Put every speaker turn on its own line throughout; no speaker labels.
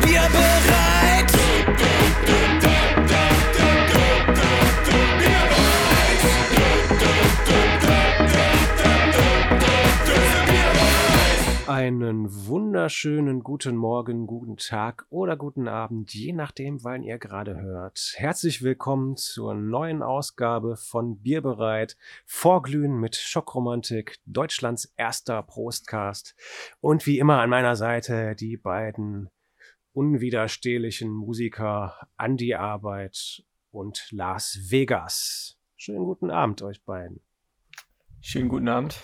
wir bereit.
Einen wunderschönen guten Morgen, guten Tag oder guten Abend, je nachdem, wann ihr gerade hört. Herzlich willkommen zur neuen Ausgabe von Bierbereit, Vorglühen mit Schockromantik, Deutschlands erster Prostcast. Und wie immer an meiner Seite die beiden unwiderstehlichen Musiker Andy Arbeit und Las Vegas. Schönen guten Abend euch beiden.
Schönen guten Abend.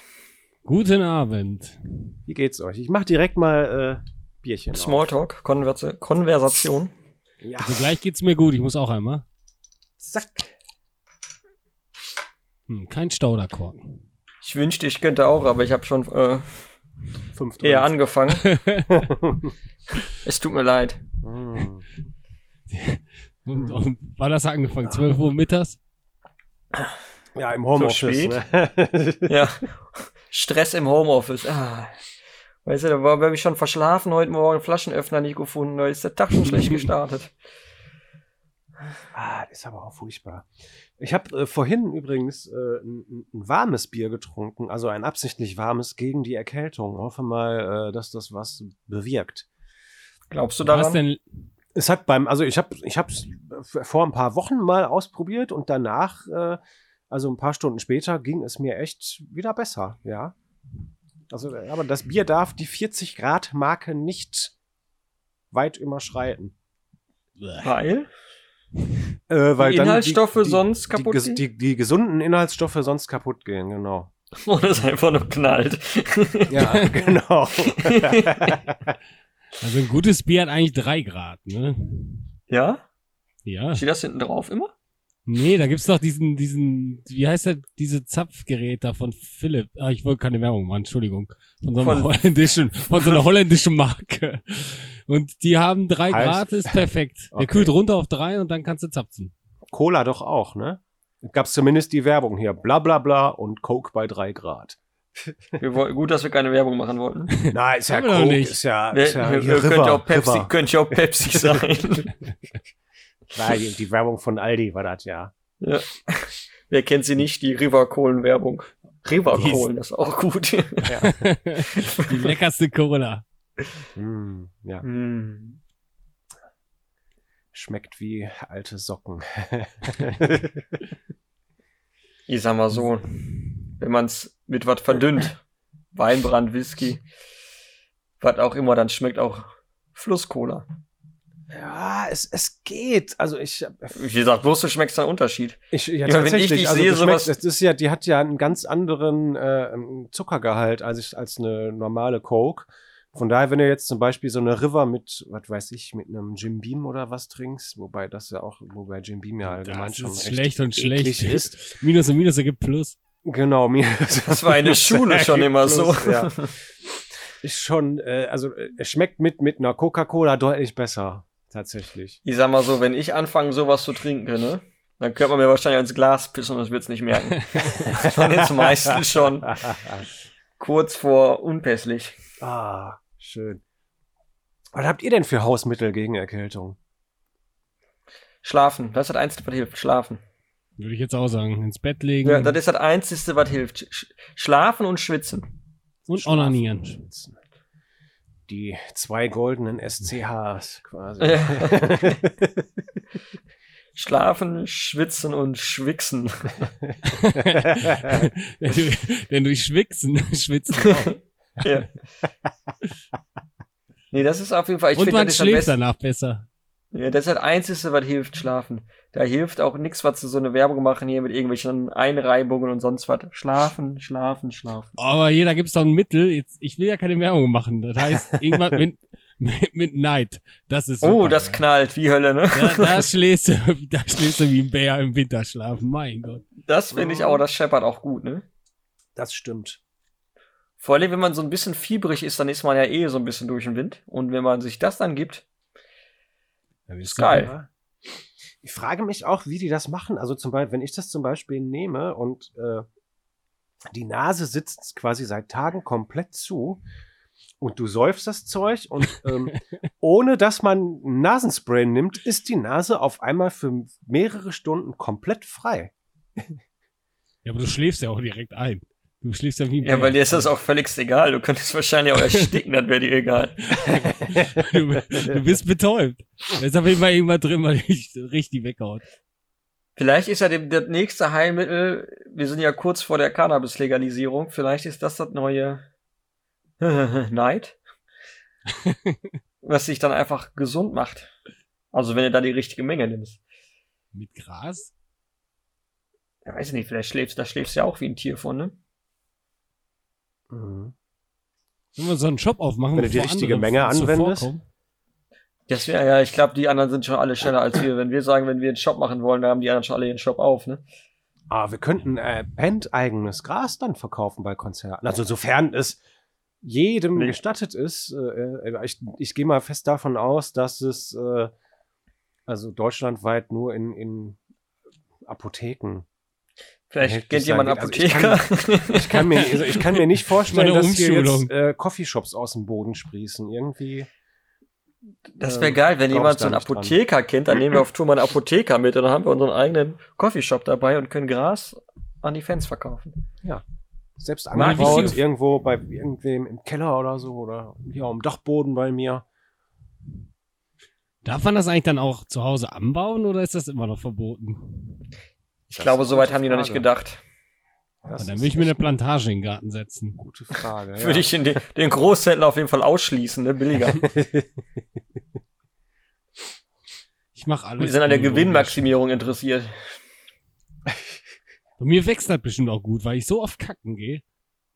Guten Abend.
Wie geht's euch? Ich mach direkt mal äh, Bierchen. auf.
Smalltalk, Konverse, Konversation.
Ja,
Also gleich geht's mir gut, ich muss auch einmal.
zack.
Hm, kein Stauderkorken.
Ich wünschte, ich könnte auch, aber ich habe schon äh,
Fünf
eher angefangen. es tut mir leid.
Mm.
Und, und wann hast du angefangen? 12 Uhr mittags?
Ja, im Homeoffice.
So spät?
Ne?
Ja. Stress im Homeoffice. Ah. Weißt du, da war ich schon verschlafen heute Morgen, Flaschenöffner nicht gefunden, da ist der Tag schon schlecht gestartet.
ah, das ist aber auch furchtbar. Ich habe äh, vorhin übrigens äh, ein, ein warmes Bier getrunken, also ein absichtlich warmes gegen die Erkältung. Hoffe mal, äh, dass das was bewirkt.
Glaubst du
Was
daran?
denn?
Es hat beim, also ich habe, ich habe vor ein paar Wochen mal ausprobiert und danach, äh, also ein paar Stunden später, ging es mir echt wieder besser. Ja. Also, äh, aber das Bier darf die 40 Grad Marke nicht weit überschreiten.
Weil?
Äh, weil
Die
dann
Inhaltsstoffe
die, die,
sonst
die,
kaputt
ges-
gehen?
Die, die gesunden Inhaltsstoffe sonst kaputt gehen, genau.
Oder es einfach nur knallt?
Ja, genau.
Also ein gutes Bier hat eigentlich 3 Grad, ne?
ja?
Ja.
Steht das hinten drauf immer?
Nee, da gibt's doch diesen, diesen, wie heißt der, diese Zapfgerät da von Philipp. Ah, ich wollte keine Werbung machen, Entschuldigung. Von so einer
Von-
holländischen, von so einer holländischen Marke. Und die haben 3
Heißt-
Grad, ist perfekt. Der
Okay.
kühlt runter auf 3 und dann kannst du zapfen.
Cola doch auch, ne? Gab's zumindest die Werbung hier. Bla bla bla und Coke bei 3 Grad.
Wir wollten, gut, dass wir keine Werbung machen wollten.
Nein, ist ja
Haben wir doch
Coke,
nicht.
ist ja,
Wir,
ist ja
wir,
hier
wir könnte,
River,
auch Pepsi,
River.
könnte auch Pepsi sein.
Nein, die, die Werbung von Aldi war das, ja.
Ja. Wer kennt sie nicht, die Riverkohlen-Werbung? Riverkohlen ist auch gut.
Die leckerste Cola.
Hm, ja. Schmeckt wie alte Socken.
Ich sag mal so, wenn man es mit was verdünnt, Weinbrand, Whisky, was auch immer, dann schmeckt auch Flusscola.
ja, es, es geht. Also ich hab-
Wie gesagt, bloß du schmeckst einen Unterschied.
Ich, ja,
Ja, wenn ich
tatsächlich.
dich
also
sehe,
du schmeckst-
sowas-
das ist ja, die hat ja einen ganz anderen äh, ähm, Zuckergehalt als, ich, als eine normale Coke. Von daher, wenn du jetzt zum Beispiel so eine River mit, was weiß ich, mit einem Jim Beam oder was trinkst, wobei das ja auch, wobei Jim Beam ja allgemein
Das
schon
ist
echt
schlecht und
eklig
schlecht.
ist.
Minus und Minus ergibt Plus.
Genau, mir.
Das war in der Schule schon immer so.
Ja. Ist schon, äh, also äh, es schmeckt mit, mit einer Coca-Cola deutlich besser, tatsächlich.
Ich sag mal so, wenn ich anfange, sowas zu trinken, ne? Dann könnte man mir wahrscheinlich ins Glas pissen und das wird's nicht merken. Das war jetzt meistens schon kurz vor unpässlich.
ah, schön. Was habt ihr denn für Hausmittel gegen Erkältung?
Schlafen, das ist das Einzige, was hilft. Schlafen.
Würde ich jetzt auch sagen. Ins Bett legen
Ja, das ist das Einzige, was hilft. Sch- Schlafen und schwitzen.
und
Schlafen
onanieren.
und schwitzen. Die zwei goldenen SCHs quasi.
Schlafen, schwitzen und schwichsen.
Denn durch Schwitzen, Schwitzen
Genau,
auch.
ja. Nee, das ist auf jeden Fall. Ich
Und
finde,
man
das ist am
schläft
besten.
danach besser.
Ja, das ist das Einzige, was hilft, schlafen. Da hilft auch nichts, was sie so eine Werbung machen hier mit irgendwelchen Einreibungen und sonst was. Schlafen, schlafen, schlafen.
Aber hier, da gibt's doch ein Mittel. Jetzt, ich will ja keine Werbung machen. Das heißt, irgendwas mit, mit, mit Neid. Das ist
oh,
super,
das
ja.
knallt, wie Hölle, ne?
da, da schläfst du, da schläfst du wie ein Bär im Winterschlaf. Mein Gott.
Das finde
Oh.
ich auch, das scheppert auch gut, ne?
Das stimmt.
Vor allem, wenn man so ein bisschen fiebrig ist, dann ist man ja eh so ein bisschen durch den Wind. Und wenn man sich das dann gibt, ist geil.
Ja. Ich frage mich auch, wie die das machen. Also zum Beispiel, wenn ich das zum Beispiel nehme und äh, die Nase sitzt quasi seit Tagen komplett zu, und du säufst das Zeug und ähm, ohne dass man Nasenspray nimmt, ist die Nase auf einmal für mehrere Stunden komplett frei.
Ja, aber du schläfst ja auch direkt ein. Du schläfst ja wie ein
Ja, weil
Bär.
dir ist das auch völlig egal. Du könntest wahrscheinlich auch ersticken, das wäre dir egal.
du, du bist betäubt. Da ist auf jeden Fall irgendwann drin, weil ich richtig weghaut.
Vielleicht ist ja dem- das nächste Heilmittel, wir sind ja kurz vor der Cannabis-Legalisierung, vielleicht ist das das neue Neid, was dich dann einfach gesund macht. Also wenn du da die richtige Menge nimmst.
Mit Gras?
Ja, weiß ich nicht, vielleicht schläfst, da schläfst du ja auch wie ein Tier von, ne?
Mhm.
Wenn wir so einen Shop aufmachen,
Wenn du
wo
die
andere
richtige Menge
so
anwendest?
vorkommen.
Das wäre ja, ich glaube, die anderen sind schon alle schneller als wir. Wenn wir sagen, wenn wir einen Shop machen wollen, dann haben die anderen schon alle ihren Shop auf, ne?
Ah, wir könnten äh, Pent eigenes Gras dann verkaufen bei Konzerten. Also sofern es jedem
Nee.
gestattet ist. Äh, äh, ich ich gehe mal fest davon aus, dass es äh, also deutschlandweit nur in, in Apotheken.
Vielleicht
Hätte
kennt
ich
jemand
sagen, also ich
Apotheker.
Ich kann mir, also ich kann mir nicht vorstellen,
Meine
dass hier jetzt
Umschulung.
äh, Coffeeshops aus dem Boden sprießen. Irgendwie.
Das
Ähm,
wäre geil, wenn
glaub
jemand
ich
so einen
gar nicht dran.
Apotheker kennt, dann nehmen wir auf Tour mal einen Apotheker mit und dann haben wir unseren eigenen Coffeeshop dabei und können Gras an die Fans verkaufen.
selbst
Marc, wie
angebaut,
viel-
irgendwo bei irgendwem im Keller oder so oder hier am Dachboden bei mir.
Darf man das eigentlich dann auch zu Hause anbauen oder ist das immer noch verboten?
Ich
Das
glaube,
ist
soweit
eine
haben die noch
Frage.
nicht gedacht.
Das
Und dann
ist
will ich mir eine
echt
Plantage in den Garten setzen.
gute Frage.
Würde ich den, den Großhändler auf jeden Fall ausschließen, ne? Billiger.
Ich mache alles.
Die sind an der
biologisch.
Gewinnmaximierung interessiert.
Bei mir wächst das bestimmt auch gut, weil ich so oft kacken gehe.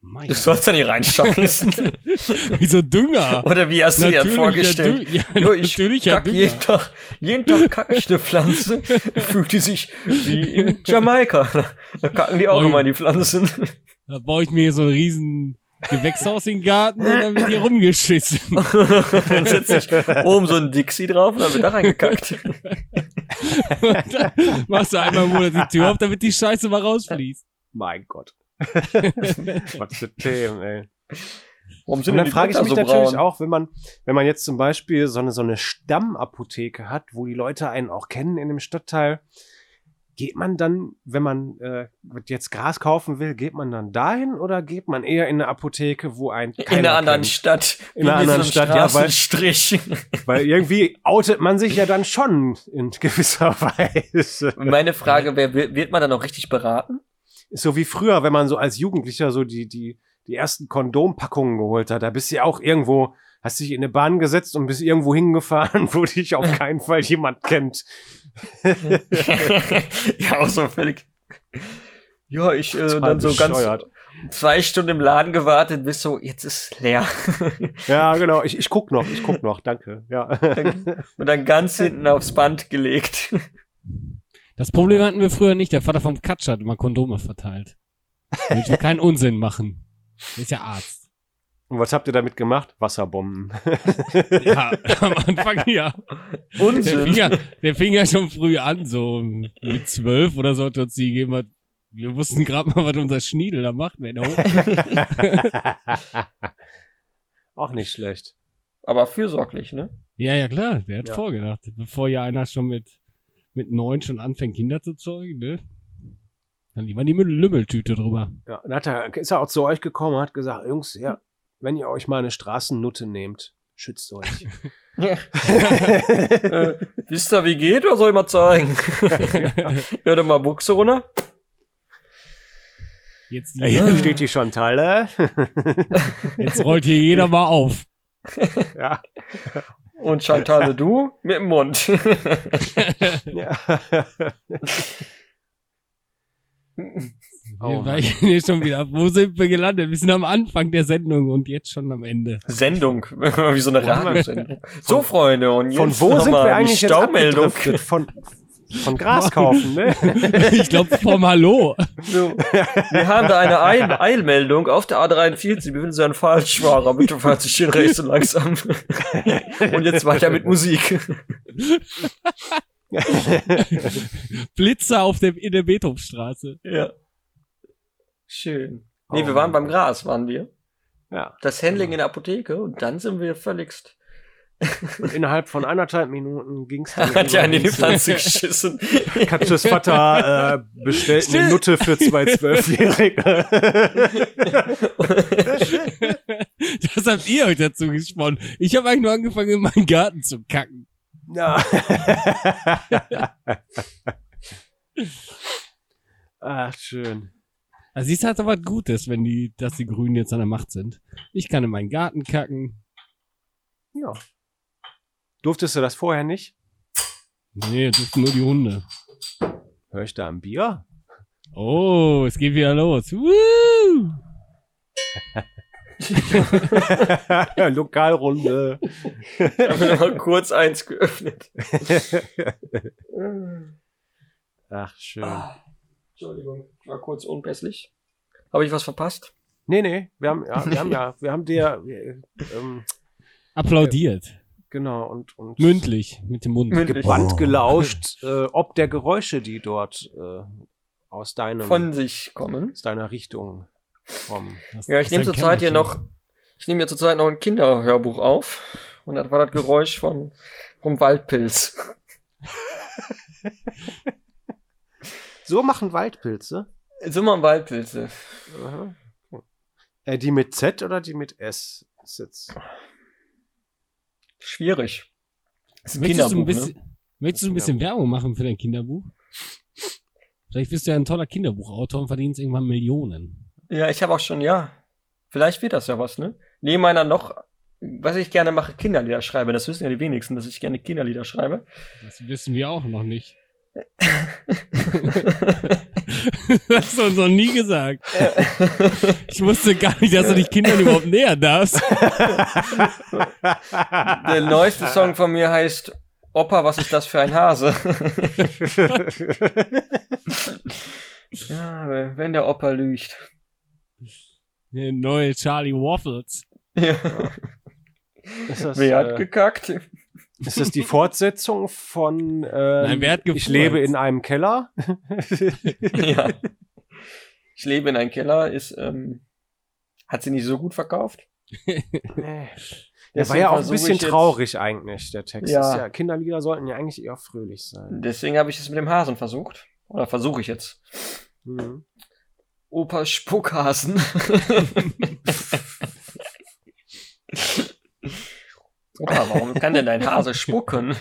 Mein
Du sollst da nicht reinschaffen.
Gott, wie so Dünger.
Oder wie hast du dir das vorgestellt?
Ja, Dü- ja,
Jo, ich
natürlich ja
kack
Dünger.
jeden Tag, jeden Tag kacke ich eine Pflanze, fühlt die sich wie in Jamaika. Da kacken die auch
Oh.
immer in die Pflanzen.
Da baue ich mir so ein riesen Gewächshaus in den Garten und dann wird hier rumgeschissen.
dann setze ich oben so ein Dixie drauf und dann wird da reingekackt.
Und dann Machst du einmal im Monat die Tür auf, damit die Scheiße mal rausfließt.
mein Gott. Was für Themen, ey.
Warum
Und
sind denn
dann
die
frage ich
Blätter
mich
so
natürlich
braun?
auch, wenn man, wenn man jetzt zum Beispiel so eine, so eine Stammapotheke hat, wo die Leute einen auch kennen in dem Stadtteil, geht man dann, wenn man äh, jetzt Gras kaufen will, geht man dann dahin oder geht man eher in eine Apotheke, wo ein
In einer anderen Stadt.
In einer
Wie
anderen
so einem
Stadt, ja, weil-
Straßenstrich.
Weil irgendwie outet man sich ja dann schon in gewisser Weise.
Meine Frage wäre, wi- wird man dann auch richtig beraten?
Ist so wie früher, wenn man so als Jugendlicher so die, die, die ersten Kondompackungen geholt hat. Da bist du ja auch irgendwo, hast dich in eine Bahn gesetzt und bist irgendwo hingefahren, wo dich auf keinen Fall jemand kennt.
ja, auch so völlig. Ja, ich äh, dann so
bescheuert.
ganz zwei Stunden im Laden gewartet, bis so, jetzt ist leer.
Ja, genau. Ich, ich guck noch, ich guck noch. Danke. Ja.
Und dann ganz hinten aufs Band gelegt.
Das Problem hatten wir früher nicht. Der Vater vom Katsch hat immer Kondome verteilt. Damit wir keinen Unsinn machen. Der ist ja Arzt.
Und was habt ihr damit gemacht? Wasserbomben.
Ja, am Anfang ja. Der fing
Unsinn.
ja, der fing ja schon früh an, so mit zwölf oder so hat er uns die gegeben. Hat. Wir wussten gerade mal, was unser Schniedel da macht, wenn er hoch.
auch nicht schlecht.
Aber fürsorglich, ne?
Ja, ja, klar, der hat
Ja.
vorgedacht. Bevor ja einer schon mit, mit neun schon anfängt, Kinder zu zeugen, ne? Dann lieber die Müll- Lümmeltüte drüber.
Ja, dann hat er, ist er auch zu euch gekommen und hat gesagt, Jungs, ja, wenn ihr euch mal eine Straßennutte nehmt, schützt euch.
äh, wisst ihr, wie geht? Oder soll ich mal zeigen? Hört ihr mal Buchse runter?
Jetzt,
Ja, hier steht die Chantal.
jetzt rollt hier jeder mal auf.
ja.
Und Chantal, du mit dem Mund.
ja. Oh
wir weichen hier schon wieder. Wo sind wir gelandet? Wir sind am Anfang der Sendung und jetzt schon am Ende.
Sendung. wie so eine Radiosendung. So, Freunde. Und jetzt
Von wo
noch
sind
mal
wir
die
eigentlich jetzt
Staumeldung.
abgedriftet? Von, von Gras kaufen, ne?
Ich glaube, vom Hallo.
So, wir haben da eine Eil Eilmeldung auf der A43. Wir sind ein Falschfahrer. Bitte fahrt sich den Race so langsam. Und jetzt weiter mit Musik.
Blitzer auf dem, in der Beethovenstraße.
Ja. Schön.
Oh
Nee, wir waren
mein
beim Gras, waren wir.
Ja.
Das Handling in der Apotheke und dann sind wir verlixt.
Innerhalb von anderthalb Minuten ging es
Hat ja in die Pflanze geschissen.
Katjes Vater äh, bestellt eine
Still.
Nutte für zwei Zwölfjährige.
Das habt ihr euch dazu gesponnen. Ich habe eigentlich nur angefangen, in meinen Garten zu kacken.
Ja. Ach, schön.
Also siehst du, hat doch was Gutes, wenn die, dass die Grünen jetzt an der Macht sind. Ich kann in meinen Garten kacken.
Ja. Durftest du das vorher nicht?
Nee, das sind nur die Hunde.
Hör ich da am Bier?
Oh, es geht wieder los. Woo!
Lokalrunde.
Ich habe mal kurz eins geöffnet.
Ach, schön.
Ah, Entschuldigung, ich war kurz unpässlich. Habe ich was verpasst?
Nee, nee, wir haben ja, wir haben ja, wir haben dir, äh, ähm,
Applaudiert.
genau, und, und
Mündlich, mit dem Mund.
Mündlich.
gebannt gelauscht, äh, ob der Geräusche, die dort äh, aus, deinem,
Von sich kommen.
aus deiner Richtung kommen.
Das-
Ja, ich
das
nehme
erkennt
zurzeit hier
man
noch, ich nehme mir zurzeit noch ein Kinderhörbuch auf. Und das war das Geräusch von, vom Waldpilz.
So machen Waldpilze.
Sind wir am Waldpilze?
Aha. Äh, die mit Z oder die mit S? Ist jetzt
Schwierig. Das ist ein
Möchtest du ein
Kinderbuch,
bisschen,
ne?
möchtest du ein bisschen Werbung machen für dein Kinderbuch? Vielleicht bist du ja ein toller Kinderbuchautor und verdienst irgendwann Millionen.
ne? Ja, ich habe auch schon, ja. Vielleicht wird das ja was, ne? Neben meiner noch, was ich gerne mache, Kinderlieder schreibe. Das wissen ja die wenigsten, dass ich gerne Kinderlieder schreibe.
Das wissen wir auch noch nicht. das hast du uns noch nie gesagt. Ich wusste gar nicht, dass du dich Kindern überhaupt näher darfst.
Der neueste Song von mir heißt Opa, was ist das für ein Hase? ja, wenn der Opa lügt.
Der neue Charlie Waffles.
Ja.
ist, das,
Wer hat
äh,
gekackt?
ist das die Fortsetzung von äh,
Nein, wer hat
Ich lebe
gefurzt?
in einem Keller?
ja. Ich lebe in einem Keller, ist, ähm, hat sie nicht so gut verkauft.
Nee. Der war
Deswegen
ja auch ein
versuche ich
bisschen
jetzt-
traurig eigentlich, der Text.
Ja.
Ist ja, Kinderlieder sollten ja eigentlich eher fröhlich sein.
Deswegen habe ich es mit dem Hasen versucht. Oder versuche ich jetzt. Hm.
Mhm.
Opa Spuckhasen. Opa, warum kann denn dein Hase spucken?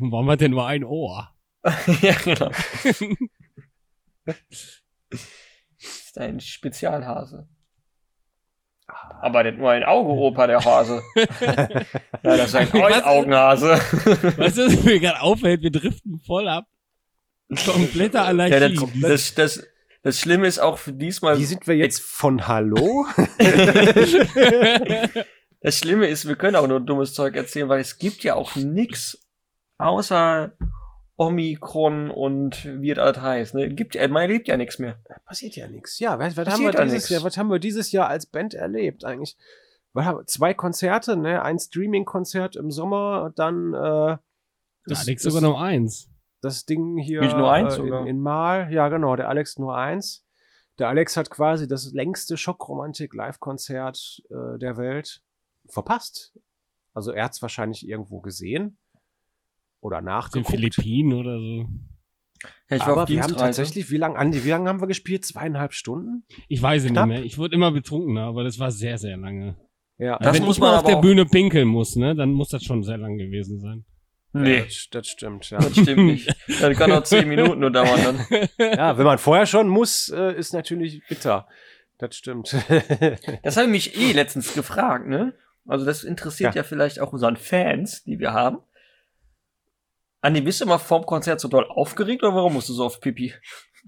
Und warum hat der nur ein Ohr?
ja, genau. ist ein Spezialhase. Aber der hat nur ein Auge, Opa, der Hase. ja, das ist ein
Was?
Einaugenhase.
Weißt du, was mir gerade auffällt? Wir driften voll ab.
Ja,
Kompletter Anarchie.
das, das, das, das Schlimme ist auch für diesmal,
Wie sind wir jetzt von Hallo?
das Schlimme ist, wir können auch nur dummes Zeug erzählen, weil es gibt ja auch nix außer Omikron und wie das alles heißt. Ne? Gibt, ja- man erlebt ja nichts mehr.
Passiert ja nichts. Ja, was, was, haben wir
Passiert ja
dieses
nix.
Jahr, was haben wir dieses Jahr als Band erlebt eigentlich? Wir haben zwei Konzerte, ne? ein Streaming-Konzert im Sommer, dann äh,
das,
das,
Alex
das,
sogar noch eins.
das Ding hier
Nicht nur eins
äh,
sogar.
in, in Mal. Ja, genau, der Alex nur eins. Der Alex hat quasi das längste Schockromantik-Live-Konzert äh, der Welt verpasst. Also er hat es wahrscheinlich irgendwo gesehen oder
Auf den
nachgeguckt.
Philippinen oder so.
Ja, ich war
Aber
auf
wir haben
Dienstreise.
tatsächlich, wie lange, Andi, wie lange haben wir gespielt? Zweieinhalb Stunden?
Ich weiß es
Knapp.
nicht mehr. Ich wurde immer betrunkener, aber das war sehr, sehr lange. Also
Ja,
Das
Wenn
muss
ich mal
man
auf
aber
der
auch-
Bühne pinkeln muss, ne, dann muss das schon sehr lang gewesen sein.
Ja,
Nee,
das, das stimmt, ja.
das stimmt nicht. Das kann auch zehn Minuten nur dauern. Dann.
ja, wenn man vorher schon muss, äh, ist natürlich bitter. Das stimmt.
Das habe ich mich eh letztens gefragt, ne? Also das interessiert ja, vielleicht auch unseren Fans, die wir haben. Andi, bist du immer vorm Konzert so doll aufgeregt oder warum musst du so oft pipi?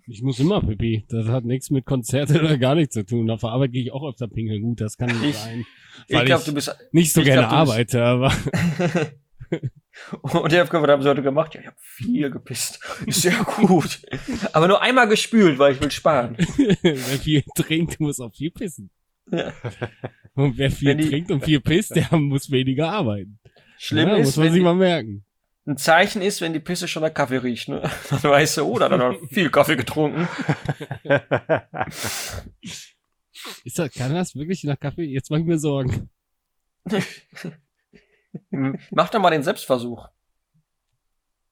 Ich muss immer pipi. Das hat nichts mit Konzerten oder gar nichts zu tun. Auf der Arbeit gehe ich auch öfter pinkeln. Gut, das kann nicht
Ich-
sein.
Ich
Weil
glaube,
ich-
du bist.
Nicht so
ich
gerne
glaub, du bist-
arbeite, aber
Und der Aufgabe haben sie heute gemacht. Ja, ich habe viel gepisst. Sehr gut. Aber nur einmal gespült, weil ich will sparen.
wer viel trinkt, muss auch viel pissen.
Ja.
Und wer viel
Wenn die-
trinkt und viel pisst, der muss weniger arbeiten.
Schlimm
ja,
ist,
muss man
wenn
sich
die,
mal merken.
ein Zeichen ist, wenn die Pisse schon nach Kaffee riecht. Ne? Dann weißt du, oh, da hat er noch viel Kaffee getrunken.
Ist das, kann das wirklich nach Kaffee? Jetzt mach ich mir Sorgen.
Hm, Mach doch mal den Selbstversuch.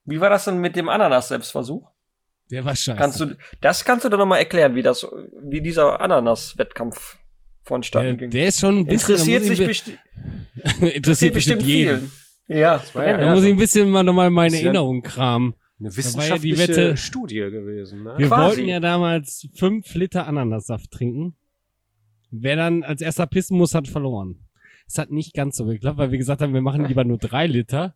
Wie war das denn mit dem Ananas-Selbstversuch?
Der war scheiße.
Kannst du, das kannst du doch nochmal erklären, wie das, wie dieser Ananas-Wettkampf
der,
vonstatten ging.
der ist schon ein bisschen.
interessiert
da muss
sich
ich
besti
ein bi- interessiert bestimmt jeden.
vielen. Ja,
Das war ja-
Da
ja.
muss ich ein bisschen mal nochmal meine
Ist ja-
Erinnerung kramen.
Eine
war ja die
wissenschaftliche
Wette-
Studie gewesen. Ne?
Wir
Quasi.
wollten ja damals fünf Liter Ananassaft trinken. Wer dann als erster pissen muss, hat verloren. Es hat nicht ganz so geklappt, weil wir gesagt haben, wir machen lieber nur drei Liter.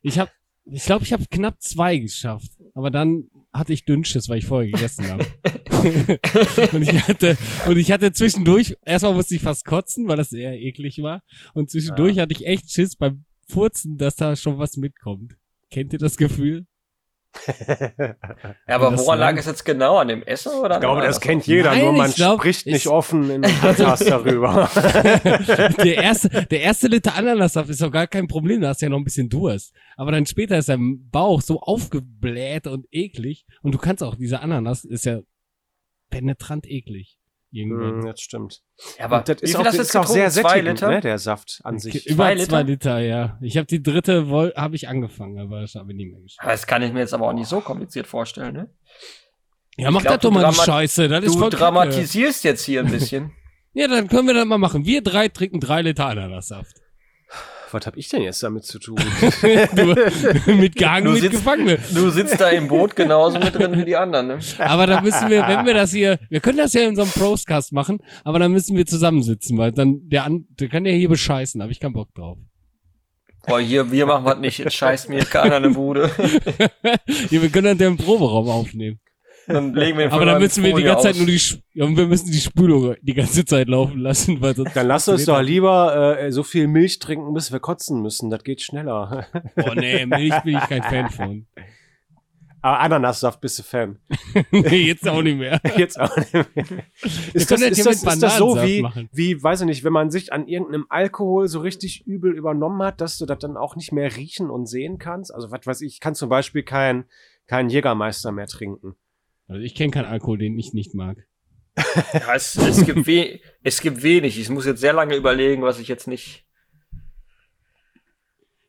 Ich habe, ich glaube, ich habe knapp zwei geschafft. Aber dann hatte ich Dünnschiss, weil ich vorher gegessen habe. und ich hatte, und ich hatte zwischendurch, erstmal musste ich fast kotzen, weil das eher eklig war. Und zwischendurch hatte ich echt Schiss beim Furzen, dass da schon was mitkommt. Kennt ihr das Gefühl?
Ja, aber
Das
woran
lang-
lag es jetzt genau? An dem Essen oder?
Ich glaube, das kennt
kennt
jeder,
Nein,
nur man
ich glaub,
spricht
ich-
nicht offen in einem Podcast darüber.
der, erste, der erste Liter Ananassaft ist doch gar kein Problem, da hast du ja noch ein bisschen Durst. Aber dann später ist dein Bauch so aufgebläht und eklig. Und du kannst auch, diese Ananas ist ja penetrant eklig. Irgendwann.
Hm, das stimmt.
Ja, aber
Und das
wie
ist
viel
auch, das
hast du
ist
jetzt
auch sehr
getrunken? Zwei
sättigend,
Liter?
ne, der Saft an sich.
Über
Zwei
zwei
Liter?
Liter? ja. Ich habe die dritte, woll- habe ich angefangen, aber das habe ich nicht mehr geschafft.
Das kann ich mir jetzt aber auch nicht so kompliziert vorstellen, ne?
Ja, mach
glaub,
das doch
du
mal die
dramat-
Scheiße. Das ist
Du
voll Kacke.
dramatisierst jetzt hier ein bisschen.
Ja, dann können wir das mal machen. Wir drei trinken drei Liter Ananassaft.
Was habe ich denn jetzt damit zu tun?
Nur mit Gang,
Du
mit
sitzt-
Gefangene.
du sitzt da im Boot genauso mit drin wie die anderen, ne?
Aber da müssen wir, wenn wir das hier, wir können das ja in so einem Prostcast machen, aber dann müssen wir zusammensitzen, weil dann der, an, der kann ja hier bescheißen, habe ich keinen Bock drauf.
Boah, hier, wir machen was nicht. Jetzt scheißt mir keiner eine Bude.
ja, wir können dann den Proberaum aufnehmen.
Dann legen wir den
Aber
Vorgang
dann müssen wir die
Folie
ganze Zeit
aus.
nur die, Sch- ja, und wir müssen die Spülung die ganze Zeit laufen lassen, weil sonst.
Dann lass uns doch lieber äh, so viel Milch trinken, bis wir kotzen müssen. Das geht schneller.
Oh nee, Milch bin ich kein Fan von.
Aber Ananassaft bist du Fan.
nee, jetzt auch nicht mehr.
Jetzt auch nicht mehr. Ist das,
können
ist
das ja
das,
mit
ist das so
Bananensaft
wie,
machen.
wie, weiß ich nicht, wenn man sich an irgendeinem Alkohol so richtig übel übernommen hat, dass du das dann auch nicht mehr riechen und sehen kannst? Also, was weiß ich, ich kann zum Beispiel keinen kein Jägermeister mehr trinken.
Also ich kenne keinen Alkohol, den ich nicht mag.
Ja, es, es, gibt we es gibt wenig. Ich muss jetzt sehr lange überlegen, was ich jetzt nicht.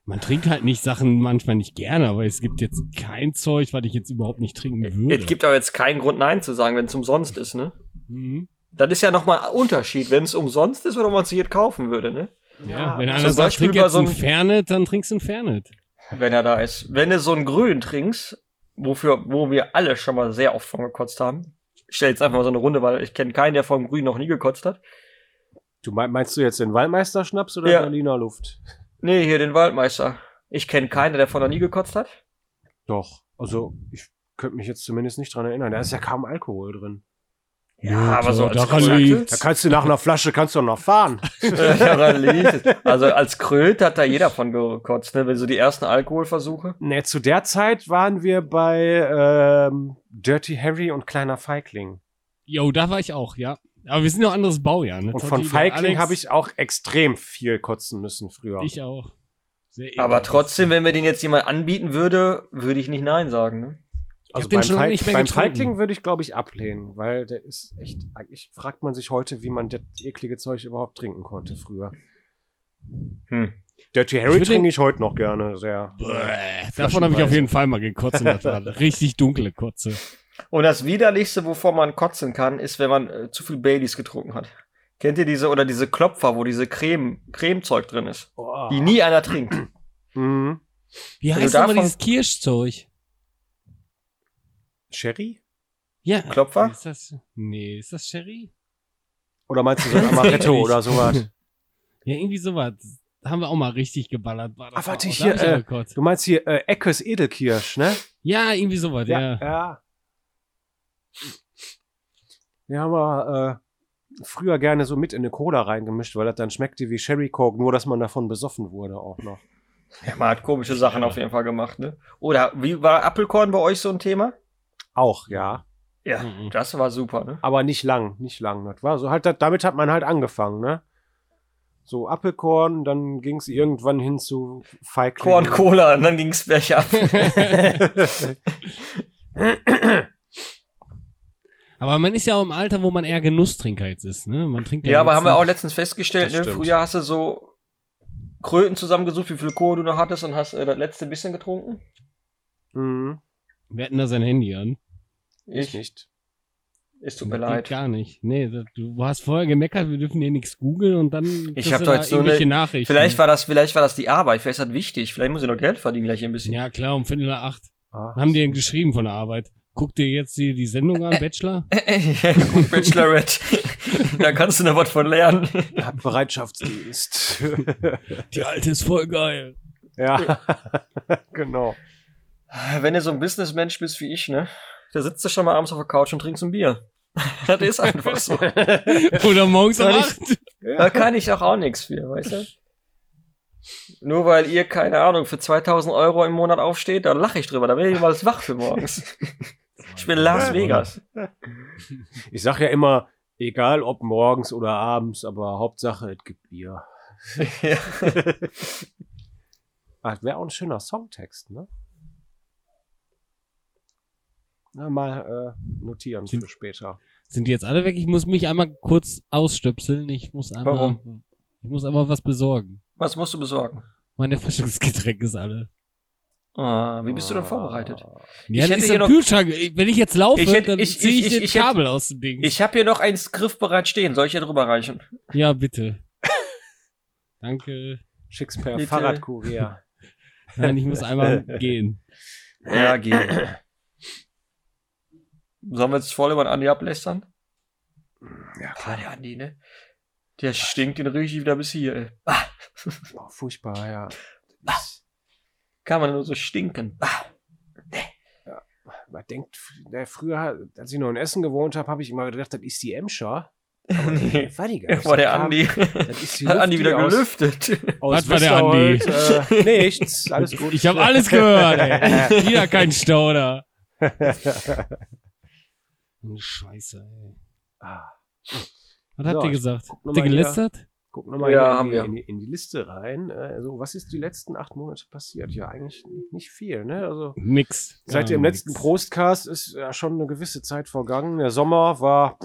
Man trinkt halt nicht Sachen manchmal nicht gerne, aber es gibt jetzt kein Zeug, was ich jetzt überhaupt nicht trinken würde.
Es gibt aber jetzt keinen Grund, Nein zu sagen, wenn es umsonst ist, ne?
Mhm.
Das ist ja nochmal ein Unterschied, wenn es umsonst ist oder man es hier kaufen würde, ne?
Ja,
Ja,
wenn
zum
einer sagt,
Beispiel
trink
bei
jetzt
so
ein
einem-
Fernet, dann trinkst du ein Fernet.
Wenn er da ist. Wenn du so einen Grün trinkst, wofür, wo wir alle schon mal sehr oft von gekotzt haben. Ich stelle jetzt einfach mal so eine Runde, weil ich kenne keinen, der vom Grün noch nie gekotzt hat.
Du mein- meinst du jetzt den Waldmeisterschnaps oder
Ja.
Berliner Luft?
Nee, hier den Waldmeister. Ich kenne keinen, der davon noch nie gekotzt hat.
Doch. Also, ich könnte mich jetzt zumindest nicht dran erinnern. Da ist ja kaum Alkohol drin.
Ja, aber so als
daran
Kröte-
Da
liegt's.
kannst du nach einer Flasche kannst du auch noch fahren.
Daran liegt es. also als Kröte hat da jeder von gekotzt, ne? Wenn so die ersten Alkoholversuche.
Ne, zu der Zeit waren wir bei ähm, Dirty Harry und Kleiner Feigling.
Jo, da war ich auch, ja. Aber wir sind noch anderes Baujahr, ne?
Und
Totti,
von
der
Feigling
Alex,
habe ich auch extrem viel kotzen müssen früher.
Ich auch. Sehr
Aber
ekelhaft.
trotzdem, wenn mir den jetzt jemand anbieten würde, würde ich nicht Nein sagen. Ne?
hab den schon lange nicht
Also
mehr
beim
getrunken.
Feigling würde ich, glaube ich, ablehnen, weil der ist echt. Eigentlich fragt man sich heute, wie man das eklige Zeug überhaupt trinken konnte früher.
Hm.
Dirty
Ich
Harry
würd
trinke ich heute noch gerne sehr.
Bäh, davon habe ich auf jeden Fall mal gekotzt. Und das war eine richtig dunkle Kotze.
Und das widerlichste, wovor man kotzen kann, ist, wenn man äh, zu viel Baileys getrunken hat. Kennt ihr diese oder diese Klopfer, wo diese Creme, Cremezeug drin ist,
Boah.
die nie einer trinkt?
Mhm.
Wie
Wenn
heißt
du
denn mal
davon-
dieses Kirschzeug?
Sherry?
Ja.
Klopfer?
Ist das, nee, ist das Sherry?
Oder meinst du so ein Amaretto oder sowas?
Ja, irgendwie sowas. Haben wir auch mal richtig geballert. War
Ah, warte,
auch-
hier,
da hab ich
äh,
auch gekotzt.
Du meinst hier äh, Eckes Edelkirsch, ne?
ja, irgendwie sowas, ja.
Ja. ja. Wir haben wir äh, früher gerne so mit in eine Cola reingemischt, weil das dann schmeckte wie Sherry Coke, nur dass man davon besoffen wurde auch noch.
Ja, man hat komische Sachen auf jeden Fall gemacht, ne? Oder wie war Apfelkorn bei euch so ein Thema?
Auch, ja.
Ja,
Mhm.
das war super, ne?
Aber nicht lang, nicht lang. Das war so halt, das- damit hat man halt angefangen, ne? So Apfelkorn, dann ging es irgendwann hin zu Feigling.
Korn, Cola, und dann ging's bergab.
Korn.
Aber man ist ja auch im Alter, wo man eher Genusstrinker jetzt ist, ne? Man trinkt
Ja, aber
jetzt
haben wir
nicht-
auch letztens festgestellt,
Das
ne?
stimmt.
früher hast du so Kröten zusammengesucht, wie viel Kohle du noch hattest und hast äh, das letzte bisschen getrunken.
Mhm.
Wir hatten da sein Handy an.
Ich
Ich,
nicht.
es tut mir
Das geht
leid.
Gar nicht. Nee, das- du hast vorher gemeckert, wir dürfen hier nichts googeln und dann kriegst
hab
du
doch
da
jetzt so
irgendwelche
eine-
Nachrichten.
Vielleicht war das, vielleicht war das die Arbeit, vielleicht ist das wichtig, vielleicht muss ich noch Geld verdienen gleich ein bisschen.
Ja, klar, um Viertel nach acht.
Ah,
Haben die denn geschrieben von der Arbeit? Guck dir jetzt die, die Sendung an, Bachelor?
Gut, Bachelorette. da kannst du noch was von lernen.
hab Bereitschaftsdienst.
Die alte ist voll geil.
ja, genau.
Wenn du so ein Businessmensch bist wie ich, ne? Da sitzt du schon mal abends auf der Couch und trinkst ein Bier. das ist einfach so.
Oder morgens um
Soll ich-
acht.
Da kann ich auch, auch nichts für, weißt du? Nur weil ihr, keine Ahnung, für 2000 Euro im Monat aufsteht, da lache ich drüber. Da bin ich mal wach für morgens. Ich bin Las Vegas.
Ich sag ja immer, egal ob morgens oder abends, aber Hauptsache, es gibt Bier.
Ja.
Ah, wäre auch ein schöner Songtext, ne? Na, mal äh, notieren
Hm.
für später.
Sind die jetzt alle weg? Ich muss mich einmal kurz ausstöpseln. Ich muss einmal,
Warum?
ich muss einmal was besorgen.
Was musst du besorgen?
Mein Erfrischungsgetränk ist alle.
Ah, wie bist du denn vorbereitet?
Ja,
hätte
das ist
hier
im
noch-
Kühlschrank. Ich- Wenn ich jetzt laufe,
Ich hätte-
dann
ich-
ziehe ich,
ich- ich-
den
ich hätte-
Kabel aus dem Ding.
Ich habe hier noch eins griffbereit stehen. Soll ich hier drüber reichen?
ja, bitte. Danke.
Schick's per
Bitte.
Fahrradkurier.
Nein, ich muss einmal gehen.
Ja, geh. Sollen wir jetzt voll über den Andi ablästern?
Ja,
Ah, der Andi, ne? Der stinkt den richtig wieder bis hier, ey. Ah,
Boah, furchtbar, ja.
kann man nur so stinken. Ah,
Man denkt, na, früher, als ich noch in Essen gewohnt habe, habe ich immer gedacht, das ist die Emscher. Aber
nee.
das war die gar nicht.
Das war der
Das kam-
Andi.
Das ist die
Hat Andi
Luft,
wieder
die aus-
gelüftet.
aus
Was war der
Westerholt, Äh, nichts, alles gut.
Ich habe alles gehört. Ey. Wieder kein Stauder. Oh, Scheiße. Ey.
Ah,
Was habt
So,
ihr gesagt?
guck noch
Habt ihr
mal hier.
gelästert?
Guck nochmal
Ja,
ja, in, die-
haben wir.
in, die- in die Liste rein. Äh, so, was ist die letzten acht Monate passiert? Ja, eigentlich nicht viel, ne? Also,
Nix.
seit
Gar
dem letzten
nix.
Prostcast ist ja schon eine gewisse Zeit vergangen. Der Sommer war,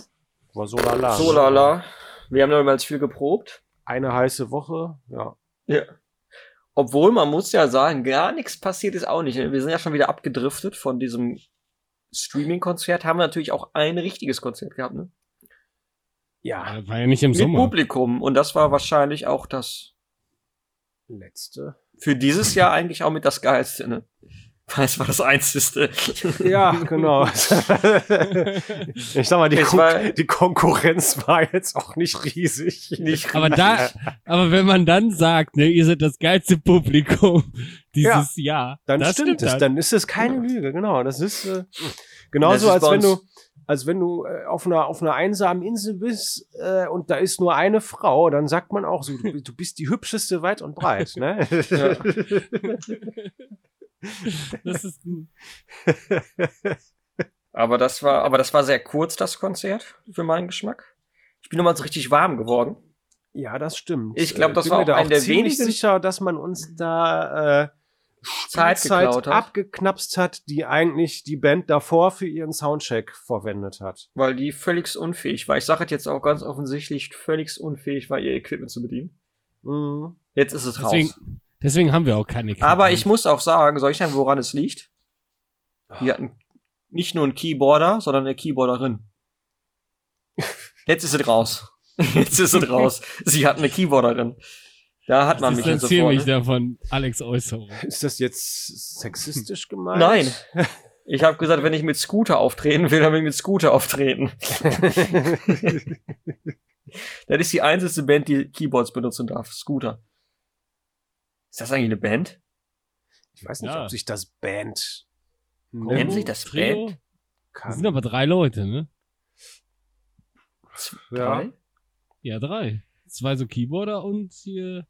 war so lala.
So lala. Wir haben damals viel geprobt.
Eine heiße Woche, ja.
Obwohl, man muss ja sagen, gar nichts passiert ist auch nicht. ne? Wir sind ja schon wieder abgedriftet von diesem Streaming-Konzert. Haben wir natürlich auch ein richtiges Konzert gehabt, ne?
Ja,
Ja, War ja nicht im
Mit
Sommer.
Publikum. Und das war wahrscheinlich auch das
letzte.
für dieses Jahr eigentlich auch mit das Geilste, ne? Weil es war das Einzige.
Ja, genau. ich sag mal, die,
Es
Kon
war-
die Konkurrenz war jetzt auch nicht riesig.
Nicht
Aber da, aber wenn man dann sagt, ne, ihr seid das geilste Publikum dieses Jahr,
dann
das halt.
stimmt es.
dann.
Dann ist es keine Lüge, genau. Das ist äh, genauso,
Das ist
als
bei
wenn
uns-
du, als wenn du äh, auf einer auf einer einsamen Insel bist äh, und da ist nur eine Frau, dann sagt man auch so, du, du bist die hübscheste weit und breit. Ne?
Ja.
Das ist gut.
Aber das war, aber das war sehr kurz, das Konzert, für meinen Geschmack. Ich bin nochmal so richtig warm geworden.
ja, das stimmt.
Ich glaub,
Äh,
das
bin
war
mir
auch
da
ein der
ziemlich
wenigen-
sicher, dass man uns da äh,
Zeit geklaut hat.
abgeknapst hat, die eigentlich die Band davor für ihren Soundcheck verwendet hat.
Weil die völlig unfähig war. Ich sage jetzt auch ganz offensichtlich, völlig unfähig war, ihr Equipment zu bedienen.
Mhm.
Jetzt ist es raus.
Deswegen, deswegen haben wir auch keine Kinder.
Aber ich muss auch sagen, soll ich sagen, woran es liegt? Wir hatten nicht nur einen Keyboarder, sondern eine Keyboarderin. Jetzt ist es raus. Jetzt ist es raus. Sie hat eine Keyboarderin. Da hat man mich jetzt
distanziere
sofort.
mich
ne?
davon, Alex Äußerung.
Ist das jetzt sexistisch gemeint?
Nein. Ich habe gesagt, wenn ich mit Scooter auftreten will, dann will ich mit Scooter auftreten. Das ist die einzige Band, die Keyboards benutzen darf. Scooter. Ist das eigentlich eine Band?
Ich weiß nicht,
Ja.
ob sich das Band
Nennt
Combo,
sich das
Trio?
Band?
Das
kann.
sind aber drei Leute, ne?
Ja.
Drei?
Ja, drei. Zwei so Keyboarder und hier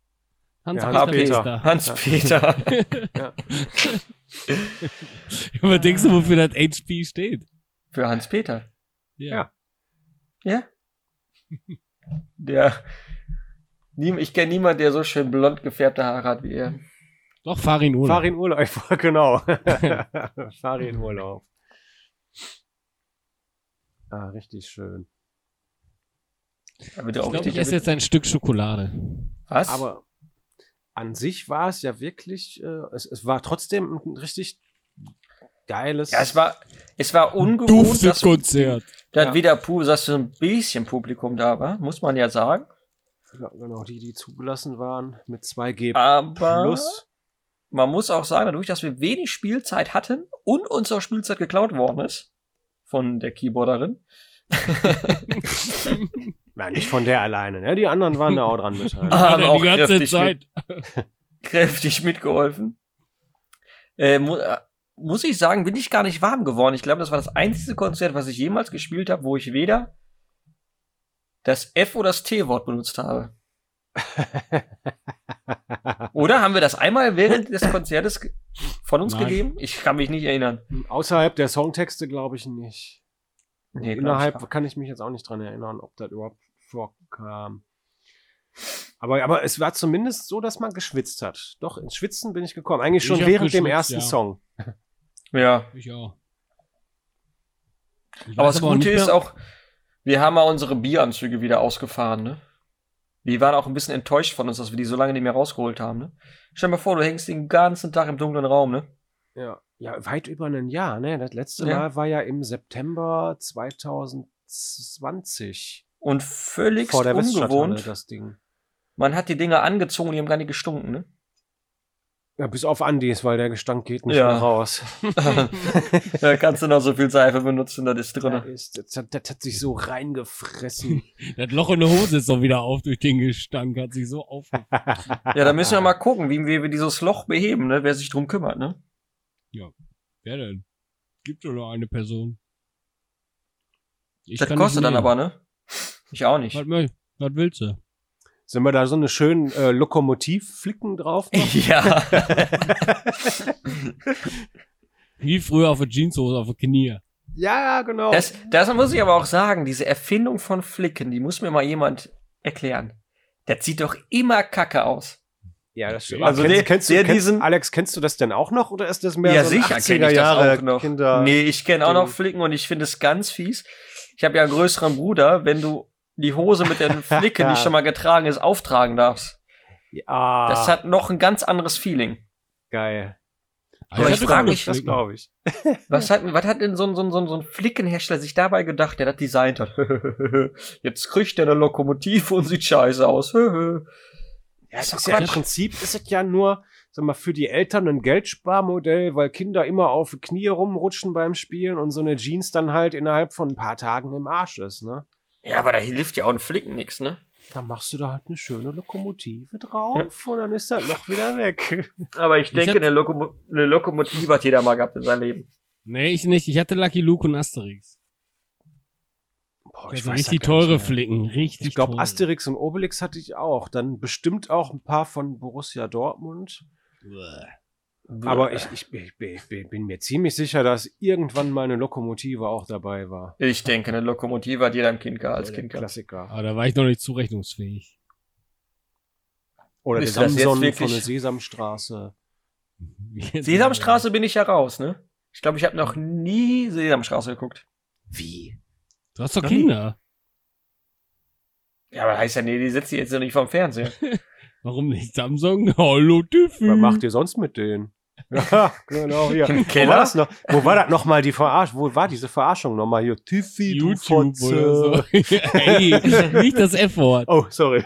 Hans
Ja,
Peter
Hans-Peter.
Meister.
Hans-Peter.
Aber denkst du, wofür das HP steht?
Für Hans-Peter.
Ja.
Ja? Der. Niem- Ich kenne niemanden, der so schön blond gefärbte Haare hat wie er.
Doch, Farin Urlaub.
Farin Urlaub, genau. Farin Urlaub. Ah, richtig schön.
Da wird ja
Ich
auch
glaube,
richtig.
ich esse jetzt ein Stück Schokolade.
Was?
Aber an sich war es ja wirklich, äh, es, es war trotzdem ein richtig geiles.
ja, es war, es war ungewohnt, dass,
Duftekonzert.
dass
Ja.
wieder Pu, dass so ein bisschen Publikum da war, muss man ja sagen.
Ja, genau, die, die zugelassen waren mit 2G
Aber
plus.
man muss auch sagen, dadurch, dass wir wenig Spielzeit hatten und uns auch Spielzeit geklaut worden ist von der Keyboarderin,
Nein, nicht von der alleine. Ne? Die anderen waren da auch dran halt. beteiligt.
Ah,
Hat er
aber auch
die ganze
kräftig
Zeit.
kräftig mitgeholfen. Äh, mu äh, muss ich sagen, bin ich gar nicht warm geworden. Ich glaube, das war das einzige Konzert, was ich jemals gespielt habe, wo ich weder das F oder das T-Wort benutzt habe. Oder haben wir das einmal während des Konzertes ge- von uns
Nein.
gegeben? Ich kann mich nicht erinnern.
Außerhalb der Songtexte glaube ich nicht.
Nee, glaub
Innerhalb
ich auch.
kann ich mich jetzt auch nicht dran erinnern, ob das überhaupt vorkam. Aber, aber es war zumindest so, dass man geschwitzt hat. Doch, ins Schwitzen bin ich gekommen. Eigentlich
Ich
schon
hab
während dem
geschwitzt,
ersten
ja.
Song.
Ja.
Ich auch. Ich
Aber
weiß
das
auch
Gute
nicht
ist
mehr-
auch, wir haben mal unsere Bieranzüge wieder ausgefahren, ne? Wir waren auch ein bisschen enttäuscht von uns, dass wir die so lange nicht mehr rausgeholt haben, ne? Stell dir mal vor, du hängst den ganzen Tag im dunklen Raum, ne?
Ja. ja, weit über ein Jahr. Ne? Das letzte
Ja.
Mal war ja im September 2020.
Und völlig
vor der Weststadthalle,
ungewohnt.
das Ding.
Man hat die Dinger angezogen, die haben gar nicht gestunken, ne?
Ja, bis auf Andis, weil der Gestank geht nicht
Ja.
mehr raus.
da kannst du noch so viel Seife benutzen, das ist
Das,
drin.
ist, das, hat- das hat sich so reingefressen.
Das Loch in der Hose ist doch wieder auf durch den Gestank. Hat sich so auf.
Ja, da müssen wir mal gucken, wie, wie wir dieses Loch beheben, ne? Wer sich drum kümmert, ne?
Wer denn? Gibt doch nur eine Person. Ich
das
kann
kostet dann
nicht nehmen.
aber, ne? Ich auch nicht.
Was, mö- was willst du?
Sollen wir da so eine schöne äh, Lokomotivflicken drauf machen?
ja.
Wie früher auf der Jeanshose, auf der Knie.
Ja, genau.
Das, das muss ich aber auch sagen, diese Erfindung von Flicken, die muss mir mal jemand erklären. Das sieht doch immer kacke aus.
ja, das stimmt.
Also
Also kennst,
der-
kennst du,
der
kennst,
diesen-
Alex, kennst du das denn auch noch oder ist das mehr so ein
kenn
80er Jahre Kinder?
nee, ich kenne auch noch
Ding.
Flicken und ich finde es ganz fies. Ich habe ja einen größeren Bruder, wenn du die Hose mit den Flicken, die schon mal getragen ist, auftragen darfst.
Ja,
Das hat noch ein ganz anderes Feeling.
geil. Ah,
Aber ich
hatte
frag
coole
mich,
Das
Flicken.
glaube ich.
Was hat, was hat denn so ein, so, ein, so ein- so ein Flickenhersteller sich dabei gedacht, der das designt hat? Jetzt kriegt der eine Lokomotive und sieht scheiße aus.
Ja, es
Ist doch
ist ja im
Quatsch.
Prinzip ist es ja nur, sag mal, für die Eltern ein Geldsparmodell, weil Kinder immer auf die Knie rumrutschen beim Spielen und so eine Jeans dann halt innerhalb von ein paar Tagen im Arsch ist, ne?
Ja, aber da hilft ja auch ein Flicken nichts, ne?
Dann machst du da halt eine schöne Lokomotive drauf und dann ist das Loch wieder weg.
Aber ich
Ich
denke,
hab-
eine, Lokomo eine Lokomotive hat jeder mal gehabt in seinem Leben.
Nee, ich nicht. Ich hatte Lucky Luke und Asterix.
Boah,
Also
Oh, weiß das
richtig
gar nicht
teure
mehr.
Flicken. Richtig
Ich glaube,
teure.
Asterix und Obelix hatte ich auch. Dann bestimmt auch ein paar von Borussia Dortmund.
Bäh.
Aber
äh,
ich, ich, ich, ich, ich bin mir ziemlich sicher, dass irgendwann mal eine Lokomotive auch dabei war.
Ich denke, eine Lokomotive hat jeder im Kind gehabt, als
Oder
Kind
der
gehabt.
Klassiker.
Aber Ah, da war ich noch nicht zurechnungsfähig.
Oder der
Ist das jetzt
Samson von
wirklich-
der Sesamstraße.
Sesamstraße bin ich ja raus, ne? Ich glaube, ich habe noch nie Sesamstraße geguckt.
Wie?
Du hast doch
Noch nie.
Kinder.
Ja, aber heißt ja, nee, die sitzt jetzt noch nicht vorm Fernseher.
Warum nicht Samsung? Hallo, Tiffy.
Was macht ihr sonst mit denen? Ja, genau, hier. Wo
Im
war
Keller?
das noch? Wo war das nochmal die Verarschung? Wo war diese Verarschung nochmal hier? Tiffy, du
YouTube oder
Fotze.
so. Ey, nicht das F-Wort.
Oh, sorry.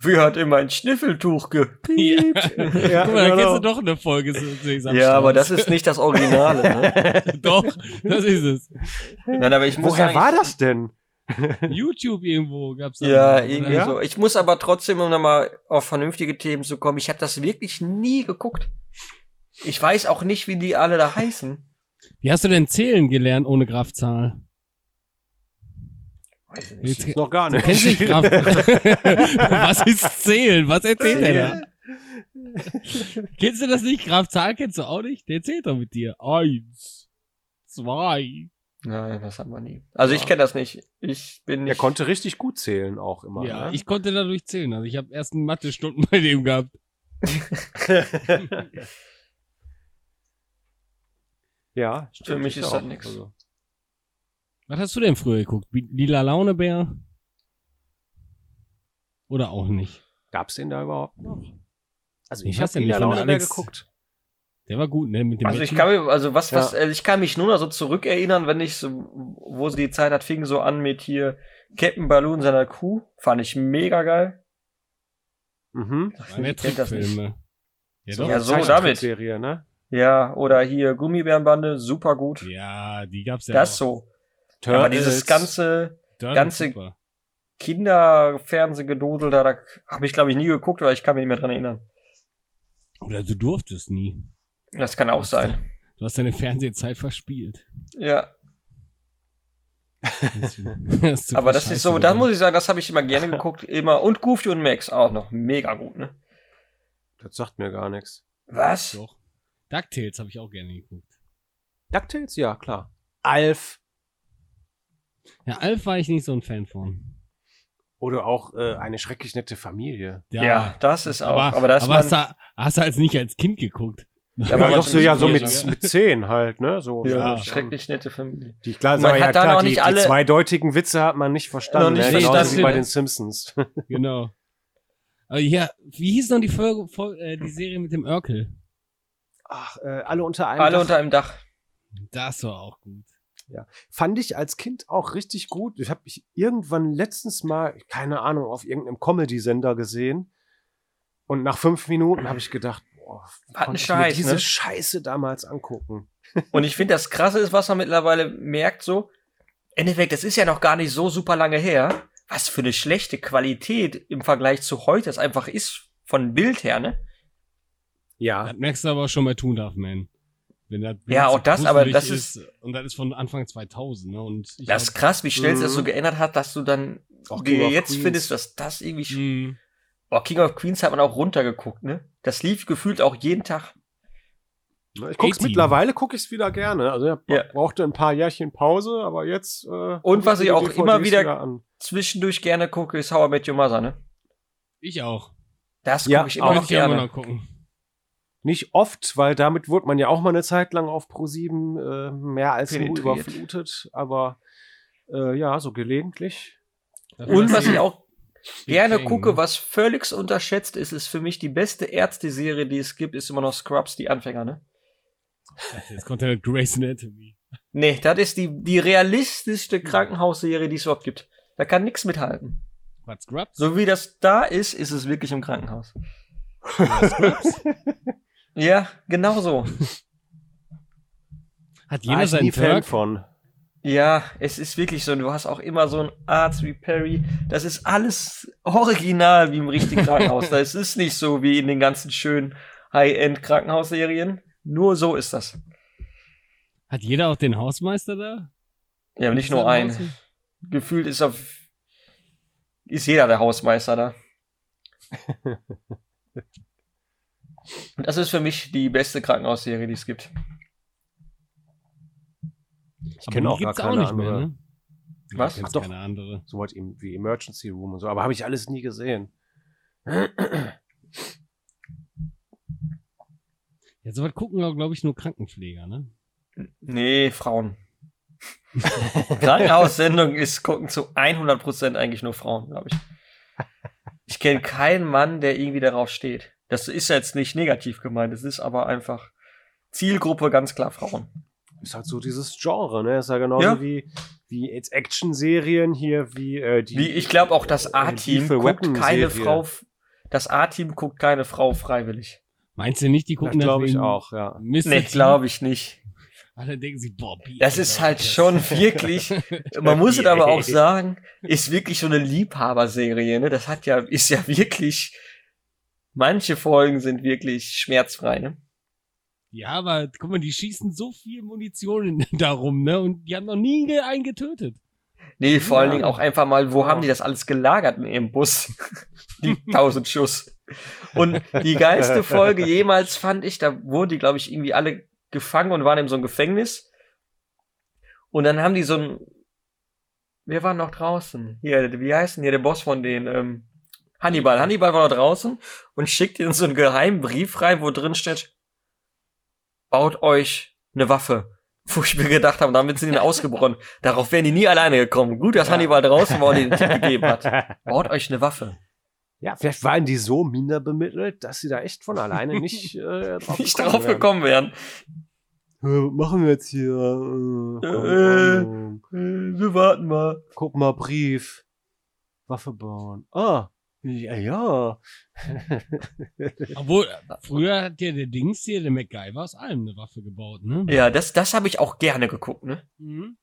Wer hat immer ein Schniffeltuch ge...
ja,
Guck mal, da
genau.
kennst du doch eine Folge so- Sesamstraße.
Ja, aber das ist nicht das Originale, ne?
Doch, das ist es.
Nein, aber ich muss
Woher
sagen,
war das denn?
YouTube irgendwo gab's da
Ja,
mal, oder?
irgendwie so. Ich muss aber trotzdem, um nochmal auf vernünftige Themen zu kommen, ich habe das wirklich nie geguckt. Ich weiß auch nicht, wie die alle da heißen.
Wie hast du denn zählen gelernt ohne Grafzahl?
Weiß ich nicht.
Jetzt,
Ist noch gar
du
nicht.
kennst nicht Graf. Was ist zählen? Was erzählt er da? Kennst du das nicht? Grafzahl kennst du auch nicht? Der zählt doch mit dir. Eins, zwei.
Nein, das haben wir nie. Also ich kenne das nicht. Ich bin
Er
nicht.
konnte richtig gut zählen auch immer.
Ja,
ne?
ich konnte dadurch zählen. Also ich habe erst einen Mathe-Stunden bei dem gehabt.
Ja,
Für mich
ich
ist
auch.
das nix.
Also,
Was hast du denn früher geguckt? Wie- Lila Launebär? Oder auch nicht?
gab's den da überhaupt noch? Also
Ich
ich,
weiß
hab habe
ja nicht,
ja
von
lange
Alex-
geguckt.
Der war gut, ne? Mit dem
Also ich
Mädchen.
kann mir, also was, was,
Ja.
also ich kann mich nur noch so zurückerinnern, wenn ich so, wo sie die Zeit hat, fing so an mit hier Captain Balloon seiner Kuh. Fand ich mega geil.
Mhm.
Ach,
Waren ja
ich kenn das nicht.
Trickfilme. Ja, doch.
Ja,
Ja,
so damit.
Serie, ne?
Ja, oder hier Gummibärenbande, super gut.
die gab's ja
das
auch.
so. Aber dieses ganze
Turtles
ganze-
super.
Kinderfernsehgedudel da, da habe ich glaube ich nie geguckt, weil ich kann mich nicht mehr dran erinnern.
Oder du durftest nie.
Das kann auch sein.
Du hast deine Fernsehzeit verspielt.
Ja,
Das ist super
aber das ist
scheiße
so, da
geworden.
muss ich sagen, das habe ich immer gerne geguckt, immer und Goofy und Max auch noch mega gut, ne?
Das sagt mir gar nichts.
Was?
Doch. DuckTales habe ich auch gerne geguckt.
DuckTales? Ja, klar. Alf.
Ja, Alf war ich nicht so ein Fan von.
Oder auch äh, eine schrecklich nette Familie.
Ja, das ist auch, aber, das
aber
man-
hast, du, hast du als nicht als Kind geguckt?
Ja, aber
Ja, doch
man-
so, ja, so mit,
Ja.
mit zehn halt, ne? So,
Ja,
Ja.
schrecklich nette Familie.
Die, klar,
Man
sagen wir
hat
ja
da
klar,
noch
die,
nicht
die
alle-
zweideutigen Witze hat man nicht verstanden.
Noch
Ne?
nicht
Genauso
verstanden,
wie bei
ne?
den Simpsons.
Genau. Aber ja, wie hieß noch die Folge, Folge äh, die Serie mit dem Örkel?
Ach, äh, alle unter einem
Alle
Dach.
unter einem Dach.
Das war auch gut.
Fand ich als Kind auch richtig gut. Ich habe ich irgendwann letztens mal, keine Ahnung, auf irgendeinem Comedy-Sender gesehen. Und nach fünf Minuten habe ich gedacht, boah, wie
Was ein
konnte ich
Scheiß,
mir diese
ne?
Scheiße damals angucken.
Und ich finde, das Krasse ist, was man mittlerweile merkt, so, im Endeffekt, das ist ja noch gar nicht so super lange her, was für eine schlechte Qualität im Vergleich zu heute das einfach ist, von Bild her, ne?
Ja, Äh,
Das merkst du aber auch schon bei Toon Darf Man. Wenn das Bild
Ja,
so
auch das, aber
gruselig
das
Und das ist von Anfang 2000, ne? Und ich
das ist krass, wie schnell es das so
Mhm.
geändert hat, dass du dann
Auch King
dir
of
jetzt
Queens.
findest, dass das irgendwie. sch-
mh,
Boah, King of Queens hat man auch runtergeguckt, ne? Das lief gefühlt auch jeden Tag. Ne,
ich guck's
18.
mittlerweile gucke ich es wieder gerne. Also ich
Ja.
brauchte ein paar Jährchen Pause, aber jetzt äh, guck
was
mir
ich
die
auch
DVDs
immer wieder-
an.
Zwischendurch gerne gucke, ist How I Met Your Mother, ne?
ich auch.
Das gucke
Ja,
ich
auch
immer noch
Möchte ich auch
gerne.
mal noch gucken.
Nicht oft, weil damit wurde man ja auch mal eine Zeit lang auf Pro7 äh, mehr als nur
Penetriert.
überflutet, aber äh, ja, so gelegentlich.
Dafür,
Und
dass
was ich
die-
auch
die
gerne
Fängen,
gucke,
ne?
was völlig unterschätzt ist, ist für mich die beste Ärzte-Serie, die es gibt, ist immer noch Scrubs, die Anfänger, ne?
Jetzt kommt ja Grey's Anatomy.
Nee, das ist die, die realistischste Krankenhausserie, die es überhaupt gibt. Da kann nichts mithalten.
Was, Scrubs?
So wie das da ist, ist es wirklich im Krankenhaus.
Oder Scrubs?
Ja, genau so.
Hat
War
jeder
ich nie
seinen
Fan
Turk?
von.
Ja, es ist wirklich so. Du hast auch immer so einen Arzt wie Perry. Das ist alles original wie im richtigen Krankenhaus. Das ist nicht so wie in den ganzen schönen High-End-Krankenhausserien. Nur so ist das.
Hat jeder auch den Hausmeister da?
Ja, nicht nur ein.
einen.
gefühlt ist auf ist jeder der Hausmeister da. Das ist für mich die beste Krankenhausserie, die es gibt.
Ich kenne auch gar keine andere.
ne?
Was?
Ich
Ach,
doch.
doch.
keine andere.
So was eben wie Emergency Room und so, aber habe ich alles nie gesehen.
Ja, sowas gucken auch, glaube ich, nur Krankenpfleger, ne?
Nee, Frauen. Krankenhaussendung ist gucken zu 100% eigentlich nur Frauen, glaube ich. Ich kenne keinen Mann, der irgendwie darauf steht. Das ist jetzt nicht negativ gemeint, es ist aber einfach Zielgruppe ganz klar Frauen.
Ist halt so dieses Genre, ne? Ist ja genauso
Ja.
wie wie jetzt Action-Serien hier, wie äh, die.
Wie, ich glaube auch, das
äh,
A-Team
Lethal
guckt keine
Weapon-Serie.
Frau. f- Das A-Team guckt keine Frau freiwillig.
Meinst du nicht, die
Das
gucken
glaube ich
wegen
auch, ja.
Mr.
Nee,
T?
glaube ich nicht.
Alle denken sich, boah, Bier,
Das ist
Alter,
halt
das-
schon wirklich, man muss es aber auch
Yay.
sagen, ist wirklich so eine Liebhaberserie, ne? Das hat ja, ist ja wirklich, manche Folgen sind wirklich schmerzfrei, ne?
Ja, aber guck mal, die schießen so viel Munition in- darum, ne? Und die haben noch nie ge- einen getötet.
Nee, vor allen
Ja.
Dingen auch einfach mal, wo
Ja.
haben die das alles gelagert in ihrem Bus? Die tausend Schuss. Und die geilste Folge jemals fand ich, da wurden die, glaube ich, irgendwie alle gefangen und waren in so einem Gefängnis. Und dann haben die so ein, wir waren noch draußen. Hier, wie heißt denn hier der Boss von den, ähm, Hannibal. Hannibal war noch draußen und schickt ihnen so einen geheimen Brief rein, wo drin steht, baut euch eine Waffe. wo ich mir gedacht habe, damit sind die ausgebrochen. Darauf wären die nie alleine gekommen. Gut, dass Hannibal draußen war und den Tipp gegeben hat. Baut euch eine Waffe.
Ja, vielleicht waren die so minder bemittelt, dass sie da echt von alleine nicht äh, drauf
Nicht
gekommen
darauf
wären.
gekommen wären.
Äh, was machen wir jetzt hier? Äh, ähm, keine Ahnung.
Äh, Wir warten mal.
Guck mal, Brief. Waffe bauen. Ah, ja, ja.
Obwohl, äh, früher hat ja der Dings hier, der MacGyver, aus allem eine Waffe gebaut, ne?
Ja, das, das habe ich auch gerne geguckt, ne?
Mhm.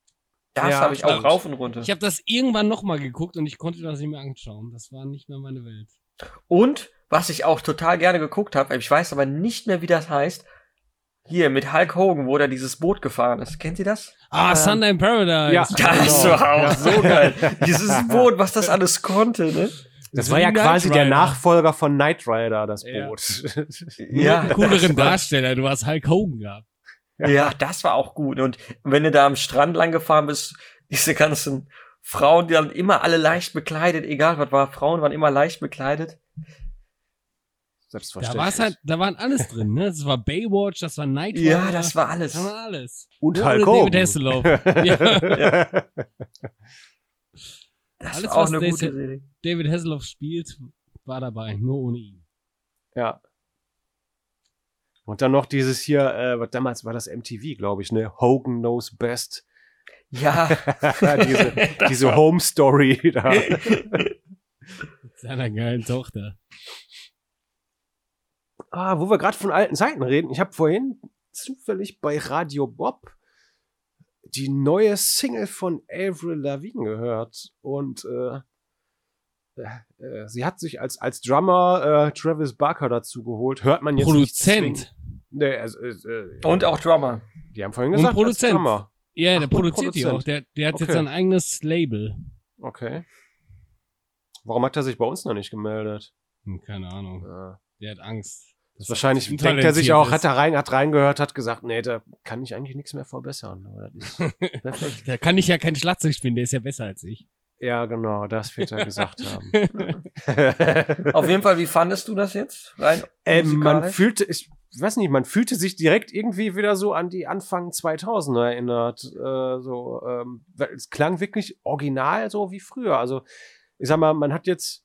Das
Ja,
habe ich auch
stimmt.
rauf und runter.
Ich habe das irgendwann nochmal geguckt und ich konnte das nicht mehr anschauen. Das war nicht mehr meine Welt.
Und was ich auch total gerne geguckt habe, ich weiß aber nicht mehr, wie das heißt. Hier mit Hulk Hogan, wo er dieses Boot gefahren ist. Kennt ihr das?
Ah,
Ähm,
Sunday in Paradise.
ja.
Das
Genau.
war auch so geil. Dieses Boot, was das alles konnte, ne?
Das war ja
Knight
quasi der
Rider.
Nachfolger von Knight Rider, das
Ja.
Boot.
Nur ja, einen cooleren
das war-
Darsteller. Du hast Hulk Hogan gehabt.
Ja, das war auch gut. Und wenn du da am Strand lang gefahren bist, diese ganzen Frauen, die dann immer alle leicht bekleidet, egal was war, Frauen waren immer leicht bekleidet.
Selbstverständlich.
Da war's halt, da waren alles drin, ne? Das war Baywatch, das war Night
Ja,
Rider,
das war
das
alles.
war alles.
Und
Oder
Hulk
David
Hogan.
Hasselhoff. ja,
Das
Alles,
war auch
was
eine
Daisy-
gute Serie.
David Hasselhoff spielt, war dabei, nur ohne ihn.
Ja. Und dann noch dieses hier, äh, was damals war das MTV, glaube ich, ne? Hogan knows best.
Ja,
diese diese Home Story da.
Mit seiner geilen Tochter.
Ah, wo wir gerade von alten Seiten reden. Ich habe vorhin zufällig bei Radio Bob die neue Single von Avril Lavigne gehört. Und äh, äh, äh, sie hat sich als, als Drummer äh, Travis Barker dazu geholt. Hört man jetzt nicht zwingend.
Produzent.
Nee, also, äh, äh,
und auch Drummer.
die haben vorhin
und
gesagt, als
Produzent.
Drummer.
Ja,
Ach,
der
und
produziert die
Produzent.
auch. Der, der hat
Okay.
jetzt sein eigenes Label.
Okay. Warum hat er sich bei uns noch nicht gemeldet?
Hm, Keine Ahnung.
Ja.
Der hat Angst.
Das wahrscheinlich
ist
denkt er sich auch, hat
untalentiert
er rein, hat reingehört, hat gesagt, nee, da kann ich eigentlich nichts mehr verbessern. Aber das ist perfekt.
ist. Da kann ich ja kein Schlagzeug spielen, der ist ja besser als ich.
Ja, genau, das wird er gesagt haben.
Auf jeden Fall, wie fandest du das jetzt? Rein
ähm, man
musikalisch?
fühlte, ich weiß nicht, man fühlte sich direkt irgendwie wieder so an die Anfang 2000er erinnert. Äh, so, ähm, weil es klang wirklich original so wie früher. Also ich sag mal, man hat jetzt,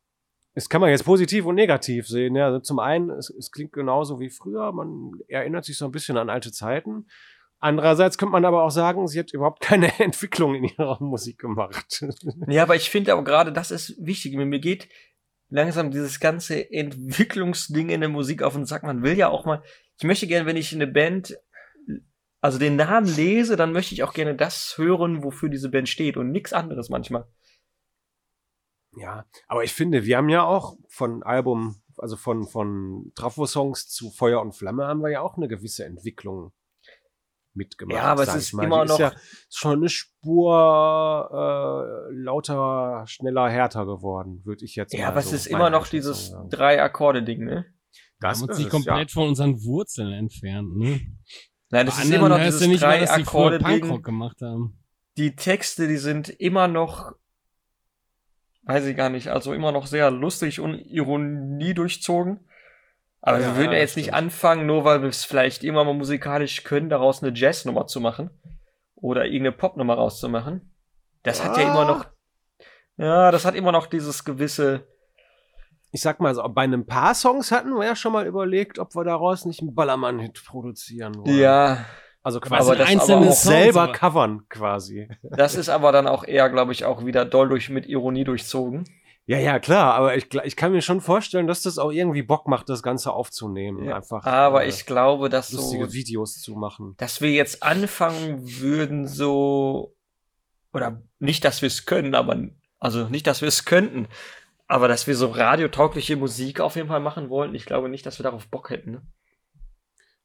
das kann man jetzt positiv und negativ sehen. Ja. Also zum einen, es, es klingt genauso wie früher, man erinnert sich so ein bisschen an alte Zeiten. Andererseits könnte man aber auch sagen, sie hat überhaupt keine Entwicklung in ihrer Musik gemacht.
Ja, aber ich finde aber gerade, das ist wichtig. Mir mir geht langsam dieses ganze Entwicklungsding in der Musik auf den Sack. Man will ja auch mal, ich möchte gerne, wenn ich eine Band, also den Namen lese, dann möchte ich auch gerne das hören, wofür diese Band steht und nichts anderes manchmal.
Ja, aber ich finde, wir haben ja auch von Album, also von, von Trafo-Songs zu Feuer und Flamme haben wir ja auch eine gewisse Entwicklung mitgemacht.
Ja, aber es
sag ich
ist
mal.
immer
Die ist
noch-
ja schon eine Spur äh, lauter, schneller, härter geworden, würde ich jetzt
Ja,
mal
aber es
so
ist
meine
immer noch
Einschätzung
dieses
sagen.
Drei-Akkorde-Ding, ne?
Wir
das
haben uns
ist
nicht
es,
komplett von unseren Wurzeln entfernt. Ne?
Nein,
Bei
das ist
anderen
immer noch
hörst du
dieses
nicht mal, dass die früher Punkrock
Drei-Akkorde-Ding.
gemacht haben.
Die Texte, die sind immer noch, weiß ich gar nicht, also immer noch sehr lustig und Ironie durchzogen. Aber
Ja,
wir würden ja
ja,
jetzt nicht
stimmt.
anfangen, nur weil wir es vielleicht immer mal musikalisch können, daraus eine Jazznummer zu machen. Oder irgendeine Popnummer rauszumachen. Das hat ja
Ah.
immer noch, ja, das hat immer noch dieses gewisse,
ja. Ich sag mal, so, bei einem paar Songs hatten wir ja schon mal überlegt, ob wir daraus nicht einen Ballermann-Hit produzieren wollen.
ja,
also quasi
Aber
sind
das
einzelne
aber auch
Songs,
selber
aber-
covern quasi.
das ist aber dann auch eher, glaube ich, auch wieder doll durch, mit Ironie durchzogen.
Ja, ja, klar, aber ich, gl- ich kann mir schon vorstellen, dass das auch irgendwie Bock macht, das Ganze aufzunehmen.
Ja,
Einfach.
Aber
äh,
ich glaube, dass
lustige
so
Videos zu machen.
dass wir jetzt anfangen würden, so oder nicht, dass wir es können, aber also nicht, dass wir es könnten, aber dass wir so radiotaugliche Musik auf jeden Fall machen wollten. Ich glaube nicht, dass wir darauf Bock hätten. Ne?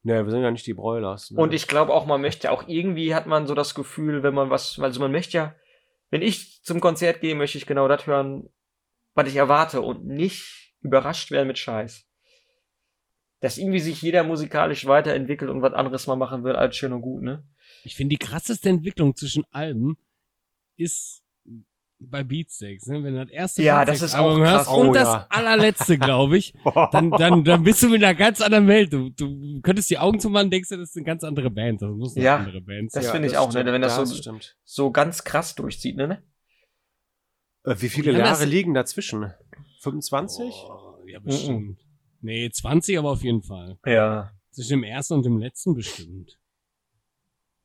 Ne, wir sind ja nicht die Broilers. Ne?
Und ich glaube auch, man möchte auch irgendwie hat man so das Gefühl, wenn man was, also man möchte ja, wenn ich zum Konzert gehe, möchte ich genau das hören, was ich erwarte und nicht überrascht werden mit Scheiß. Dass irgendwie sich jeder musikalisch weiterentwickelt und was anderes mal machen will als schön und gut, ne?
Ich finde, die krasseste Entwicklung zwischen Alben ist bei Beatsteaks, ne? Wenn du das erste
Ja, das ist
Beatsteaks-Album
auch krass.
hörst und
Oh,
das
ja.
allerletzte, glaube ich, dann, dann, dann bist du in einer ganz anderen Welt. Du, du könntest die Augen zumachen und denkst, dir, das ist eine ganz andere Band. Das muss eine
Ja,
andere Band sein.
das finde ich auch, ne,
stimmt.
wenn das so-
stimmt.
So ganz krass durchzieht, ne?
Äh, wie viele
Ja, das-
Jahre liegen dazwischen? 25?
Oh, ja, bestimmt. Nee, 20 aber auf jeden Fall.
Ja.
Zwischen dem ersten und dem letzten bestimmt.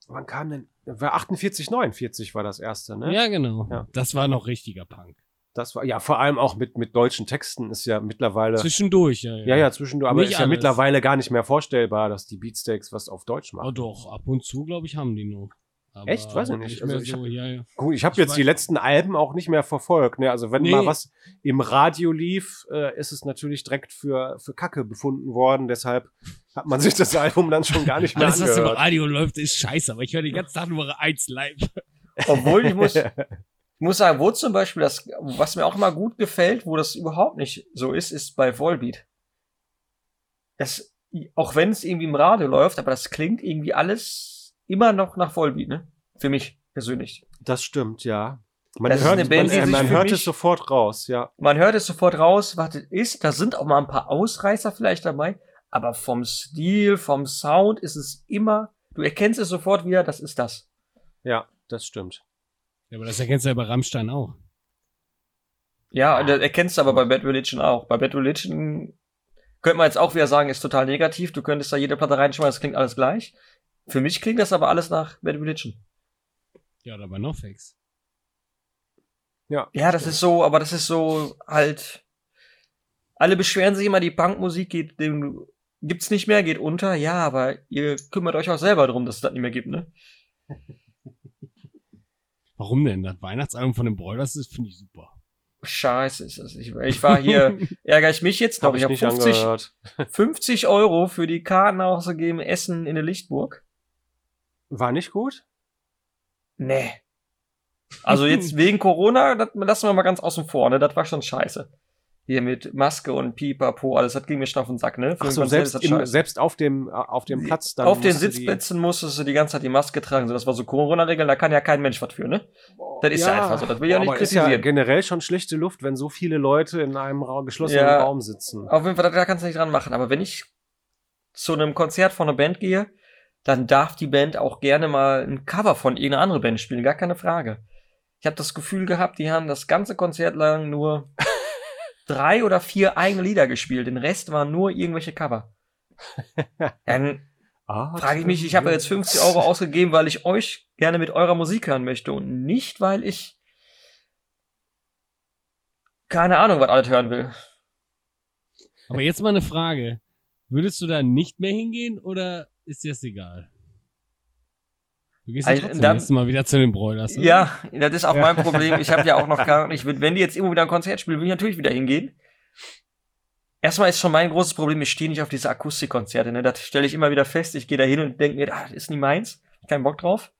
Wann kam denn? War 48, 49 war das erste, ne?
Ja, genau.
Ja.
Das war noch richtiger Punk.
Das war ja vor allem auch mit mit deutschen Texten ist ja mittlerweile.
Zwischendurch, ja.
ja, ja, zwischendurch, aber
Nicht
ist ja
alles.
mittlerweile gar nicht mehr vorstellbar, dass die Beatsteaks was auf Deutsch machen.
Oh, doch, ab und zu, glaube ich, haben die noch. Aber
Echt? Weiß ich nicht.
mehr
Also ich
so, ja, ja.
Gut, ich
Ich
habe jetzt
weiß-
die letzten Alben auch nicht mehr verfolgt. Ne? Also wenn
Nee.
mal was im Radio lief, äh, ist es natürlich direkt für, für Kacke befunden worden. Deshalb hat man sich das Album dann schon gar nicht mehr
Alles, was im
angehört.
Radio läuft, ist scheiße, aber ich höre den ganzen Tag nur 1 live.
Obwohl ich muss, ich muss sagen, wo zum Beispiel das, was mir auch immer gut gefällt, wo das überhaupt nicht so ist, ist bei Volbeat. Das, auch wenn es irgendwie im Radio läuft, aber das klingt irgendwie alles immer noch nach Volbeat, ne? Für mich persönlich.
Das stimmt, ja. Man
Das ist
hört,
eine
man,
Band, die
äh,
sich
man
für
hört
mich-
es sofort raus, ja.
Man hört es sofort raus, was es ist. Da sind auch mal ein paar Ausreißer vielleicht dabei, aber vom Stil, vom Sound ist es immer, du erkennst es sofort wieder, das ist das.
Ja, das stimmt.
Ja, aber das erkennst du ja bei Rammstein auch.
Ja, das erkennst du aber bei Bad Religion auch. Bei Bad Religion könnte man jetzt auch wieder sagen, ist total negativ. Du könntest da jede Platte reinschmeißen, das klingt alles gleich. Für mich klingt das aber alles nach Bad Religion.
Ja, oder bei NoFX.
Ja, das ist so, aber das ist so halt. Alle beschweren sich immer, die Punkmusik geht dem gibt's nicht mehr, geht unter. Ja, aber ihr kümmert euch auch selber drum, dass es das nicht mehr gibt, ne?
Warum denn? Das Weihnachtsalbum von den Broilers, das finde ich super.
Scheiße ist das. Ich, ich war hier, ärgere ich mich jetzt noch.
Habe
Ich
ich
habe
nicht
50,
angehört.
50 Euro für die Karten ausgegeben, Essen in der Lichtburg.
War nicht gut?
Nee. Also jetzt wegen Corona, das lassen wir mal ganz außen vor, ne? Das war schon scheiße. Hier mit Maske und Pipapo, alles, das ging mir schon auf den Sack, ne? Für
Ach
den
so,
Konzert
Also selbst,
ist das
im,
scheiße.
selbst auf dem, äh, auf dem Platz dann.
auf den
musste die-
Sitzplätzen musstest du die ganze Zeit die Maske tragen. So, das war so Corona-Regeln, da kann ja kein Mensch was für, ne? Das ist ja einfach so, das will ich auch nicht
aber Ist Oh, ja
kritisieren.
generell schon schlechte Luft, wenn so viele Leute in einem Ra geschlossenen
Ja.
Raum sitzen.
Auf jeden Fall, da- da kannst du nicht dran machen. Aber wenn ich zu einem Konzert von einer Band gehe, dann darf die Band auch gerne mal ein Cover von irgendeiner anderen Band spielen, gar keine Frage. Ich habe das Gefühl gehabt, die haben das ganze Konzert lang nur drei oder vier eigene Lieder gespielt. Den Rest waren nur irgendwelche Cover. Dann
Ah,
frage ich mich, ich habe ja jetzt 50 Euro ausgegeben, weil ich euch gerne mit eurer Musik hören möchte und nicht, weil ich keine Ahnung, was alles hören will.
Aber jetzt mal eine Frage. Würdest du da nicht mehr hingehen oder ist dir das egal? Du gehst ja
Also,
trotzdem
dann-
nächstes Mal wieder zu den Broilers. ne? oder?
Ja, das ist auch
Ja.
mein Problem. Ich habe ja auch noch gar nicht. Wenn die jetzt immer wieder ein Konzert spielen, will ich natürlich wieder hingehen. Erstmal ist schon mein großes Problem, ich stehe nicht auf diese Akustikkonzerte. Ne? Das stelle ich immer wieder fest. Ich gehe da hin und denke mir, ah, das ist nie meins. Kein Bock drauf.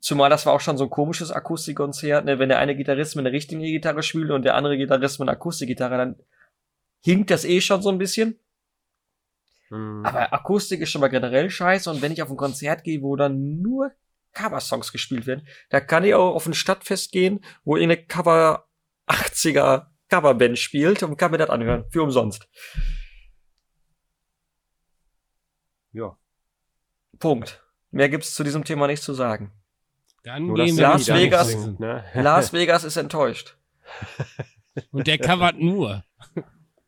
Zumal das war auch schon so ein komisches Akustikkonzert, ne? wenn der eine Gitarrist mit einer richtigen E-Gitarre spielt und der andere Gitarrist mit einer Akustikgitarre, dann hinkt das eh schon so ein bisschen.
Hm.
Aber Akustik ist schon mal generell scheiße und wenn ich auf ein Konzert gehe, wo dann nur Coversongs gespielt werden, da kann ich auch auf ein Stadtfest gehen, wo irgendeine Cover 80er Coverband spielt und kann mir das anhören. Für umsonst.
ja.
Punkt. Mehr gibt's zu diesem Thema nicht zu sagen.
Dann
Nur, dass
gehen wir
der
Las
Lied
wieder
Vegas-
nicht
anfängt,
singen.
Ne?
Las Vegas ist enttäuscht.
Und der covert nur.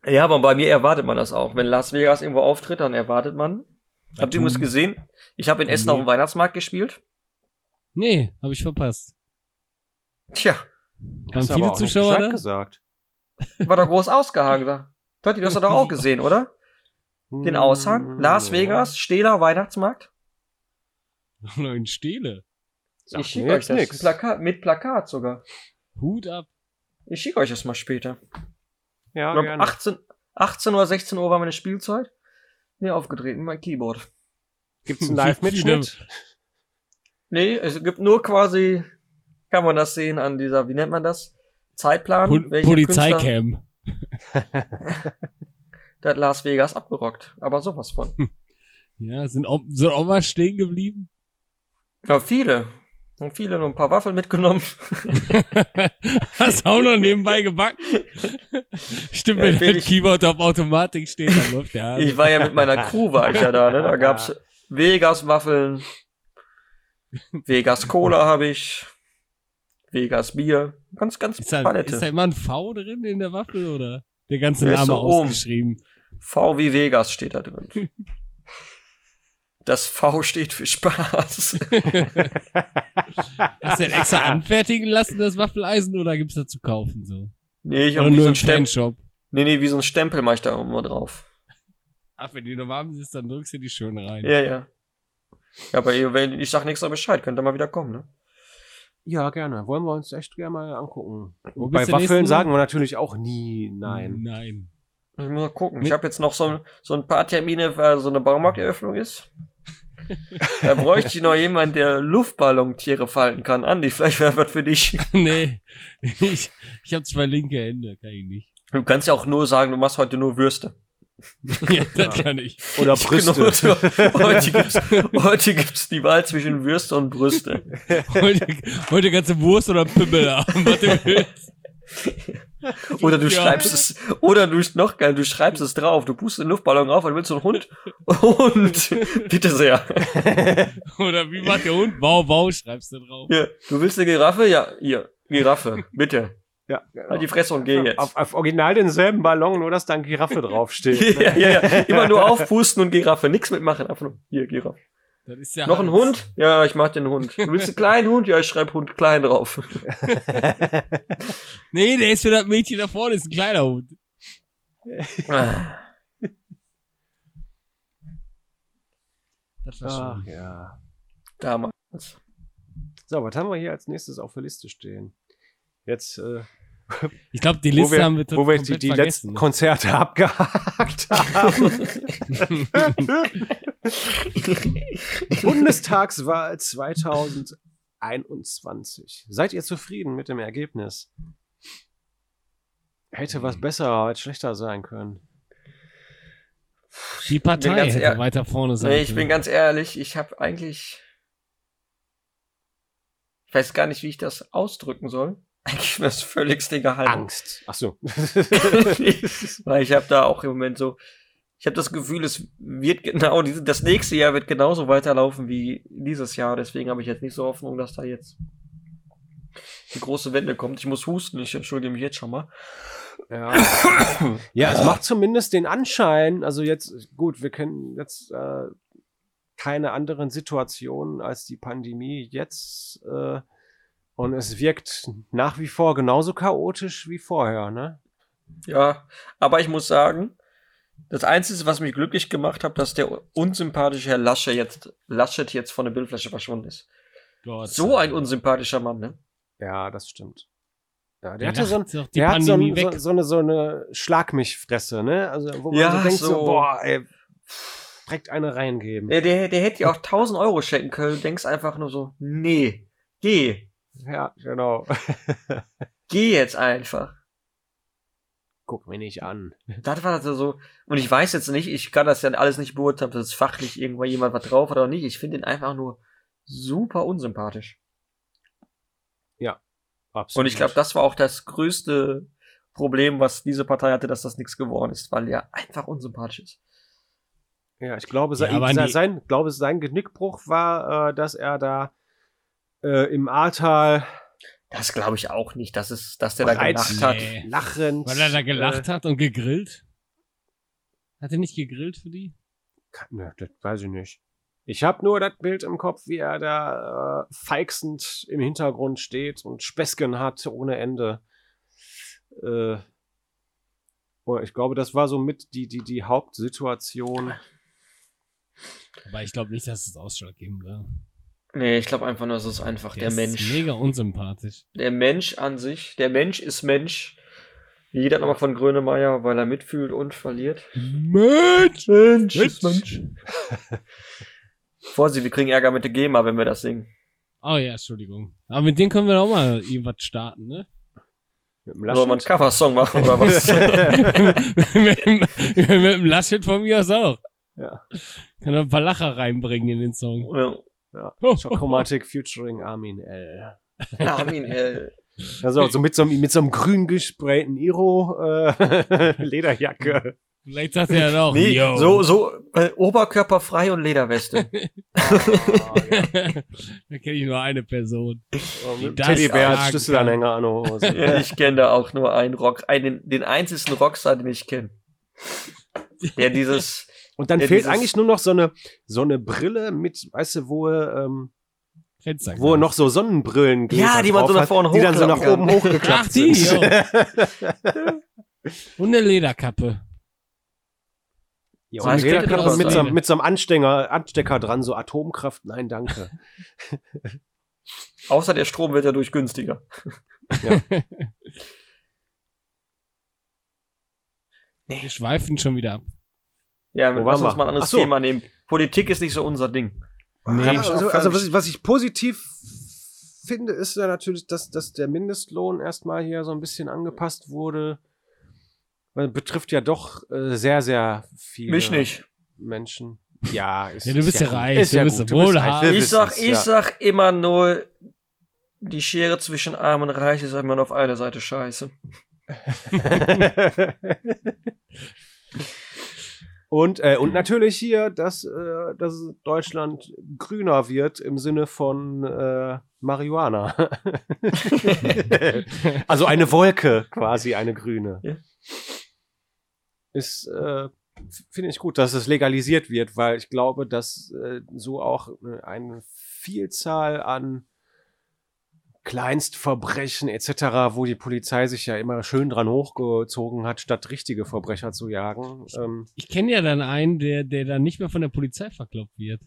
Ja, aber bei mir erwartet man das auch. Wenn Las Vegas irgendwo auftritt, dann erwartet man. Habt ihr übrigens
Hm.
gesehen? Ich habe in Essen auf dem Weihnachtsmarkt gespielt.
Nee, habe ich verpasst.
Tja,
Waren
Hast du aber
viele
auch nicht
Zuschauer
Bescheid
da?
gesagt.
war doch groß ausgehangen da. Totti, du hast das doch auch gesehen, oder?
Hm.
Den
Mm.
Aushang? Las Vegas, Stehler, Weihnachtsmarkt?
Neun Stele.
Sagt
ich schicke
mir
euch
jetzt
das.
nix.
Plakat, mit Plakat sogar.
Hut ab.
Ich schicke euch das mal später.
Ja,
Ich glaub,
gerne.
18, 18 oder 16 Uhr war meine Spielzeit. Mir aufgetreten, mein Keyboard.
Gibt's einen Live-Mitschnitt?
Nee, es gibt nur quasi, kann man das sehen an dieser, wie nennt man das? Zeitplan.
Po
welche Künstler
Polizeicam.
Da hat Las Vegas abgerockt. Aber sowas
Hm.
von.
Ja, sind, auch- sind auch mal stehen geblieben?
Ja, viele. Und viele nur ein paar Waffeln mitgenommen.
Hast auch noch nebenbei gebacken. Stimmt,
Ja,
wenn
will
dein
ich-
Keyboard auf Automatik steht, dann läuft der Hase.
Ich war ja mit meiner Crew, war ich ja da, ne? Da gab's Vegas-Waffeln, Vegas-Cola habe ich, Vegas-Bier. Ganz, ganz
Ist da,
Palette.
ist halt da immer ein V drin in der Waffel oder? Der ganze
Der ist
Name
so oben.
ausgeschrieben.
V wie Vegas steht da drin. Das V steht für Spaß.
Hast du den extra anfertigen lassen, das Waffeleisen, oder gibt's da zu kaufen so?
Nee, ich
Oder
hab wie
nur
so
im
ein Stempel.
Fanshop.
Nee, nee, wie so ein Stempel mach ich da immer drauf.
Ach, wenn die noch warm ist, dann drückst du die schön rein.
Ja, ja. Ja, aber ihr- wenn- ich sag nichts Bescheid, könnt ihr mal wieder kommen, ne?
Ja, gerne. Wollen wir uns echt gerne mal angucken.
Wo bist
Bei
du
Waffeln
nächsten-
sagen wir natürlich auch nie nein.
Nein.
Ich muss mal gucken.
Mit-
Ich habe jetzt noch so, ein- so ein paar Termine, weil so eine Baumarkteröffnung ist. da bräuchte ich noch jemanden, der Luftballontiere falten kann. Andi, vielleicht wäre was für dich.
nee. Ich, ich habe zwei linke Hände, kann ich nicht.
Du kannst ja auch nur sagen, du machst heute nur Würste.
Ja, das kann ich.
Oder
Ich
Brüste.
bin heute- heute, gibt's, heute gibt's die Wahl zwischen Würste und Brüste.
Heute, heute ganze Wurst oder Pimmel haben, was du willst.
Oder du
Ja.
schreibst es, oder du noch geil, du schreibst es drauf. Du pustest den Luftballon auf und willst so einen Hund. Und bitte sehr.
Oder wie macht der Hund? Wow, wow, schreibst du drauf.
Ja, du willst eine Giraffe? Ja, hier. Giraffe, bitte.
ja.
Halt die Fresse und geh jetzt.
Auf, auf original denselben Ballon, nur dass da ein Giraffe draufsteht.
ja, ja, ja. Immer nur aufpusten und Giraffe. Nix mitmachen. Einfach nur, hier, Giraffe.
Das ist ja
Noch ein
Hans.
Hund? Ja, ich mach den Hund. Du willst einen kleinen Hund? Ja, ich schreib Hund klein drauf.
Nee, der ist für das Mädchen da vorne, ist ein kleiner Hund.
Ah,
Das
Ach ja.
Damals.
So, was haben wir hier als nächstes auf der Liste stehen? Jetzt, äh,
Ich glaube, die
wo
Liste
wir,
haben wir
wo wir die,
komplett
die letzten
vergessen.
Konzerte abgehakt haben. Bundestagswahl 2021. Seid ihr zufrieden mit dem Ergebnis? Hätte was besser, hätte schlechter sein können.
die
bin
Partei
ganz
hätte
ehr-
weiter vorne sein
Nee, ich bin
können.
ganz ehrlich, ich habe eigentlich. Ich weiß gar nicht, wie ich das ausdrücken soll. Eigentlich ist mir das völligste Geheimnis.
Angst. Ach so.
Weil ich habe da auch im Moment so, ich habe das Gefühl, es wird genau, diese- das nächste Jahr wird genauso weiterlaufen wie dieses Jahr. Deswegen habe ich jetzt nicht so Hoffnung, dass da jetzt die große Wende kommt. Ich muss husten, ich entschuldige mich jetzt schon mal.
Ja. ja, es macht zumindest den Anschein, also jetzt, gut, wir kennen jetzt äh, keine anderen Situationen als die Pandemie jetzt. Äh, und es wirkt nach wie vor genauso chaotisch wie vorher, ne?
Ja, aber ich muss sagen, das Einzige, was mich glücklich gemacht hat, dass der unsympathische Herr Lasche jetzt, Laschet jetzt von der Bildfläche verschwunden ist.
Gott.
So ein unsympathischer Mann, ne?
Ja, das stimmt. Ja, der,
Der
hatte so ein.
lacht doch die
Der hat so,
Pandemie
ein,
weg.
so, so eine so eine Schlag mich Fresse, ne? Also wo man
Ja,
so denkt so,
so.
boah, ey, direkt eine reingeben.
Der, der, der hätte dir auch 1000 Euro schenken können, du denkst einfach nur so, nee, geh,
Ja, genau.
geh jetzt einfach.
Guck mich nicht an.
Das war also so, und ich weiß jetzt nicht, ich kann das ja alles nicht beurteilen, ob das fachlich irgendwo jemand was drauf hat oder nicht. Ich finde ihn einfach nur super unsympathisch.
Absolut.
Und ich glaube, das war auch das größte Problem, was diese Partei hatte, dass das nichts geworden ist, weil er einfach unsympathisch ist.
Ja, ich glaube,
Ja,
sein,
aber
sein,
die-
sein, glaube, sein Genickbruch war, äh, dass er da äh, im Ahrtal
Das glaube ich auch nicht, dass es, dass der da
bereits
gelacht hat.
Nee.
lachend. äh,
Weil er
Äh.
da gelacht hat und gegrillt. Hat er nicht gegrillt für die?
Äh, ne, das weiß ich nicht. Ich habe nur das Bild im Kopf, wie er da äh, feixend im Hintergrund steht und Späßchen hat ohne Ende. Äh, oh, ich glaube, das war so mit die, die, die Hauptsituation.
Aber ich glaube nicht, dass es ausschlaggebend war.
Nee, ich glaube einfach nur, es ist einfach der,
ist
Mensch.
mega unsympathisch.
Der Mensch an sich, der Mensch ist Mensch. Jeder nochmal von Grönemeyer, weil er mitfühlt und verliert.
Mensch!
Mensch,
ist
Mensch. Vorsicht, wir kriegen Ärger mit der GEMA, wenn wir das singen.
Oh ja, Entschuldigung. Aber mit dem können wir doch auch mal irgendwas starten, ne?
Mit dem
Soll man einen
Laschet.
Cover-Song machen oder was?
mit, dem- mit dem Laschet von mir aus auch.
Ja.
Kann doch ein paar Lacher reinbringen in den Song.
Ja.
Ja. Chocomatic featuring Armin L.
Armin L.
Also so mit so einem, mit so einem grün gesprayten äh, Iro-Lederjacke.
Vielleicht sagt er ja auch,
Nee,
yo.
so, so äh, oberkörperfrei und Lederweste.
da kenne ich nur eine Person. das
Oh, Teddybär als
sagen
Schlüsselanhänger an der Hose.
ich kenne da auch nur einen Rock, einen, den einzigen Rockstar, den ich kenne. Der dieses,
Und dann
Ja,
fehlt
dieses-
eigentlich nur noch so eine, so eine Brille mit, weißt du, wo, er, ähm,
Kennst du
wo er noch so Sonnenbrillen
Ja, die man so nach vorne
Die dann so nach
hochklappen
oben
kann.
hochgeklappt
Ach, die,
sind.
Und eine Lederkappe.
Ja,
So
und
eine
jeder
Kette
kann
draus
mit, so,
sein.
mit so einem Anstecker, Anstecker dran, so Atomkraft, nein, danke.
außer der Strom wird dadurch günstiger.
Wir schweifen schon wieder ab.
Ja,
Wo
lass
waren
uns
wir?
mal ein anderes
Ach so.
Thema nehmen. Politik ist nicht so unser Ding.
Nee,
Hab ich auch
also,
völlig-
also was, ich, was ich positiv finde, ist ja natürlich, dass, dass der Mindestlohn erstmal hier so ein bisschen angepasst wurde. Weil betrifft ja doch äh, sehr, sehr viele
Mich nicht.
Menschen. Ja, ist,
Ja, du bist ja
gut.
reich,
Ist
du
ja
bist
gut,
wohlhabend.
wir
Ich sag,
wissen's,
ich
ja.
sag immer nur, die Schere zwischen Arm und Reich ist immer nur auf einer Seite scheiße.
und, äh, und natürlich hier, dass, äh, dass Deutschland grüner wird im Sinne von äh, Marihuana. also eine Wolke quasi, eine grüne.
Ja.
Ist, äh, f- finde ich gut, dass es legalisiert wird, weil ich glaube, dass äh, so auch äh, eine Vielzahl an Kleinstverbrechen etc., wo die Polizei sich ja immer schön dran hochgezogen hat, statt richtige Verbrecher zu jagen. Ähm,
Ich kenne ja dann einen, der, der dann nicht mehr von der Polizei verkloppt wird.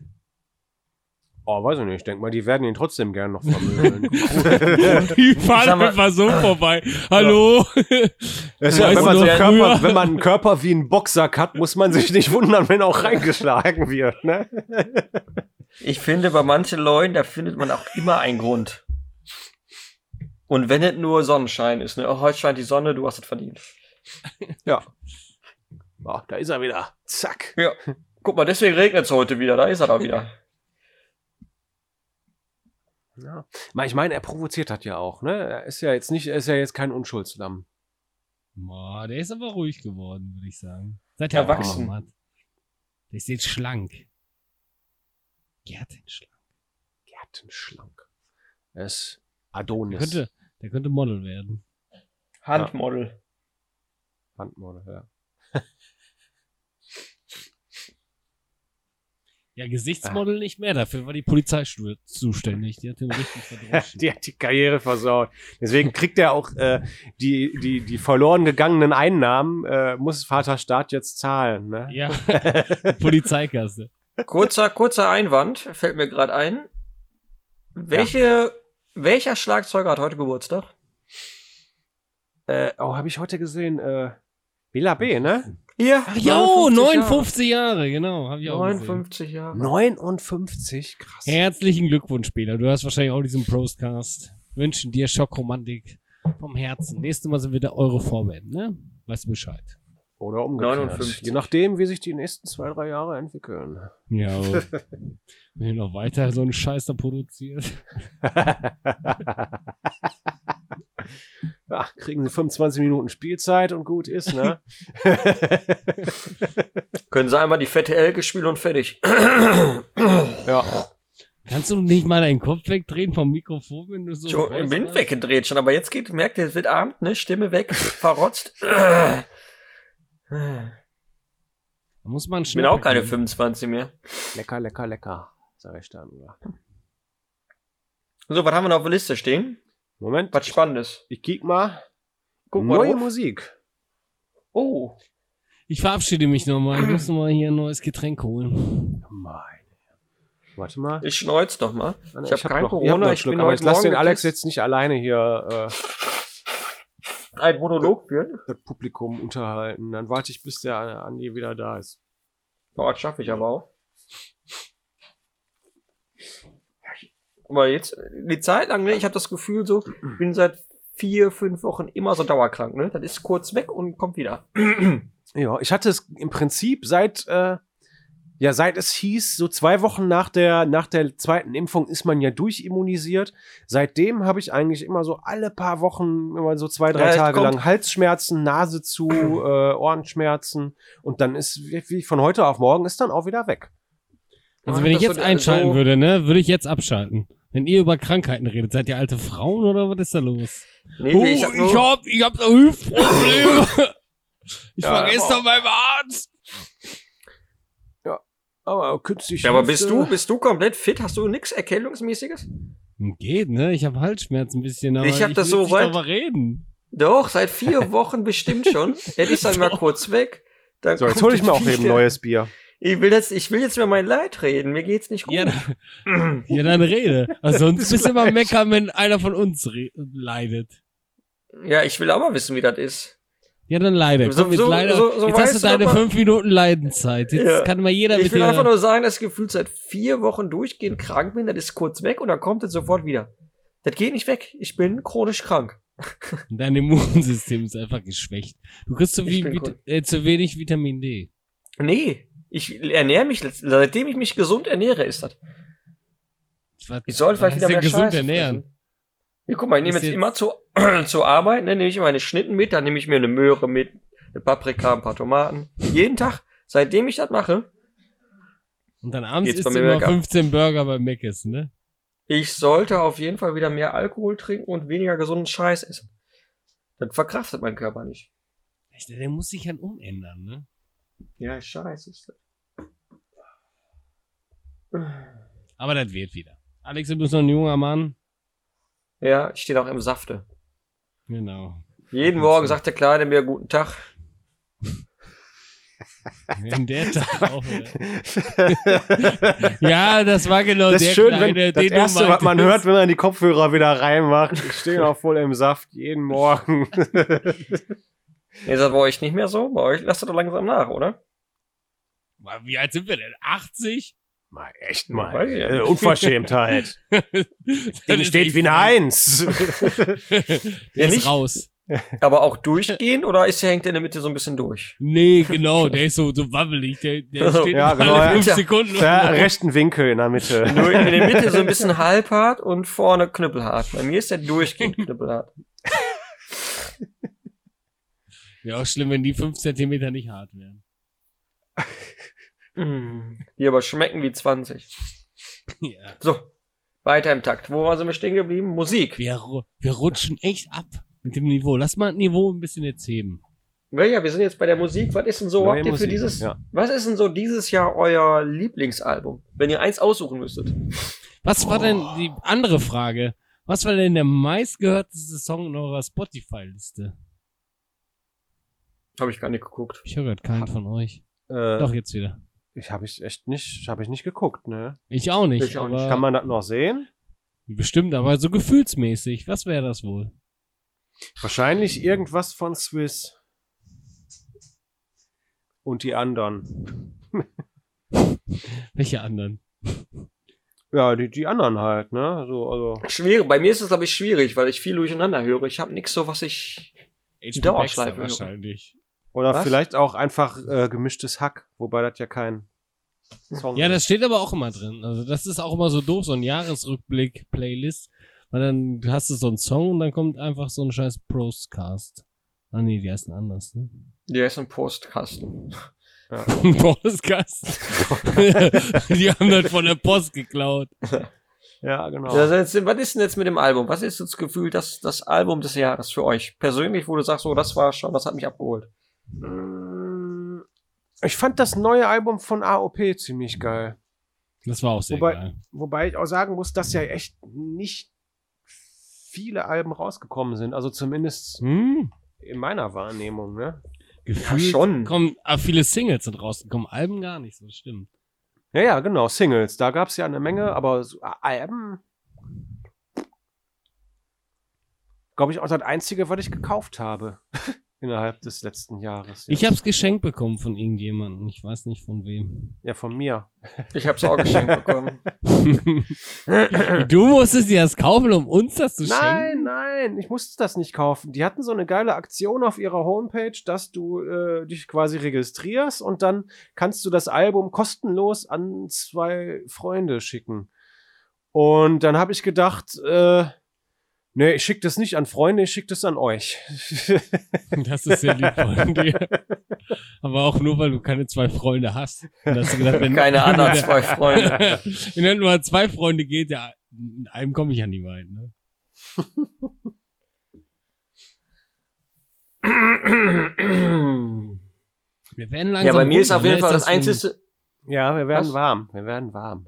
oh, weiß ich nicht. Ich denke mal, die werden ihn trotzdem gern noch vermöbeln.
Die fahren
Sag mal-
einfach so vorbei. Hallo?
Es ist ja, wenn,
Weißt du
man so
noch
einen Körper,
früher?
wenn man einen Körper wie einen Boxsack hat, muss man sich nicht wundern, wenn auch reingeschlagen wird. Ne?
Ich finde, bei manchen Leuten, da findet man auch immer einen Grund. Und wenn es nur Sonnenschein ist, ne? Oh, heute scheint die Sonne, du hast es verdient.
Ja. Oh, da ist er wieder. Zack.
Ja. Guck mal, deswegen regnet es heute wieder, da ist er da wieder.
Ja. Ma, Ich meine, er provoziert hat ja auch. Ne? Er ist ja jetzt nicht, er ist ja jetzt kein Unschuldslamm.
Boah, der ist aber ruhig geworden, würde ich sagen. Seit er
Erwachsen.
abgenommen hat. Der ist jetzt schlank. Gärtenschlank.
Gärtenschlank. Er ist
Der
Adonis.
könnte, der könnte Model werden.
Handmodel.
Handmodel, ja.
Ja, Gesichtsmodel nicht mehr. Dafür war die Polizei stu- zuständig. Die hat den richtig verdroschen.
Die hat die Karriere versaut. Deswegen kriegt er auch äh, die, die, die verloren gegangenen Einnahmen, äh, muss Vater Staat jetzt zahlen. Ne?
ja, Polizeikasse.
Kurzer, kurzer Einwand, fällt mir gerade ein. Welche, welcher Schlagzeuger hat heute Geburtstag?
Äh, oh, habe ich heute gesehen. Äh, Bela B, ne?
Ja.
Jo, 59 Jahre, genau. Hab ich auch gesehen.
59 Jahre.
59, krass.
Herzlichen Glückwunsch, Peter. Du hast wahrscheinlich auch diesen Prostcast. Wünschen dir Schockromantik vom Herzen. Nächstes Mal sind wir da eure Vorband, ne? Weißt du Bescheid.
Oder umgekehrt.
59.
Je nachdem, wie sich die nächsten zwei, drei Jahre entwickeln.
Ja. oh. Wenn ihr noch weiter so einen Scheiß da produziert.
ja, kriegen sie 25 Minuten Spielzeit und gut ist, ne?
Können Sie einmal die fette Elke spielen und fertig.
ja.
Kannst du nicht mal deinen Kopf wegdrehen vom Mikrofon, wenn du so.
Schon im Wind
räusperst?
weggedreht schon, aber jetzt geht, merkt ihr, es wird Abend, ne? Stimme weg, verrotzt. Ich
Da muss man schnell.
bin auch keine 25 mehr.
Lecker, lecker, lecker, sag ich dann. Ja.
So, was haben wir noch auf der Liste stehen?
Moment,
Was Spannendes.
ich kick mal.
Guck mal
Neue
drauf.
Musik.
Oh.
Ich verabschiede mich nochmal. Ich muss nochmal hier ein neues Getränk holen.
Meine. Warte mal.
Ich schneuz noch mal.
Anna,
ich hab kein
noch-
Corona,
noch einen
ich
Schluck,
bin
aber
heute
ich lass
Morgen
den Alex
getestet.
jetzt nicht alleine hier
Ein Monolog führen?
äh, das Publikum unterhalten. Dann warte ich, bis der Andi wieder da ist.
Ja, Oh, das schaffe ich aber auch. Aber jetzt, die Zeit lang, ne, ich habe das Gefühl so, ich bin seit vier, fünf Wochen immer so dauerkrank, ne? Das ist kurz weg und kommt wieder.
Ja, ich hatte es im Prinzip seit äh, Ja, seit es hieß, so zwei Wochen nach der, nach der zweiten Impfung ist man ja durchimmunisiert. Seitdem habe ich eigentlich immer so alle paar Wochen, immer so zwei, drei
Ja, es
Tage
kommt-
lang Halsschmerzen, Nase zu, äh, Ohrenschmerzen. Und dann ist, wie wie von heute auf morgen, ist dann auch wieder weg.
Also
Mann,
wenn ich
das
jetzt
wird
einschalten
so-
würde, ne, würde ich jetzt abschalten. Wenn ihr über Krankheiten redet, seid ihr alte Frauen oder was ist da los?
Nee, nee,
Oh,
ich hab nur,
hab, ich hab so Hüftprobleme. Ich
Ja, aber-
beim Arzt.
Aber künstlich. äh,
ja, aber bist du, bist du komplett fit? Hast du nix Erkältungsmäßiges?
Geht, ne? Ich hab Halsschmerzen ein bisschen, aber
Ich hab das
will
so
nicht
weit-
darüber reden.
Doch, seit vier Wochen bestimmt schon. Ja, ich dann mal kurz weg. Dann
So, jetzt
kommt
hole ich
die
mir auch eben
Viecher.
neues Bier.
Ich will jetzt, ich will jetzt über mein Leid reden. Mir geht's nicht gut.
Ja, dann, ja, dann rede. Also sonst bist du immer meckern, wenn einer von uns re- leidet.
Ja, ich will auch mal wissen, wie das ist.
Ja, dann leide.
So-
Komm, jetzt
so-
leide.
so- so
jetzt hast
weißt
du
du
deine
doch mal-
fünf Minuten Leidenszeit. Jetzt
Ja.
kann mal jeder
ich
mit
will
dir.
einfach nur sagen, dass ich gefühlt seit vier Wochen durchgehend krank bin. Das ist kurz weg und dann kommt es sofort wieder. Das geht nicht weg. Ich bin chronisch krank.
Dein Immunsystem ist einfach geschwächt. Du kriegst zu,
Ich
wie,
bin
Vit-
cool.
äh, zu wenig Vitamin D.
Nee, ich ernähre mich, letzt- seitdem ich mich gesund ernähre, ist das.
Was-
Ich soll
was
vielleicht wieder
heißt
mehr
denn gesund
Scheiße
ernähren.
fressen. Ja, guck mal, ich nehme
Ist
jetzt
jetzt-
immer zu, zur Arbeit, ne, nehme ich meine Schnitten mit, dann nehme ich mir eine Möhre mit, eine Paprika, ein paar Tomaten. Jeden Tag, seitdem ich das mache,
Und dann abends
Geht's
isst
bei
du
mir
immer
bergab.
15 Burger bei Mc's, ne?
ich sollte auf jeden Fall wieder mehr Alkohol trinken und weniger gesunden Scheiß essen. Dann verkraftet mein Körper nicht.
Echt, Der muss sich dann umändern, ne?
Ja, scheiße. ist das.
Aber das wird wieder. Alex, du bist noch ein junger Mann.
Ja, ich stehe auch im Safte.
Genau.
Jeden Morgen sagt der Kleine mir guten Tag.
Wenn der Tag auch, ja, das war genau
Das
der
ist schön,
Kleine,
wenn das
den du
Erste, was man hört,
meintest.
wenn man die Kopfhörer wieder reinmacht, ich stehe auch voll im Saft jeden Morgen.
Ihr sagt bei euch nicht mehr so, bei euch lasst ihr doch langsam nach, oder?
Wie alt sind wir denn? 80?
mal, echt
Weiß ich ja
mal. Äh,
nicht.
Unverschämtheit. Ding steht wie eine Eins.
Der
Ja,
ist
nicht-
raus.
Aber auch durchgehen oder ist der hängt der in der Mitte so ein bisschen durch?
Nee, genau, der ist so, so wabbelig. Der, der
Also,
steht
ja,
alle
genau, ja.
fünf
Tja.
Sekunden.
ja, rechten Winkel in der Mitte.
Nur in der Mitte so ein bisschen halbhart und vorne knüppelhart. Bei mir ist der durchgehend knüppelhart.
Wäre auch schlimm, wenn die 5 Zentimeter nicht hart wären.
Mm, Die aber schmecken wie 20.
Ja.
So, weiter im Takt. Wo waren wir stehen geblieben? Musik.
Wir, ru- wir rutschen echt ab mit dem Niveau. Lass mal das Niveau ein bisschen jetzt heben.
Ja, ja, wir sind jetzt bei der Musik. Was ist denn so,
Neue
habt ihr für
Musik,
dieses,
ja.
was ist denn so dieses Jahr euer Lieblingsalbum? Wenn ihr eins aussuchen müsstet.
Was war denn die andere Frage? Was war denn der meistgehörteste Song in eurer Spotify-Liste?
Habe ich gar nicht geguckt.
Ich höre gerade keinen von euch.
Äh,
Doch, jetzt wieder.
ich habe ich echt nicht, habe ich nicht geguckt, ne?
Ich auch nicht.
Ich auch nicht.
aber
Kann man das noch sehen?
Bestimmt, aber so gefühlsmäßig. Was wäre das wohl?
Wahrscheinlich irgendwas von Swiss. Und die anderen.
Welche anderen?
Ja, die, die anderen halt, ne? So, also.
Schwierig. Bei mir ist es, glaube ich, schwierig, weil ich viel durcheinander höre. Ich habe nichts so, was ich
H.P.
Dauerschleife
Baxter
hören.
wahrscheinlich.
Oder
Was?
vielleicht auch einfach äh, gemischtes Hack, wobei das ja kein Song
Ja, das steht aber auch immer drin. Also das ist auch immer so doof, so ein Jahresrückblick-Playlist. Weil dann hast du so einen Song und dann kommt einfach so ein scheiß Prostcast. Ah nee, die heißen anders, ne?
Der ist ein Postkasten.
Postcast. die haben das von der Post geklaut.
Ja, genau.
Also jetzt, was ist denn jetzt mit dem Album? Was ist das Gefühl, das, das Album des Jahres für euch? Persönlich, wo du sagst, so, das war schon, das hat mich abgeholt.
Mm, Ich fand das neue Album von AOP ziemlich geil.
Das war auch sehr
Wobei-
geil.
Wobei ich auch sagen muss, dass ja echt nicht viele Alben rausgekommen sind. Also zumindest
Hm?
in meiner Wahrnehmung, ne?
Gefühlt
schon.
Kommen, ah, viele Singles sind rausgekommen, Alben gar nicht, so stimmt.
Ja, ja, genau. Singles. Da gab's ja eine Menge, aber so äh, Alben. Glaube ich, auch das einzige, was ich gekauft habe. innerhalb des letzten Jahres.
Ich hab's geschenkt bekommen von irgendjemandem. Ich weiß nicht von wem.
ja, von mir.
Ich hab's auch geschenkt bekommen.
du musstest dir das kaufen, um uns das zu schenken.
Nein, nein, ich musste das nicht kaufen. Die hatten so eine geile Aktion auf ihrer Homepage, dass du äh, dich quasi registrierst und dann kannst du das Album kostenlos an zwei Freunde schicken. Und dann habe ich gedacht, äh, nee, ich schicke das nicht an Freunde, ich schicke das an euch.
Das ist sehr lieb von dir. Aber auch nur, weil du keine zwei Freunde hast. Und hast du gedacht, wenn,
Keine anderen zwei Freunde.
wenn er nur an zwei Freunde geht, ja, in einem komme ich ja nie weit. Ne? Wir werden langsam.
ja, bei mir ist
runter,
auf jeden
ne?
Fall das
so ein-
einzige.
ja, wir werden
Was?
warm, wir werden warm.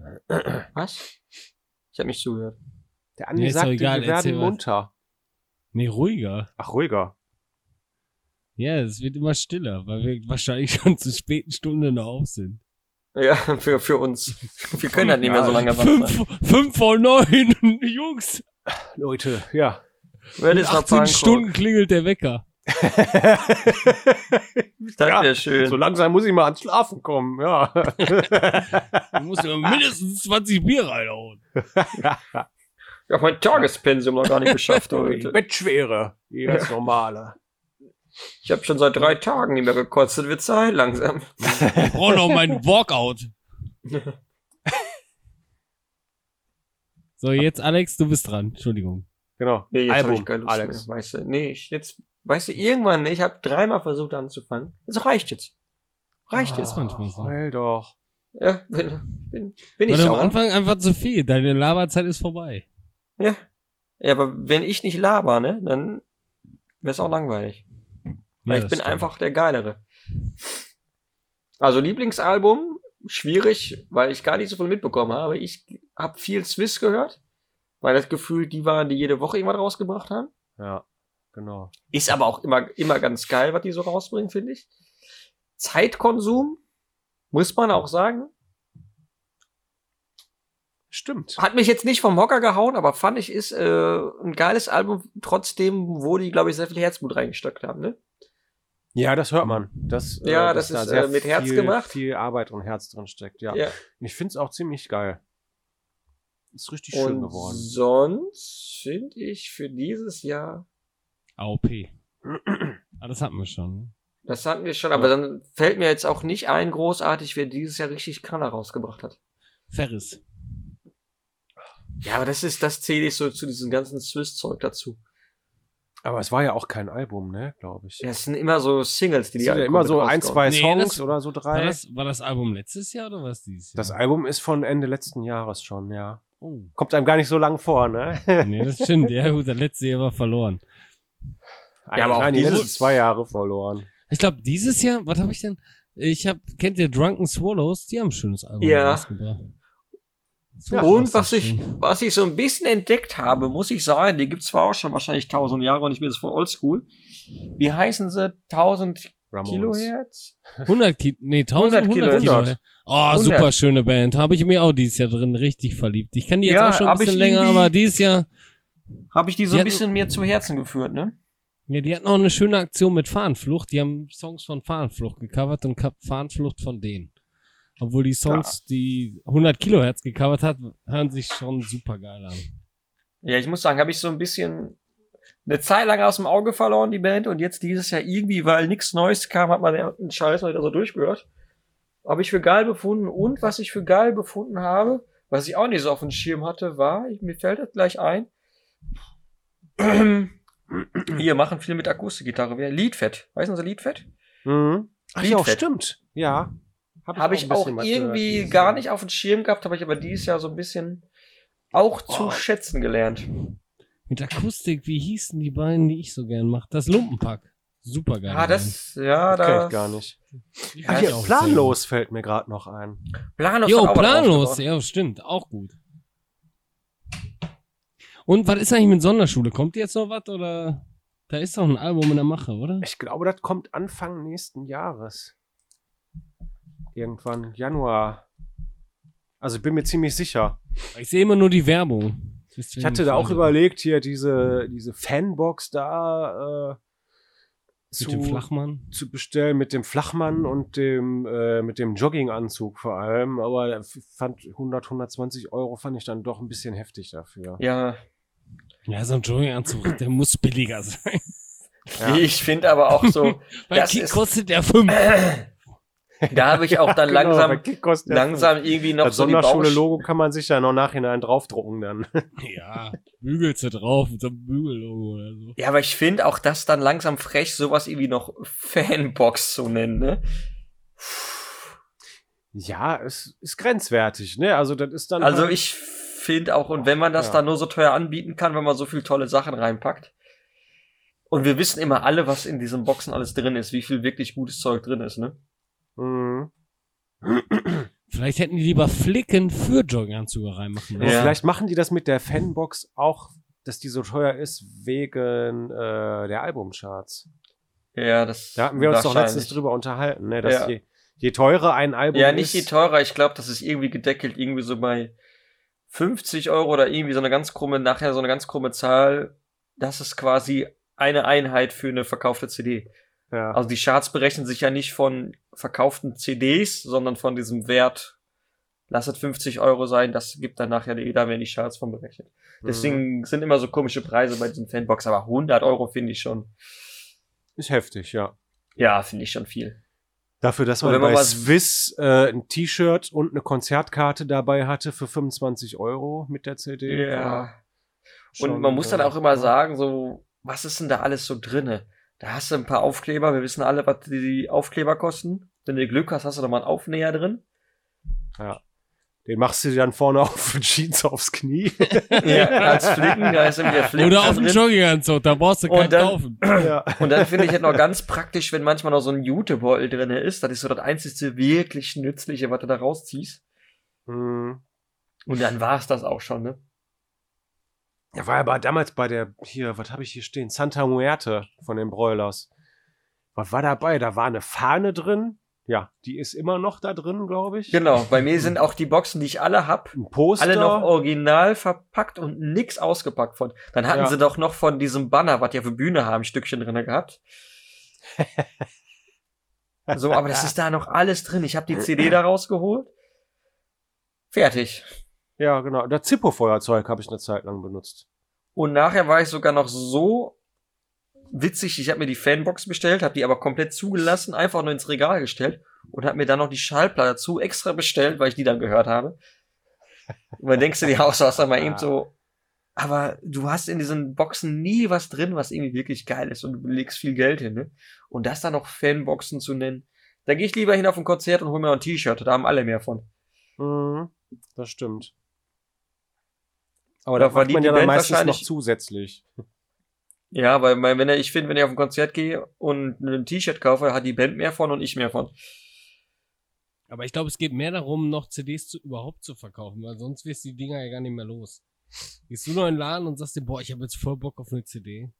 Was? Ich habe nicht zugehört.
Der Andi
Nee, ist doch
sagte,
egal,
wir werden
erzähl was.
munter.
Nee, ruhiger.
Ach, ruhiger.
Ja, es wird immer stiller, weil wir wahrscheinlich schon zu späten Stunde noch auf sind.
Ja, für, für uns. Wir können halt nicht mehr so lange warten.
Fünf, fünf vor neun, Jungs.
Leute, ja.
Wenn
In
es nach
18
Frankfurt.
Stunden klingelt der Wecker.
Das
Ja, So
wäre schön.
langsam muss ich mal ans Schlafen kommen, ja.
Du musst mir mindestens 20 Bier reinhauen.
Ich habe mein Tagespensum noch gar nicht geschafft
Die
heute.
Bettschwere, die ganz normale.
Ich habe schon seit drei Tagen nicht mehr gekotzt. Das wird Zeit langsam.
Ich brauche noch meinen Walkout. So, jetzt Alex, du bist dran. Entschuldigung.
Genau.
Nee, jetzt Album, hab ich
Album,
keine Lust
Alex.
mehr. Weißt du, nee, ich, jetzt, weißt du, irgendwann, ich habe dreimal versucht anzufangen. Es reicht jetzt. Reicht
Ah.
jetzt.
ist manchmal so.
Heul doch.
Ja, bin, bin, bin ich
Weil am
sauer.
Anfang einfach zu viel. Deine Laberzeit ist vorbei.
Ja. ja, aber wenn ich nicht laber, ne, dann wär's auch langweilig. Weil
Ja,
ich
das
bin
stimmt.
einfach der Geilere. Also Lieblingsalbum, schwierig, weil ich gar nicht so viel mitbekommen habe. Ich habe viel Swiss gehört, weil das Gefühl, die waren, die jede Woche irgendwas rausgebracht haben.
Ja, genau.
Ist aber auch immer, immer ganz geil, was die so rausbringen, finde ich. Zeitkonsum, muss man auch sagen.
Stimmt.
Hat mich jetzt nicht vom Hocker gehauen, aber fand ich, ist äh, ein geiles Album, trotzdem, wo die, glaube ich, sehr viel Herzblut reingesteckt haben, ne?
Ja, das hört man. Das, äh,
Ja,
dass
das
da
ist,
sehr
äh, mit
viel,
Herz gemacht.
viel Arbeit und Herz drin steckt, ja. Ich find's auch ziemlich geil. Ist richtig schön
Und
geworden.
sonst finde ich für dieses Jahr
AOP. Ah, das hatten wir schon.
Das hatten wir schon, aber dann fällt mir jetzt auch nicht ein, großartig, wer dieses Jahr richtig Knaller rausgebracht hat.
Ferris.
Ja, aber das ist, das zähle ich so zu diesem ganzen Swiss-Zeug dazu.
Aber es war ja auch kein Album, ne, glaube ich.
Ja, es sind immer so Singles, die
es
die
sind ja
alle
immer so
komplett
ein,
raushauen.
zwei
Nee,
Songs
das-
oder so
War
drei. Das,
das, war das Album letztes Jahr oder was dieses Jahr?
Album ist von Ende letzten Jahres schon, ja.
Oh.
Kommt einem gar nicht so lang vor, ne?
Nee, das stimmt. Ja, gut, das letzte Jahr war verloren.
Ja, aber auch
Nein, die
dieses-
letzten zwei Jahre verloren.
Ich glaube, dieses Jahr, was habe ich denn? Ich habe, kennt ihr Drunken Swallows? Die haben ein schönes Album
Ja.
rausgebracht.
Ja, und was ich, was ich so ein bisschen entdeckt habe, muss ich sagen, die gibt's zwar auch schon wahrscheinlich tausend Jahre und ich bin jetzt voll oldschool. Wie heißen sie? 1000
Ramones.
Kilohertz?
100 Kilo, nee, 1000, 100
100 Kilo,
Kilo.
ja.
Oh, super schöne Band. Habe ich mir auch dieses Jahr drin richtig verliebt. Ich kann die jetzt
Ja,
auch schon ein
hab ich
bisschen länger,
irgendwie-
aber dieses Jahr,
Habe ich die so
Die
ein
hatten-
bisschen mir zu Herzen geführt, ne?
ja, die hatten auch eine schöne Aktion mit Fahnenflucht. Die haben Songs von Fahnenflucht gecovert und Ka- Fahnenflucht von denen. Obwohl die Songs, die 100 Kilohertz gecovert hat, hören sich schon super geil an.
Ja, ich muss sagen, habe ich so ein bisschen eine Zeit lang aus dem Auge verloren, die Band, und jetzt dieses Jahr irgendwie, weil nichts Neues kam, hat man den Scheiß mal wieder so durchgehört. Habe ich für geil befunden und was ich für geil befunden habe, was ich auch nicht so auf dem Schirm hatte, war, ich, mir fällt das gleich ein. Wir machen viel mit Akustikgitarre. Wer- Leadfett. Weißt du, so Leadfett?
Mhm. Ach ja,
Liedfett.
stimmt. Ja.
Habe Mhm. ich auch
ein bisschen was
irgendwie
gehört,
gar
dieses
nicht auf dem Schirm gehabt, habe ich aber dieses Jahr so ein bisschen auch
Oh.
zu schätzen gelernt.
Mit Akustik, wie hießen die beiden, die ich so gern mache? Das Lumpenpack. Super geil.
Ah, das, ja,
Jahr. Das kenn
da.
ich gar nicht.
Ja,
Ah,
das
hier,
ist auch
planlos fällt mir gerade noch ein.
Planlos.
Jo,
hat auch was
planlos.
aufgebaut.
Ja, stimmt. Auch gut. Und was ist eigentlich mit Sonderschule? Kommt jetzt noch was oder? Da ist doch ein Album in der Mache, oder?
Ich glaube, das kommt Anfang nächsten Jahres. Irgendwann Januar. Also bin mir ziemlich sicher.
Ich sehe immer nur die Werbung.
Ich hatte da auch überlegt, hier diese, diese Fanbox da äh,
Mit dem
zu,
Flachmann.
zu bestellen mit dem Flachmann und dem, äh, mit dem Jogginganzug vor allem. Aber f- fand 100, 120 Euro fand ich dann doch ein bisschen heftig dafür.
Ja.
Ja, so ein Jogginganzug, der muss billiger sein.
Ja.
Ich finde aber auch so,
Weil
Das
Kick
ist-
kostet der fünf.
da habe ich auch dann
Genau, bei
langsam,
Kick kostet der
langsam irgendwie noch
Das
so die Bauch
Sonderschule-Logo kann man sich ja noch nachhinein draufdrucken dann.
ja, bügelst du drauf mit so einem Bügellogo oder so.
Ja, aber ich finde auch das dann langsam frech, sowas irgendwie noch Fanbox zu nennen, ne?
Ja, es ist grenzwertig, ne? Also das ist dann
Also
halt-
ich finde auch, und wenn man das
Ja.
dann nur so teuer anbieten kann, wenn man so viel tolle Sachen reinpackt. Und wir wissen immer alle, was in diesen Boxen alles drin ist, wie viel wirklich gutes Zeug drin ist, ne?
Mhm.
Vielleicht hätten die lieber Flicken für Jogginganzüge reinmachen
Aber
müssen.
Ja.
Vielleicht machen die das mit der Fanbox auch, dass die so teuer ist wegen äh, der Albumcharts.
Ja, das.
Da hatten wir uns doch
wahrscheinlich.
letztens drüber unterhalten, ne? Dass
Ja.
je, je teurer ein Album
Ja, nicht
ist,
je teurer. Ich glaube, das ist irgendwie gedeckelt, irgendwie so bei 50 Euro oder irgendwie so eine ganz krumme, nachher so eine ganz krumme Zahl. Das ist quasi eine Einheit für eine verkaufte CD.
Ja.
Also die Charts berechnen sich ja nicht von verkauften CDs, sondern von diesem Wert. Lass es 50 Euro sein, das gibt dann nachher jeder, wenn die Charts von berechnet.
Mhm.
Deswegen sind immer so komische Preise bei diesen Fanbox, aber 100 Euro finde ich schon,
ist heftig, ja.
ja, finde ich schon viel.
Dafür, dass
Und
man
wenn man
bei
was-
Swiss äh, ein T-Shirt und eine Konzertkarte dabei hatte für 25 Euro mit der CD. war
Und
schon,
man muss dann
äh,
auch immer sagen, so, was ist denn da alles so drinne? Da hast du ein paar Aufkleber, wir wissen alle, was die Aufkleber kosten. Wenn du Glück hast, hast du noch mal einen Aufnäher drin.
Den machst du dir dann vorne auf den Jeans aufs Knie.
Ja, als Flicken, da ist irgendwie der Flicken
Oder auf dem
drin.
Jogginganzug, da brauchst du
Und
keinen
dann-
kaufen.
ja.
Und dann finde ich es noch ganz praktisch, wenn manchmal noch so ein Jutebeutel drinne ist. Das ist so das einzige wirklich Nützliche, was du da rausziehst.
Mhm.
Und dann war's das auch schon, ne?
Ja, war aber damals bei der, hier, was habe ich hier stehen? Santa Muerte von den Broilers. Was war dabei? Da war eine Fahne drin. Ja, die ist immer noch da drin, glaube ich.
Genau, bei mir sind auch die Boxen, die ich alle hab,
Ein Poster.
alle noch original verpackt und nix ausgepackt von. Dann hatten
Ja.
sie doch noch von diesem Banner, was die auf der Bühne haben, ein Stückchen drinne gehabt. so, aber das ist da noch alles drin. Ich habe die CD da rausgeholt. Fertig.
ja, genau. Das Zippo-Feuerzeug habe ich eine Zeit lang benutzt.
Und nachher war ich sogar noch so witzig, ich habe mir die Fanbox bestellt, habe die aber komplett zugelassen, einfach nur ins Regal gestellt und habe mir dann noch die Schallplatte dazu extra bestellt, weil ich die dann gehört habe. Und dann denkst du dir auch so, hast du mal eben so, aber du hast in diesen Boxen nie was drin, was irgendwie wirklich geil ist und du legst viel Geld hin, ne? Und das dann noch Fanboxen zu nennen, da gehe ich lieber hin auf ein Konzert und hol mir noch ein T-Shirt, da haben alle mehr von.
Mhm, das stimmt. Aber
Da
da verdient man
verdient die
ja dann
Band
meistens noch
wahrscheinlich-
zusätzlich.
Ja, weil, weil wenn er, ich finde, wenn ich auf ein Konzert gehe und ein T-Shirt kaufe, hat die Band mehr von und ich mehr von.
Aber ich glaube, es geht mehr darum, noch CDs zu, überhaupt zu verkaufen, weil sonst wirst du die Dinger ja gar nicht mehr los. Gehst du noch in den Laden und sagst dir, boah, ich habe jetzt voll Bock auf eine CD.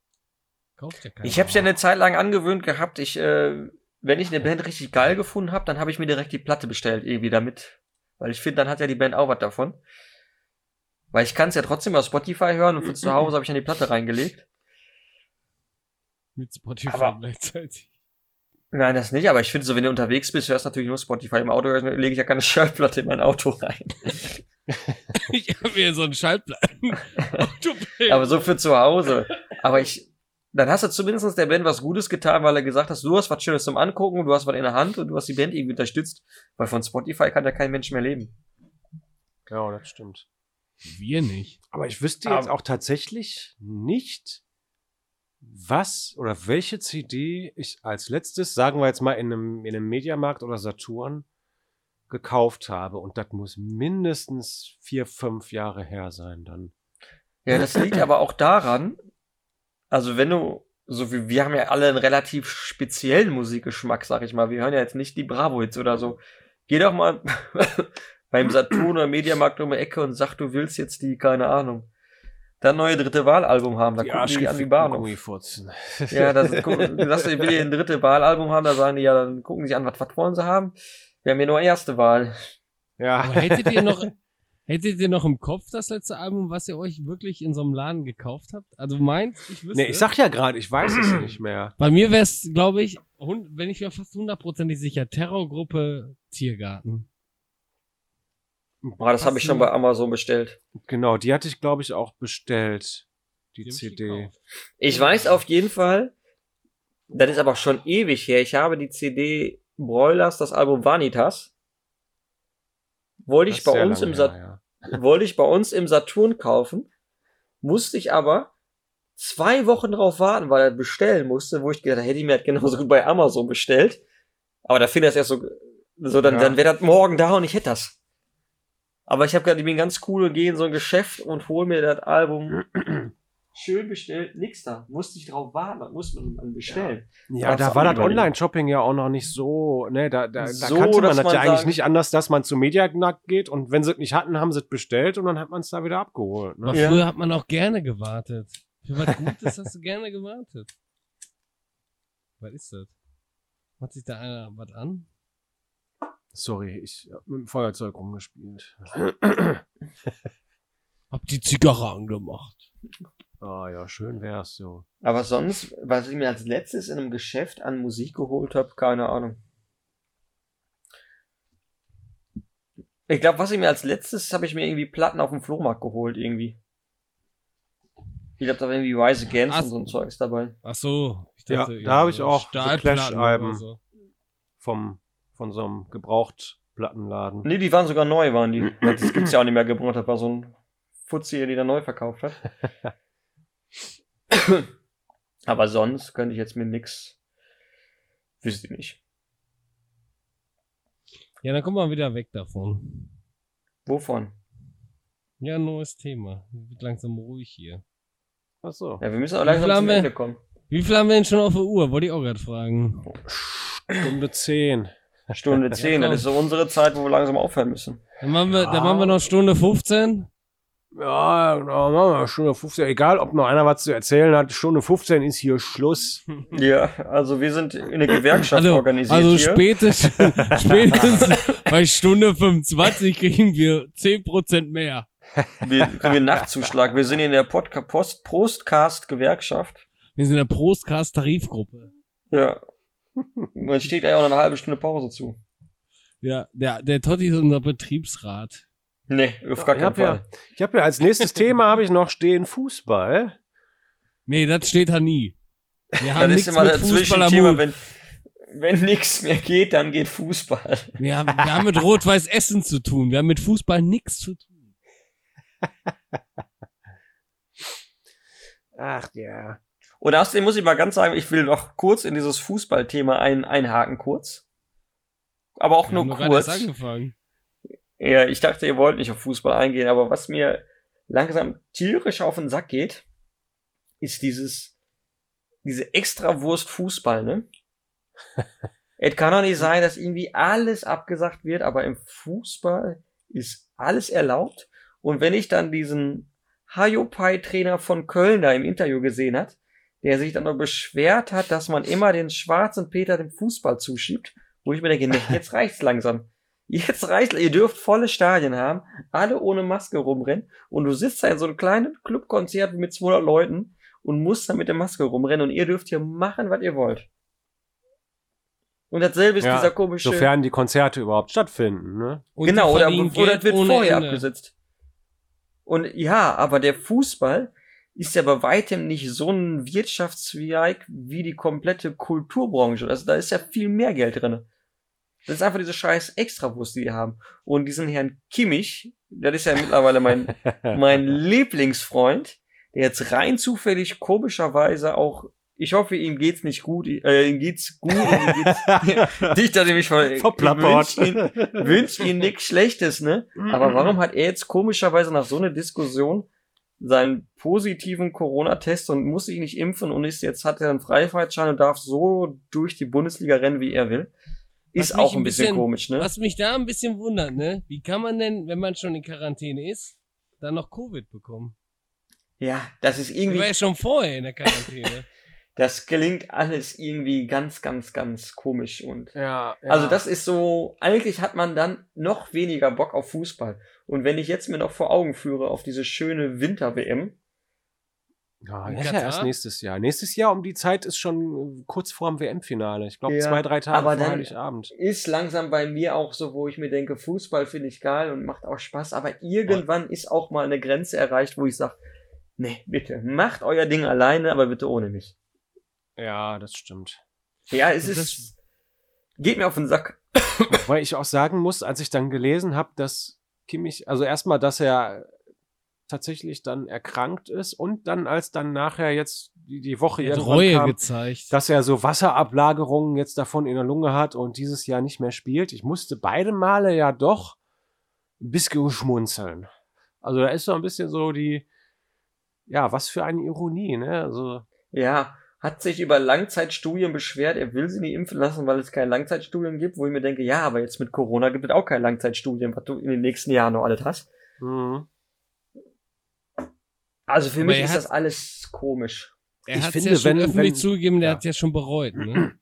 Kauft ja keiner.
Ich habe es ja eine Zeit lang angewöhnt gehabt. Ich, äh, wenn ich eine Band richtig geil gefunden habe, dann habe ich mir direkt die Platte bestellt irgendwie damit, weil ich finde, dann hat ja die Band auch was davon. Weil ich kann es ja trotzdem auf Spotify hören und von zu Hause habe ich dann die Platte reingelegt.
Mit Spotify
Aber-
gleichzeitig.
Nein, das nicht, aber ich finde so, wenn du unterwegs bist, hörst du natürlich nur Spotify. Im Auto lege ich ja keine Schallplatte in mein Auto rein.
Ich habe mir so einen Schallplatten. Autobild.
Aber so für zu Hause. Aber ich, dann hast du zumindest der Band was Gutes getan, weil er gesagt hast, du hast was Schönes zum Angucken, du hast was in der Hand und du hast die Band irgendwie unterstützt. Weil von Spotify kann ja kein Mensch mehr leben.
Genau, das stimmt.
Wir nicht.
Aber ich wüsste jetzt
Aber-
auch tatsächlich nicht, was oder welche CD ich als letztes, sagen wir jetzt mal, in einem, in einem Mediamarkt oder Saturn gekauft habe. Und das muss mindestens vier, fünf Jahre her sein dann.
Ja, das liegt aber auch daran, also wenn du, so wie wir haben ja alle einen relativ speziellen Musikgeschmack, sag ich mal. Wir hören ja jetzt nicht die Bravo-Hits oder so. Geh doch mal beim Saturn oder Mediamarkt um die Ecke und sag, du willst jetzt die, keine Ahnung, dann neue dritte Wahlalbum haben. Da gucken die dich an wie Bahnhof.
Gummifurzen.
Ja, das ist, guck, du sagst, ich will hier ein dritte Wahlalbum haben, da sagen die ja, dann gucken sie an, was, was wollen sie haben? Wir haben hier nur erste Wahl.
Ja.
Aber hättet ihr noch, Hättet ihr noch im Kopf das letzte Album, was ihr euch wirklich in so einem Laden gekauft habt? Also meins, ich wüsste.
Nee, ich sag ja gerade, ich weiß es nicht mehr.
Bei mir wäre es, glaube ich, hund- wenn ich mir fast hundertprozentig sicher, Terrorgruppe Tiergarten.
Ah, das habe ich schon bei Amazon bestellt.
Genau, die hatte ich, glaube ich, auch bestellt. Die,
Die hab ich
CD.
gekauft.
Ich weiß auf jeden Fall, das ist aber schon ewig her. Ich habe die CD Broilers, das Album Vanitas. Wollte
Das
ich
ist
bei
sehr
uns
lange
im Sat
her,
wollte ich bei uns im Saturn kaufen, musste ich aber zwei Wochen drauf warten, weil er bestellen musste, wo ich gedacht hätte ich mir das genauso gut bei Amazon bestellt. Aber da finde ich das erst so, so dann,
Ja.
dann wäre das morgen da und ich hätte das. Aber ich habe gerade, ich bin ganz cool und gehe in so ein Geschäft und hole mir das Album. Schön bestellt, nix da. Musste ich drauf warten, das muss man dann bestellen.
Ja, ja
Das
da
ist
war
auch
das
überlegt.
Online-Shopping ja auch noch nicht so, ne, da, da, da
So,
kannte man
dass
das ja
man
eigentlich
sagen-
nicht anders, dass man zu Mediamarkt geht und wenn sie es nicht hatten, haben sie es bestellt und dann hat man es da wieder abgeholt.
Aber
Ne?
Ja.
früher hat man auch gerne gewartet. Für was Gutes hast du gerne gewartet. Was ist das? Hat sich da einer was an?
Sorry, ich hab mit dem Feuerzeug rumgespielt.
Hab die Zigarre angemacht.
Ah ja, schön wär's so.
Aber sonst, was ich mir als letztes in einem Geschäft an Musik geholt habe, keine Ahnung. Ich glaube, was ich mir als letztes habe ich mir irgendwie Platten auf dem Flohmarkt geholt irgendwie. Ich glaube, da war irgendwie Rise Against
Ach.
und so ein Zeugs dabei.
Ach so. Ich
Ja,
ja,
da hab ich
so
auch so
Stahlplatten
Clash-Alben.
oder so.
Vom, von so einem Gebrauchtplattenladen.
Nee, die waren sogar neu, waren die. Das gibt's ja auch nicht mehr gebraucht, das war so ein Fuzzi, der die da neu verkauft hat. Aber sonst könnte ich jetzt mir nix. Wüsste ich nicht.
Ja, dann kommen wir wieder weg davon.
Wovon?
Ja, neues Thema. Wird langsam ruhig hier.
Ach so.
Ja, wir müssen auch
Wie
langsam
viel haben
zum
wir?
Ende kommen.
Wie viel haben wir denn schon auf der Uhr? Wollte ich auch gerade fragen.
Stunde 10.
Stunde 10,
komm.
das ist so unsere Zeit, wo wir langsam aufhören müssen.
Dann machen wir,
Ja.
dann machen wir noch Stunde 15.
Ja, na, machen wir Stunde 15. Egal, ob noch einer was zu erzählen hat. Stunde 15 ist hier Schluss.
Ja, also wir sind in der Gewerkschaft
Also,
organisiert
also
hier.
spätestens, spätestens bei Stunde 25 kriegen wir 10% mehr.
Wir kriegen wir Nachtzuschlag. Wir sind in der Podca Post Postcast-Gewerkschaft.
Wir sind in der Prostcast-Tarifgruppe.
Ja. Man steht ja auch noch eine halbe Stunde Pause zu.
Ja, der, der Totti ist unser Betriebsrat.
Nee, auf gar
Ich
keinen
hab ja,
Fall.
ich hab ja als nächstes Thema habe ich noch stehen Fußball.
Nee, das steht da nie. Wir haben
Dann ist
nichts
immer
mit
das
Fußball am
Zwischenthema,
Hut.
wenn, wenn nichts mehr geht, dann geht Fußball.
Wir haben, wir haben mit Rot-Weiß Essen zu tun. Wir haben mit Fußball nichts zu tun.
Ach ja.
Und außerdem muss ich mal ganz sagen, ich will noch kurz in dieses Fußballthema ein, einhaken, kurz. Aber auch
Wir haben
nur
doch gerade erst
kurz.
angefangen.
Ja, ich dachte, ihr wollt nicht auf Fußball eingehen, aber was mir langsam tierisch auf den Sack geht, ist dieses, diese Extrawurst Fußball, ne? es kann doch nicht sein, dass irgendwie alles abgesagt wird, aber im Fußball ist alles erlaubt. Und wenn ich dann diesen Hayopai-Trainer von Köln da im Interview gesehen hat, der sich dann noch beschwert hat, dass man immer den schwarzen Peter dem Fußball zuschiebt, wo ich mir denke, nee, jetzt reicht's langsam. Jetzt reicht's, ihr dürft volle Stadien haben, alle ohne Maske rumrennen und du sitzt da in so einem kleinen Clubkonzert mit 200 Leuten und musst da mit der Maske rumrennen und ihr dürft hier machen, was ihr wollt. Und dasselbe ist
Ja,
dieser komische...
Sofern die Konzerte überhaupt stattfinden, ne?
Und
genau,
die
oder,
verdienen
oder
Geld
es wird
ohne
vorher
Ende.
abgesetzt. ne? Und ja, aber der Fußball ist ja bei weitem nicht so ein Wirtschaftszweig wie die komplette Kulturbranche. Also da ist ja viel mehr Geld drinne. Das ist einfach diese scheiß Extrawurst, die die haben. Und diesen Herrn Kimmich, das ist ja mittlerweile mein, mein Lieblingsfreund, der jetzt rein zufällig komischerweise auch, ich hoffe, ihm geht's nicht gut, äh, ihm geht's gut, und ihm geht's, dich da nämlich voll,
Verplappert.
wünsch ihn- wünscht ihm nichts Schlechtes, ne?
Mhm.
Aber warum hat er jetzt komischerweise nach so einer Diskussion seinen positiven Corona-Test und muss sich nicht impfen und ist jetzt hat er einen Freifahrtschein und darf so durch die Bundesliga rennen, wie er will?
Was
Ist
mich
auch
ein
ein bisschen,
bisschen-
komisch, ne?
Was mich da ein bisschen wundert, ne? Wie kann man denn, wenn man schon in Quarantäne ist, dann noch Covid bekommen?
Ja, das ist
Ich
irgendwie,
war ja schon vorher in der Quarantäne.
Das gelingt alles irgendwie ganz, ganz, ganz komisch und
Ja, ja.
Also das ist so, eigentlich hat man dann noch weniger Bock auf Fußball. Und wenn ich jetzt mir noch vor Augen führe auf diese schöne Winter-WM,
Ja,
In
das ist ja
Katar?
erst nächstes Jahr. Nächstes Jahr um die Zeit ist schon äh, kurz vorm WM-Finale. Ich glaube,
Ja,
zwei, drei Tage
aber
vor
dann-
Heiligabend.
ist langsam bei mir auch so, wo ich mir denke, Fußball finde ich geil und macht auch Spaß, aber irgendwann ist auch mal eine Grenze erreicht, wo ich sage, nee, bitte, macht euer Ding alleine, aber bitte ohne mich.
Ja, das stimmt.
Ja, es
Das-
ist, geht mir auf den Sack.
Weil ich auch sagen muss, als ich dann gelesen habe, dass Kimmich, also erstmal, dass er tatsächlich dann erkrankt ist und dann, als dann nachher jetzt die, die Woche
Also
Er hat
irgendwann
Reue
kam,
gezeigt.
dass er so Wasserablagerungen jetzt davon in der Lunge hat und dieses Jahr nicht mehr spielt. Ich musste beide Male ja doch ein bisschen schmunzeln. Also da ist so ein bisschen so die, ja, was für eine Ironie, ne? Also,
Ja, hat sich über Langzeitstudien beschwert, er will sie nicht impfen lassen, weil es keine Langzeitstudien gibt, wo ich mir denke, ja, aber jetzt mit Corona gibt es auch keine Langzeitstudien, was du in den nächsten Jahren noch alles hast.
mh.
Also für
Aber
mich
er
ist
hat-
das alles komisch.
er
ich
hat
finde,
ja schon
wenn-
öffentlich
wenn-
zugegeben, der
ja.
hat's ja schon bereut. Ne?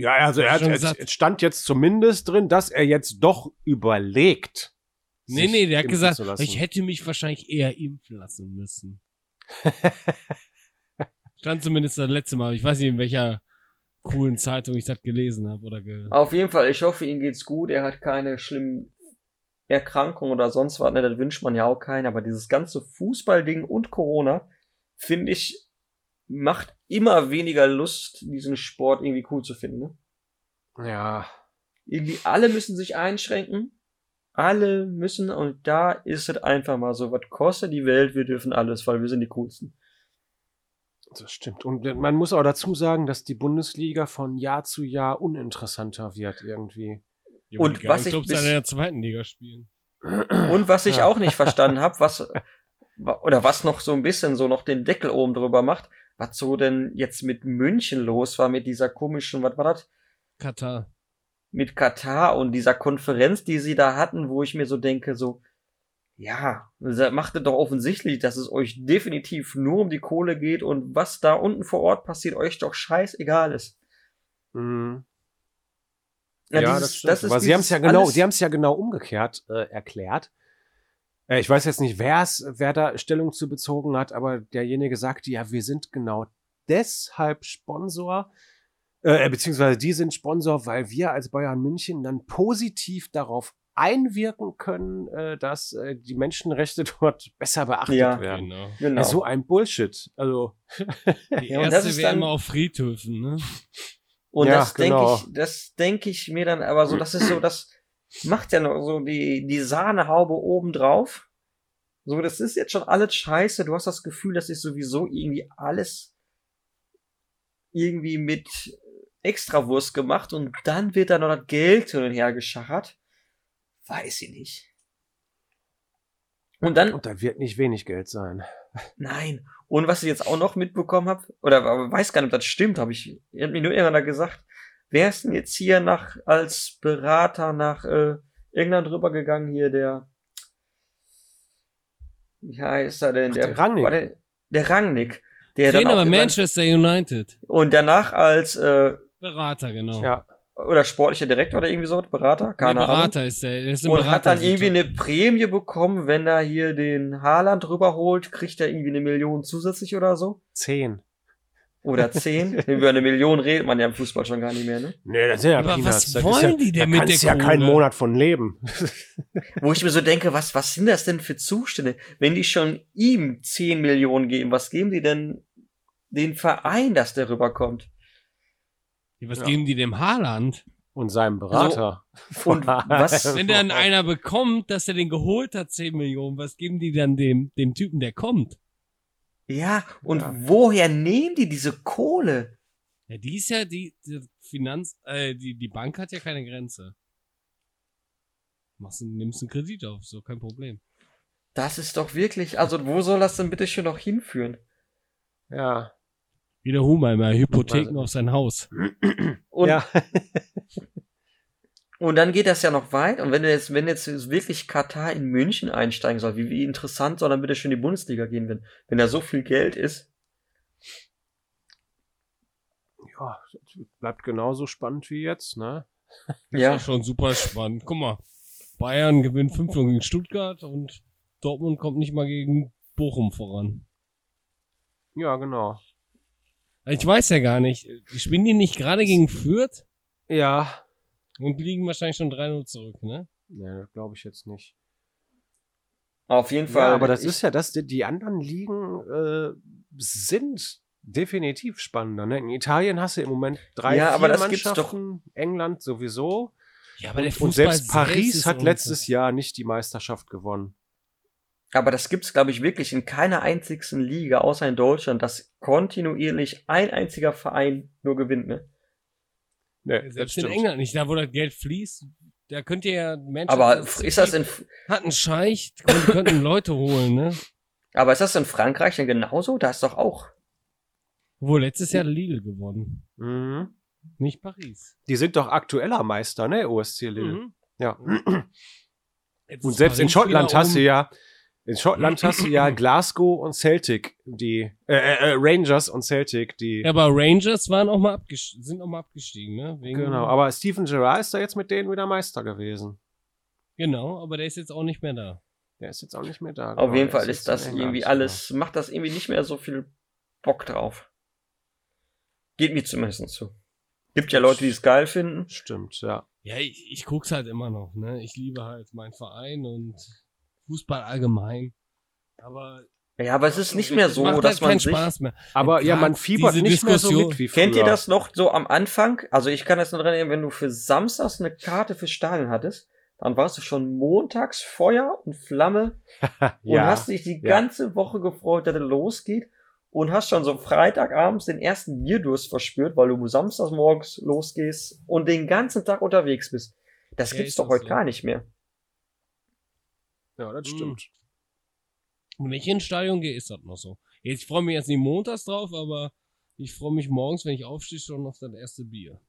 Ja, also er hat,
Schon
es-
satt.
es stand jetzt zumindest drin, dass er jetzt doch überlegt.
nee, nee, der hat gesagt, ich
hätte
hätte mich wahrscheinlich eher impfen lassen müssen. Stand zumindest das letzte Mal. Ich weiß nicht, in welcher coolen Zeitung ich das gelesen habe oder gehört.
Auf jeden Fall, ich hoffe, ihm geht's gut, er hat keine schlimmen Erkrankungen oder sonst was, ne, das wünscht man ja auch keinen, aber dieses ganze Fußballding und Corona, finde ich, macht immer weniger Lust, diesen Sport irgendwie cool zu finden. Ne?
Ja,
irgendwie alle müssen sich einschränken. Alle müssen und da ist es einfach mal so, was kostet die Welt, wir dürfen alles, weil wir sind die coolsten.
das stimmt. Und man muss auch dazu sagen, dass die Bundesliga von Jahr zu Jahr uninteressanter wird irgendwie.
Ja, aber
Und
die geilen
was ich
Clubs
bis-
alle in der zweiten Liga spielen.
Und was ich
Ja.
auch nicht verstanden habe, was oder was noch so ein bisschen so noch den Deckel oben drüber macht, was so denn jetzt mit München los war, mit dieser komischen, was war das?
Katar.
Mit Katar und dieser Konferenz, die sie da hatten, wo ich mir so denke, so, ja, das macht es doch offensichtlich, dass es euch definitiv nur um die Kohle geht und was da unten vor Ort passiert, euch doch scheißegal ist.
Mhm.
Ja,
Ja,
dieses,
das stimmt. Aber sie haben
dieses
es ja genau,
alles-
sie haben es ja genau umgekehrt äh, erklärt. Äh, ich weiß jetzt nicht, wer es, wer da Stellung zu bezogen hat, aber derjenige sagte, ja, wir sind genau deshalb Sponsor, äh, beziehungsweise die sind Sponsor, weil wir als Bayern München dann positiv darauf einwirken können, äh, dass äh, die Menschenrechte dort besser beachtet
Ja.
werden.
Genau.
genau.
Ja, so ein Bullshit. Also,
Die
Ja, und das
erste
ist
wäre
dann-
immer auf Friedhöfen, ne?
und
Ja,
das denke
genau.
ich, das denke ich mir dann aber so, das ist so, das macht ja noch so die, die Sahnehaube obendrauf. So, das ist jetzt schon alles scheiße. Du hast das Gefühl, das ist sowieso irgendwie alles irgendwie mit Extrawurst gemacht und dann wird da noch das Geld hin und her geschachert. Weiß ich nicht. Und dann
und da wird nicht wenig Geld sein.
Nein. Und was ich jetzt auch noch mitbekommen habe, oder aber weiß gar nicht, ob das stimmt, habe ich, hat mir nur irgendeiner gesagt, wer ist denn jetzt hier nach, als Berater nach äh, England rübergegangen hier, der, wie heißt er denn?
Ach, der Rangnick.
war Der, der Rangnick. Der dann
Trainer
auch
bei
immer-
Manchester United.
Und danach als, äh,
Berater, genau.
Ja,
oder sportlicher Direktor oder irgendwie so, Berater,
Nee,
keine Ahnung.
Berater ist der. der ist im
Und hat dann
Berater-
irgendwie eine Prämie bekommen, wenn er hier den Haaland rüberholt, kriegt er irgendwie eine Million zusätzlich oder so.
zehn.
Oder zehn. Über eine Million redet man ja im Fußball schon gar nicht mehr, ne?
Nee, das sind ja
Aber
Peanuts.
was
Das ist
wollen
ja,
die denn
da
mit
kannst
der
ja keinen
Kohle?
Monat von leben.
Wo ich mir so denke, was, was sind das denn für Zustände? Wenn die schon ihm zehn Millionen geben, was geben die denn den Verein, dass der rüberkommt?
Was
Ja.
geben die dem Haaland?
Und seinem Berater.
Und was,
Wenn dann einer bekommt, dass er den geholt hat, 10 Millionen, was geben die dann dem, dem Typen, der kommt?
ja, und
Ja.
woher nehmen die diese Kohle?
Ja, die ist ja, die, die Finanz, äh, die, die Bank hat ja keine Grenze. Machst, du- nimmst einen Kredit auf, so kein Problem.
Das ist doch wirklich, also wo soll das denn bitte schön noch hinführen?
Ja.
Wie der Hummer immer, Hypotheken auf sein Haus.
Und
ja.
Und dann geht das ja noch weit. Und wenn jetzt, wenn jetzt wirklich Katar in München einsteigen soll, wie, wie interessant soll dann bitte schon die Bundesliga gehen, wenn, wenn da so viel Geld ist.
ja, bleibt genauso spannend wie jetzt, ne?
Ja,
Schon super spannend. Guck mal. Bayern gewinnt 5 gegen Stuttgart und Dortmund kommt nicht mal gegen Bochum voran.
Ja, genau.
Ich weiß ja gar nicht. Spielen die nicht gerade gegen Fürth
Ja.
und liegen wahrscheinlich schon 3-0 zurück, ne?
Ne, das glaube ich jetzt nicht.
auf jeden Fall.
Ja, aber das
Ich-
ist ja das, die- die anderen Ligen äh, sind definitiv spannender. Ne? In Italien hast du im Moment drei,
Ja,
vier
aber das gibt's
Mannschaften, England sowieso.
Ja, aber der
Und selbst Paris hat letztes Jahr nicht die Meisterschaft gewonnen.
Aber das gibt's, glaube ich, wirklich in keiner einzigsten Liga außer in Deutschland, dass kontinuierlich ein einziger Verein nur gewinnt, ne?
Ne, das
Selbst in
stimmt.
England nicht, da wo das Geld fließt, da könnt ihr ja Manchester
Aber
City
ist das in,
hat einen Scheich und die könnten Leute holen, ne?
aber ist das in Frankreich denn genauso? Da ist doch auch.
Obwohl, letztes Jahr Lille gewonnen,
Mhm.
nicht Paris.
Die sind doch aktueller Meister, ne, OSC Lille.
Mhm.
Ja.
Jetzt
Und
ist
selbst in
Paris
Schottland
wieder
hast du
oben.
ja, in Schottland hast du ja Glasgow und Celtic, die äh, äh, äh, Rangers und Celtic, die.
Ja, aber Rangers waren auch mal abges sind auch mal abgestiegen, ne? Wegen-
Genau, aber Stephen Gerrard ist da jetzt mit denen wieder Meister gewesen.
genau, aber der ist jetzt auch nicht mehr da.
Der ist jetzt auch nicht mehr da.
Auf
genau,
jeden
der
Fall
jetzt
ist das
in England,
irgendwie alles, macht das irgendwie nicht mehr so viel Bock drauf. Geht mir zumindest so. Gibt ja Leute, die es geil finden.
genau. Stimmt, ja.
Ja, ich, ich guck's halt immer noch, ne? Ich liebe halt meinen Verein und Fußball allgemein. Aber
Ja, aber es ist nicht mehr so,
macht
dass
halt
man
keinen
sich.
Spaß mehr.
Aber ja, man
Gerade
fiebert
diese
nicht mehr so
Diskussion-
mit wie früher.
Kennt ihr das noch so am Anfang? Also ich kann das nur dran erinnern, wenn du für samstags eine Karte für Stadion hattest, dann warst du schon montags Feuer und Flamme und
Ja.
hast dich die
ja.
ganze Woche gefreut, dass es losgeht und hast schon so Freitagabends den ersten Bierdurst verspürt, weil du samstags morgens losgehst und den ganzen Tag unterwegs bist. Das
Ja,
gibt's
ist
doch
das
heute
so.
gar nicht mehr.
Ja, das
Mhm.
stimmt.
Und wenn ich ins Stadion gehe, ist das noch so. Jetzt, ich freue mich jetzt nicht montags drauf, aber ich freue mich morgens, wenn ich aufstehe, schon auf das erste Bier.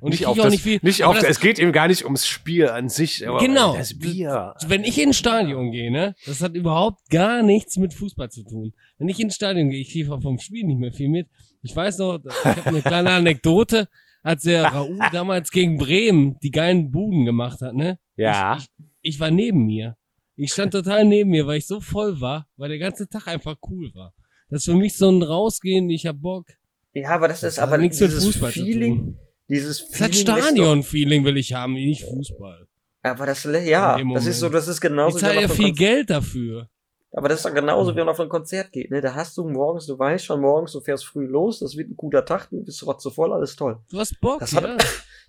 Und ich
auf
kriege auch
das,
nicht viel.
Nicht
aber
auf,
das-
es geht eben gar nicht ums Spiel an sich, aber
Genau.
das Bier.
Wenn ich ins Stadion gehe, ne, das hat überhaupt gar nichts mit Fußball zu tun. Wenn ich ins Stadion gehe, ich kriege vom Spiel nicht mehr viel mit. Ich weiß noch, ich habe eine kleine Anekdote, als der Raoul damals gegen Bremen die geilen Buden gemacht hat, ne?
Ja.
Ich, ich, ich war neben mir. Ich stand total neben mir, weil ich so voll war, weil der ganze Tag einfach cool war. Das ist für mich so ein Rausgehen, ich hab Bock.
Ja, aber das, ist
hat
aber
nichts mit
dieses
Fußball zu
Feeling,
tun.
dieses
Das hat
Feeling. lässt doch-
Stadion-Feeling will ich haben, nicht Fußball.
Aber das, lä- ja,
In dem
das ist
Moment.
so, das ist
Ich
genauso genau wenn
zahle
man
ja
auf
viel
einem
Geld dafür.
Aber das ist doch
Mhm.
genauso, wie man auf ein Konzert geht. Ne? Da hast du morgens, du weißt schon morgens, du fährst früh los, das wird ein guter Tag, du bist rotzevoll, alles toll.
Du hast Bock,
Das hat-
ja.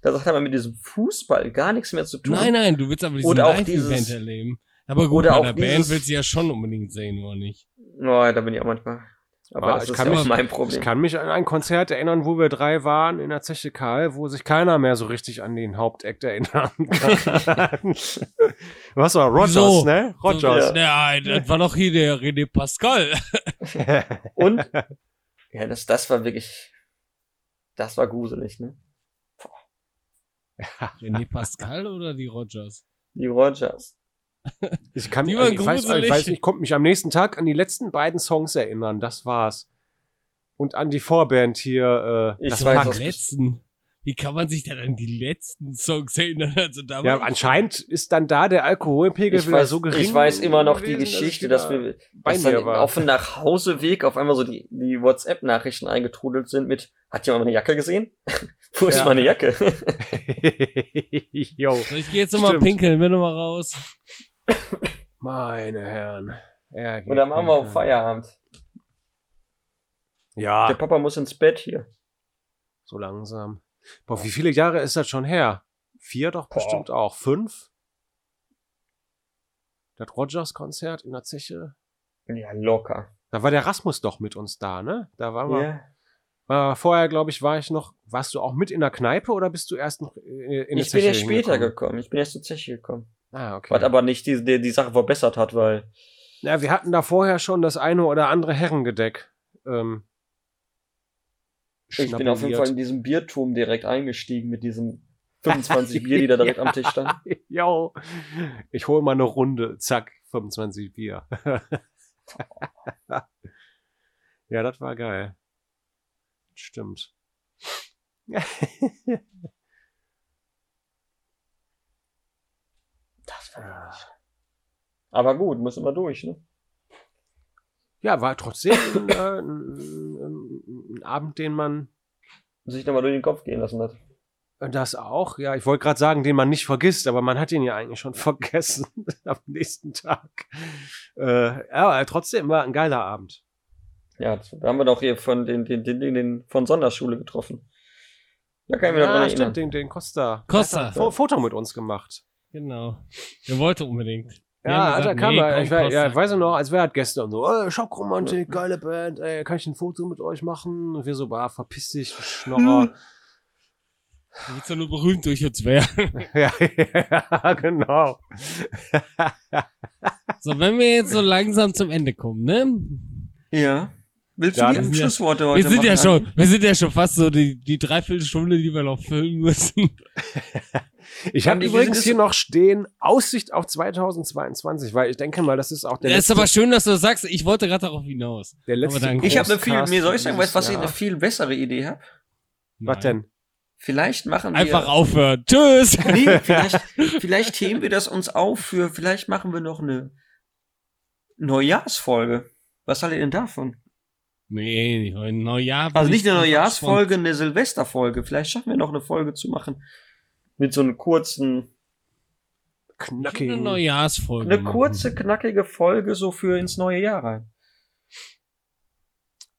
Das hat aber mit diesem Fußball gar nichts mehr zu tun.
Nein, nein, du willst aber diesen
Oder auch
Live-Event
dieses-
erleben. Aber gut,
Oder
bei
auch
der
dieses-
Band willst du ja schon unbedingt sehen, oder nicht?
Nein, da bin ich auch manchmal. Aber
Ah,
das
ich
ist
kann
ja auch
mich-
mein
Ich
Problem.
kann mich an ein Konzert erinnern, wo wir drei waren in der Zeche Karl, wo sich keiner mehr so richtig an den Hauptakt erinnern kann. Was war Rogers,
Wieso?
ne?
So,
Rogers.
Nein, das war doch hier der René Pascal.
Und ja, das, das war wirklich. Das war gruselig, ne?
René Pascal oder die Rogers?
Die Rogers.
Ich kann
Die
mich, also ich
waren
weiß, ich
gruselig.
weiß nicht, ich konnte mich am nächsten Tag an die letzten beiden Songs erinnern, das war's. Und an die Vorband hier, äh,
Ich
das
weiß
war
auch-
Die letzten. Wie kann man sich denn an die letzten Songs erinnern? Also da
ja,
war ich-
anscheinend ist dann da der Alkoholpegel
Ich
wieder
weiß,
so gering.
ich weiß immer noch die
gewesen, ich
Geschichte,
wieder
dass wir
bei
dass dann
mir
im-
war.
auf dem Nachhauseweg auf einmal so die, die WhatsApp-Nachrichten eingetrudelt sind mit, hat jemand meine Jacke gesehen? Wo ist
Ja.
meine Jacke?
Jo.
So, ich gehe jetzt nochmal
Stimmt.
pinkeln, bin nochmal raus.
Meine Herren. Er geht
Und dann machen wir auch
pinkeln.
Feierabend. Der
Ja,
Papa muss ins Bett hier.
so langsam. Boah, wie viele Jahre ist das schon her? Vier doch
Boah.
bestimmt auch. Fünf? Das Rogers-Konzert in der Zeche.
Ja, locker.
Da war der Rasmus doch mit uns da, ne? Da waren wir.
Ja.
War, vorher, glaube ich, war ich noch. Warst du auch mit in der Kneipe oder bist du erst noch äh, in der
Ich bin
Zeche?
erst später
hingekommen?
gekommen. Ich bin erst zur Zeche gekommen.
Ah, okay.
Was aber nicht die, die, die Sache verbessert hat, weil
Ja, wir hatten da vorher schon das eine oder andere Herrengedeck. Ähm,
ich bin auf jeden Fall in diesem Bierturm direkt eingestiegen mit diesem 25 Bier, die da direkt am Tisch standen.
Jo, ich hole mal eine Runde. Zack, 25 Bier. ja, das war geil. Stimmt.
Das war nicht. Aber gut, müssen wir durch, ne?
Ja, war trotzdem äh, ein, ein, ein Abend, den man äh,
Sich nochmal durch den Kopf gehen lassen hat.
das auch, ja, ich wollte gerade sagen, den man nicht vergisst, aber man hat ihn ja eigentlich schon vergessen am nächsten Tag. Äh, aber trotzdem war ein geiler Abend.
Ja, das, da haben wir doch hier von den, den, den, den, den von Sonderschule getroffen. Da kann ich mich noch
ja,
dran
stimmt, den,
erinnern.
den Costa.
Costa.
Hat ein Fo- Foto mit uns gemacht.
Genau. Er wollte unbedingt.
Ja,
Wir halt. haben
Alter,
gesagt,
kam
nee,
er.
komm,
ich war,
Costa.
ja, weiß ich noch, als wäre er gestern so, äh, Schockromantik, geile Band, ey, kann ich ein Foto mit euch machen? Und wir so, bah, verpiss dich, du Schnorrer.
Du willst ja nur berühmt durch uns werden.
ja, ja, genau.
So, wenn wir jetzt so langsam zum Ende kommen, ne?
Ja. Willst
Ja,
du
das
die
ist ja-
Schlussworte heute
Wir sind ja
machen?
schon, wir sind ja schon fast so die, die Dreiviertelstunde, die wir noch füllen müssen.
Ich habe
Andi, wir
übrigens
sind-
hier noch stehen, Aussicht auf 2022, weil ich denke mal, das ist auch der
Das ist aber schön, dass du das sagst. Ich wollte gerade darauf hinaus.
der
aber danke.
Ich habe eine viel,
Großcast
mir soll ich sagen, weißt, du, was ich
dieses
eine
Jahr.
viel bessere Idee habe?
Was
Nein.
denn?
Vielleicht machen wir
Einfach aufhören. Tschüss.
Nee, vielleicht, vielleicht heben wir das uns auf für, vielleicht machen wir noch eine Neujahrsfolge. Was haltet ihr denn davon?
Nee, nicht heute Neujahr. bin
Also nicht
ich
eine
einfach
Neujahrsfolge, eine Silvesterfolge. Vielleicht schaffen wir noch eine Folge zu machen. Mit so einem kurzen,
schon- Eine
Knackigen.
Neujahrsfolge.
eine
machen.
kurze, knackige Folge so für ins neue Jahr rein.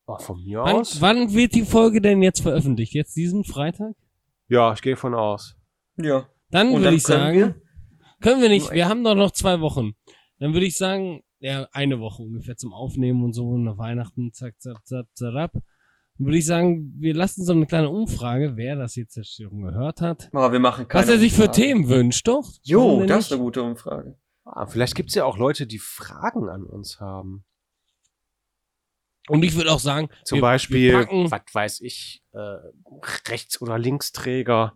Oh, von mir
Wann,
aus?
wann wird die Folge denn jetzt veröffentlicht? Jetzt diesen Freitag?
Ja, ich gehe von aus.
Ja.
Dann
Und
würde
dann
ich
können
sagen,
wir-
können wir nicht. Wir haben doch noch zwei Wochen. Dann würde ich sagen, ja, eine Woche ungefähr zum Aufnehmen und so, nach Weihnachten, zack, zack, zack, zack, ab. Dann würde ich sagen, wir lassen so eine kleine Umfrage, wer das jetzt schon gehört hat.
Aber wir machen keine
was er sich für
Umfrage.
Themen wünscht, doch? Warum
Jo,
denn
das ist
nicht?
eine gute Umfrage.
Ah, vielleicht gibt's ja auch Leute, die Fragen an uns haben.
Und ich würde auch sagen,
Zum
wir,
Beispiel,
wir packen,
was weiß ich, äh, Rechts- oder Linksträger.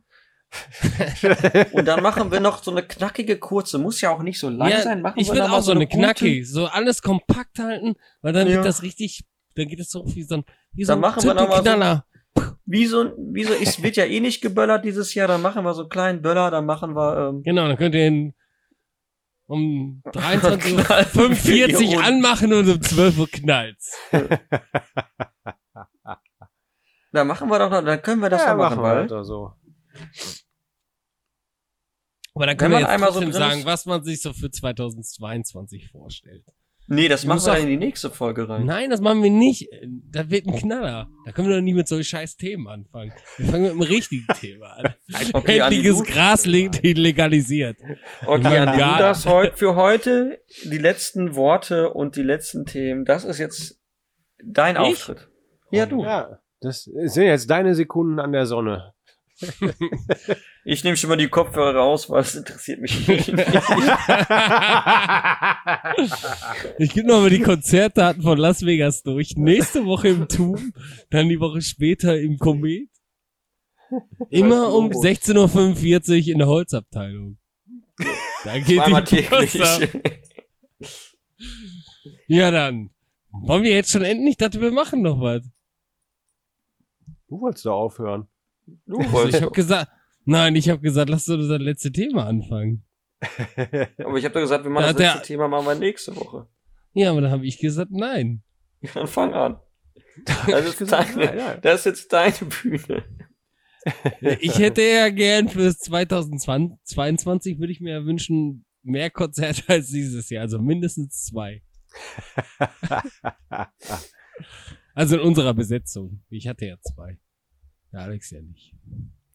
Und dann machen wir noch so eine knackige kurze. Muss ja auch nicht so lang
Ja,
sein. Machen
ich
wir
will
da mal
auch so eine
gute-
knackige, so alles kompakt halten, weil dann
Ja.
wird das richtig, dann geht es so wie so ein, wie so
Dann
ein
machen wir noch mal so-
Tüttelknaller.
Wieso, wieso, es wird ja eh nicht geböllert dieses Jahr, dann machen wir so einen kleinen Böller, dann machen wir, ähm,
Genau, dann könnt ihr ihn um 23.45
Knallen.
Uhr anmachen und um 12 Uhr knallt's.
dann machen wir doch noch, dann können wir das
ja,
doch machen,
machen wir
weil,
oder so.
Aber dann können wir
man
jetzt
einmal so
trotzdem
drin
sagen,
ist-
was man sich so für 2022 vorstellt.
nee, das
Du
machen
musst
wir
doch-
dann in die nächste Folge rein.
Nein, das machen wir nicht. Das wird ein Knaller. Da können wir doch nie mit solchen scheiß Themen anfangen. Wir fangen mit einem richtigen Thema an.
Okay, Andi,
Endliches
du,
Gras le- legalisiert.
okay, Andi,
Ja.
du darfst heute, für heute die letzten Worte und die letzten Themen, das ist jetzt dein
Ich?
Auftritt. Ja, du.
Ja, das sind jetzt deine Sekunden an der Sonne.
Ich nehme schon mal die Kopfhörer raus, weil es interessiert mich nicht.
Ich gebe nochmal die Konzertdaten von Las Vegas durch. Nächste Woche im Tum, dann die Woche später im Komet. Immer um 16.45 Uhr in der Holzabteilung. Da geht
Zweimal
die Post ab.
täglich.
Ja, dann. Wollen wir jetzt schon enden? Ich dachte, wir machen noch was.
Du wolltest da aufhören.
Du
Also ich
wolltest.
habe gesagt, nein, ich habe gesagt, lass uns das letzte Thema anfangen.
Aber ich habe doch gesagt, wir machen
Da
das
hat der-
letzte Thema machen wir nächste Woche.
Ja, aber dann habe ich gesagt, nein.
Dann fang an. Das ist deine,
nein, nein.
das ist jetzt deine Bühne.
Ich hätte ja gern fürs 2022 würde ich mir ja wünschen mehr Konzerte als dieses Jahr, also mindestens zwei. also in unserer Besetzung. Ich hatte ja zwei. Ja, Alex ja nicht.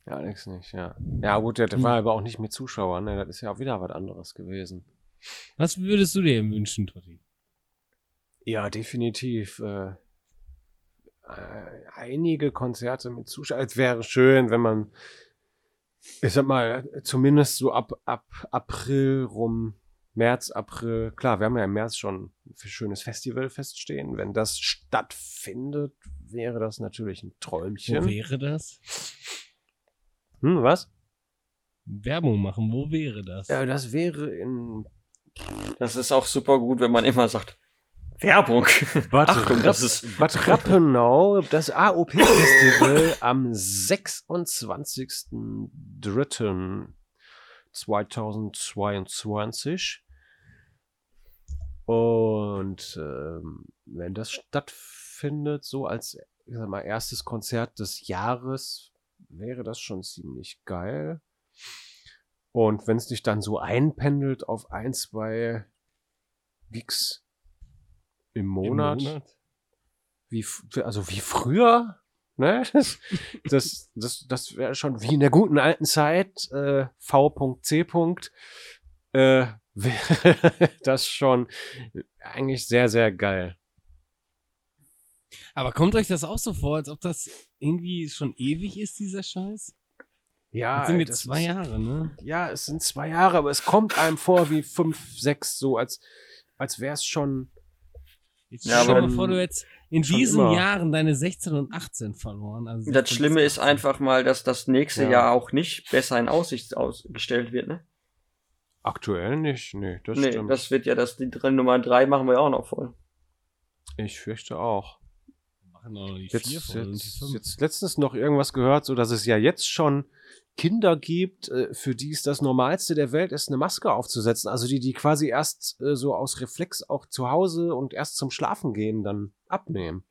Ja, nix nicht, ja. Ja, gut, der war aber auch nicht mit Zuschauern, ne? Das ist ja auch wieder was anderes gewesen.
Was würdest du dir denn wünschen, Totti?
Ja, definitiv. Äh, äh, einige Konzerte mit Zuschauern. Es wäre schön, wenn man, ich sag mal, zumindest so ab, ab April rum, März, April, klar, wir haben ja im März schon ein schönes Festival feststehen. Wenn das stattfindet, wäre das natürlich ein
Wo
Träumchen.
wäre das?
Hm, was?
Werbung machen, wo wäre das?
Ja, das wäre in
Das ist auch super gut, wenn man immer sagt, Werbung.
Bad,
Achtung,
Rapp-
das ist-
Bad Rappenau, das AOP-Festival am 26.03.2022. Und ähm, wenn das stattfindet, so als ich sag mal, erstes Konzert des Jahres, wäre das schon ziemlich geil. Und wenn es dich dann so einpendelt auf ein, zwei Gigs im Monat, Wie, f- also wie früher, ne? Das, das, das, das wäre schon wie in der guten alten Zeit, äh, V.C. Äh, wäre das schon eigentlich sehr, sehr geil.
Aber kommt euch das auch so vor, als ob das irgendwie schon ewig ist, dieser Scheiß?
Ja,
Jetzt sind wir
Ah, das
zwei
ist-
Jahre, ne?
ja, es sind zwei Jahre, aber es kommt einem vor wie fünf, sechs, so als, als wäre es schon.
Jetzt
Ja,
stell
aber
dir mal
dann-
vor, du hättest in
schon
diesen
immer.
Jahren deine 16 und 18 verloren. Also 16
Das
bis
Schlimme ist
18.
einfach mal, dass das nächste
Ja.
Jahr auch nicht besser in Aussicht ausgestellt wird, ne?
Aktuell nicht, nee, das
nee,
stimmt.
das wird ja, das die drin Nummer drei machen wir auch noch voll.
ich fürchte auch.
Wir machen doch noch die
Jetzt,
vier voll und die
jetzt,
fünf.
jetzt letztens noch irgendwas gehört, so dass es ja jetzt schon Kinder gibt, äh, für die es das Normalste der Welt ist, eine Maske aufzusetzen. Also die, die quasi erst äh, so aus Reflex auch zu Hause und erst zum Schlafen gehen dann abnehmen.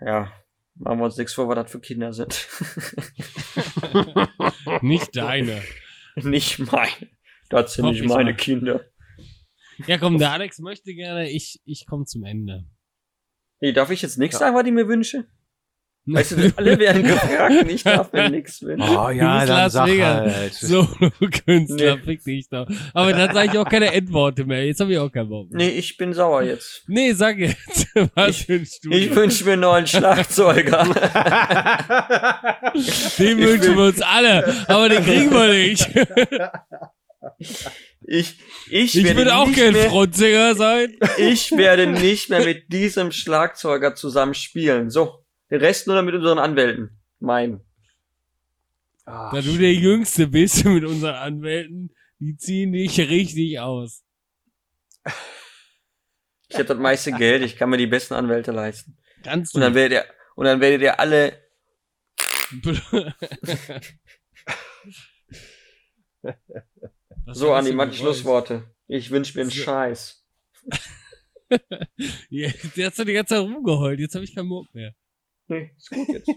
Ja, machen wir uns nichts vor, weil das für Kinder sind.
Oh,
Nicht deine.
nicht meine. Das sind
Hoff
nicht
ich's
meine
mal.
Kinder.
Ja, komm, der Alex möchte gerne, ich, ich komme zum Ende.
Nee, darf ich jetzt nichts
Ja.
sagen, was ich mir wünsche? Weißt du, alle werden gefragt, und ich darf mir nichts wünschen.
Oh
ja, dann Las sag Vegas.
halt.
so, du Künstler,
Nee.
fick dich doch. Aber dann sage ich auch keine Endworte mehr. Jetzt habe ich auch keinen Bock. Mehr.
Nee, ich bin sauer jetzt.
Nee, sag jetzt. Was wünschst du?
Ich
dir?
wünsche mir einen neuen Schlagzeuger.
Den wünschen wir uns alle, aber den kriegen wir nicht.
Ich, ich,
Ich
werde
würde auch
nicht
gern
mehr,
Frontsänger sein.
Ich werde nicht mehr mit diesem Schlagzeuger zusammen spielen. So, den Rest nur noch mit unseren Anwälten. Mein.
Da du der Jüngste bist mit unseren Anwälten, die ziehen dich richtig aus.
Ich habe das meiste Geld, ich kann mir die besten Anwälte leisten.
Kannst
Und dann
du.
werdet ihr, und dann werdet ihr alle,
Was
so
hast
Andi,
du
manche
gewollt?
Schlussworte. Ich wünsche mir einen
So.
Scheiß.
Ja, Jetzt hast du die ganze Zeit rumgeheult, jetzt habe ich keinen Bock mehr.
Nee, ist gut jetzt.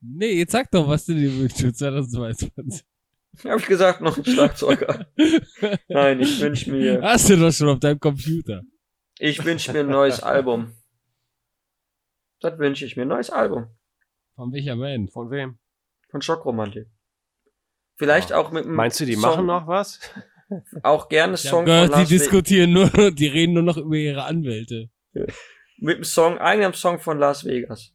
Nee, jetzt sag doch, was du dir wünschst für 2022.
Habe ich gesagt, noch einen Schlagzeuger. Nein, ich wünsche mir.
Hast du doch schon auf deinem Computer.
Ich wünsche mir ein neues Album. Das wünsche ich mir. Ein neues Album
Von welcher Band?
Von wem?
von Schockromantik. Vielleicht
Ah.
auch mit einem
Meinst du, die
Song,
machen noch was?
Auch gerne
Ich hab
Song von
gehört, die
Lars Ve-
diskutieren nur, die reden nur noch über ihre Anwälte.
mit einem Song, eigenem Song von Las Vegas.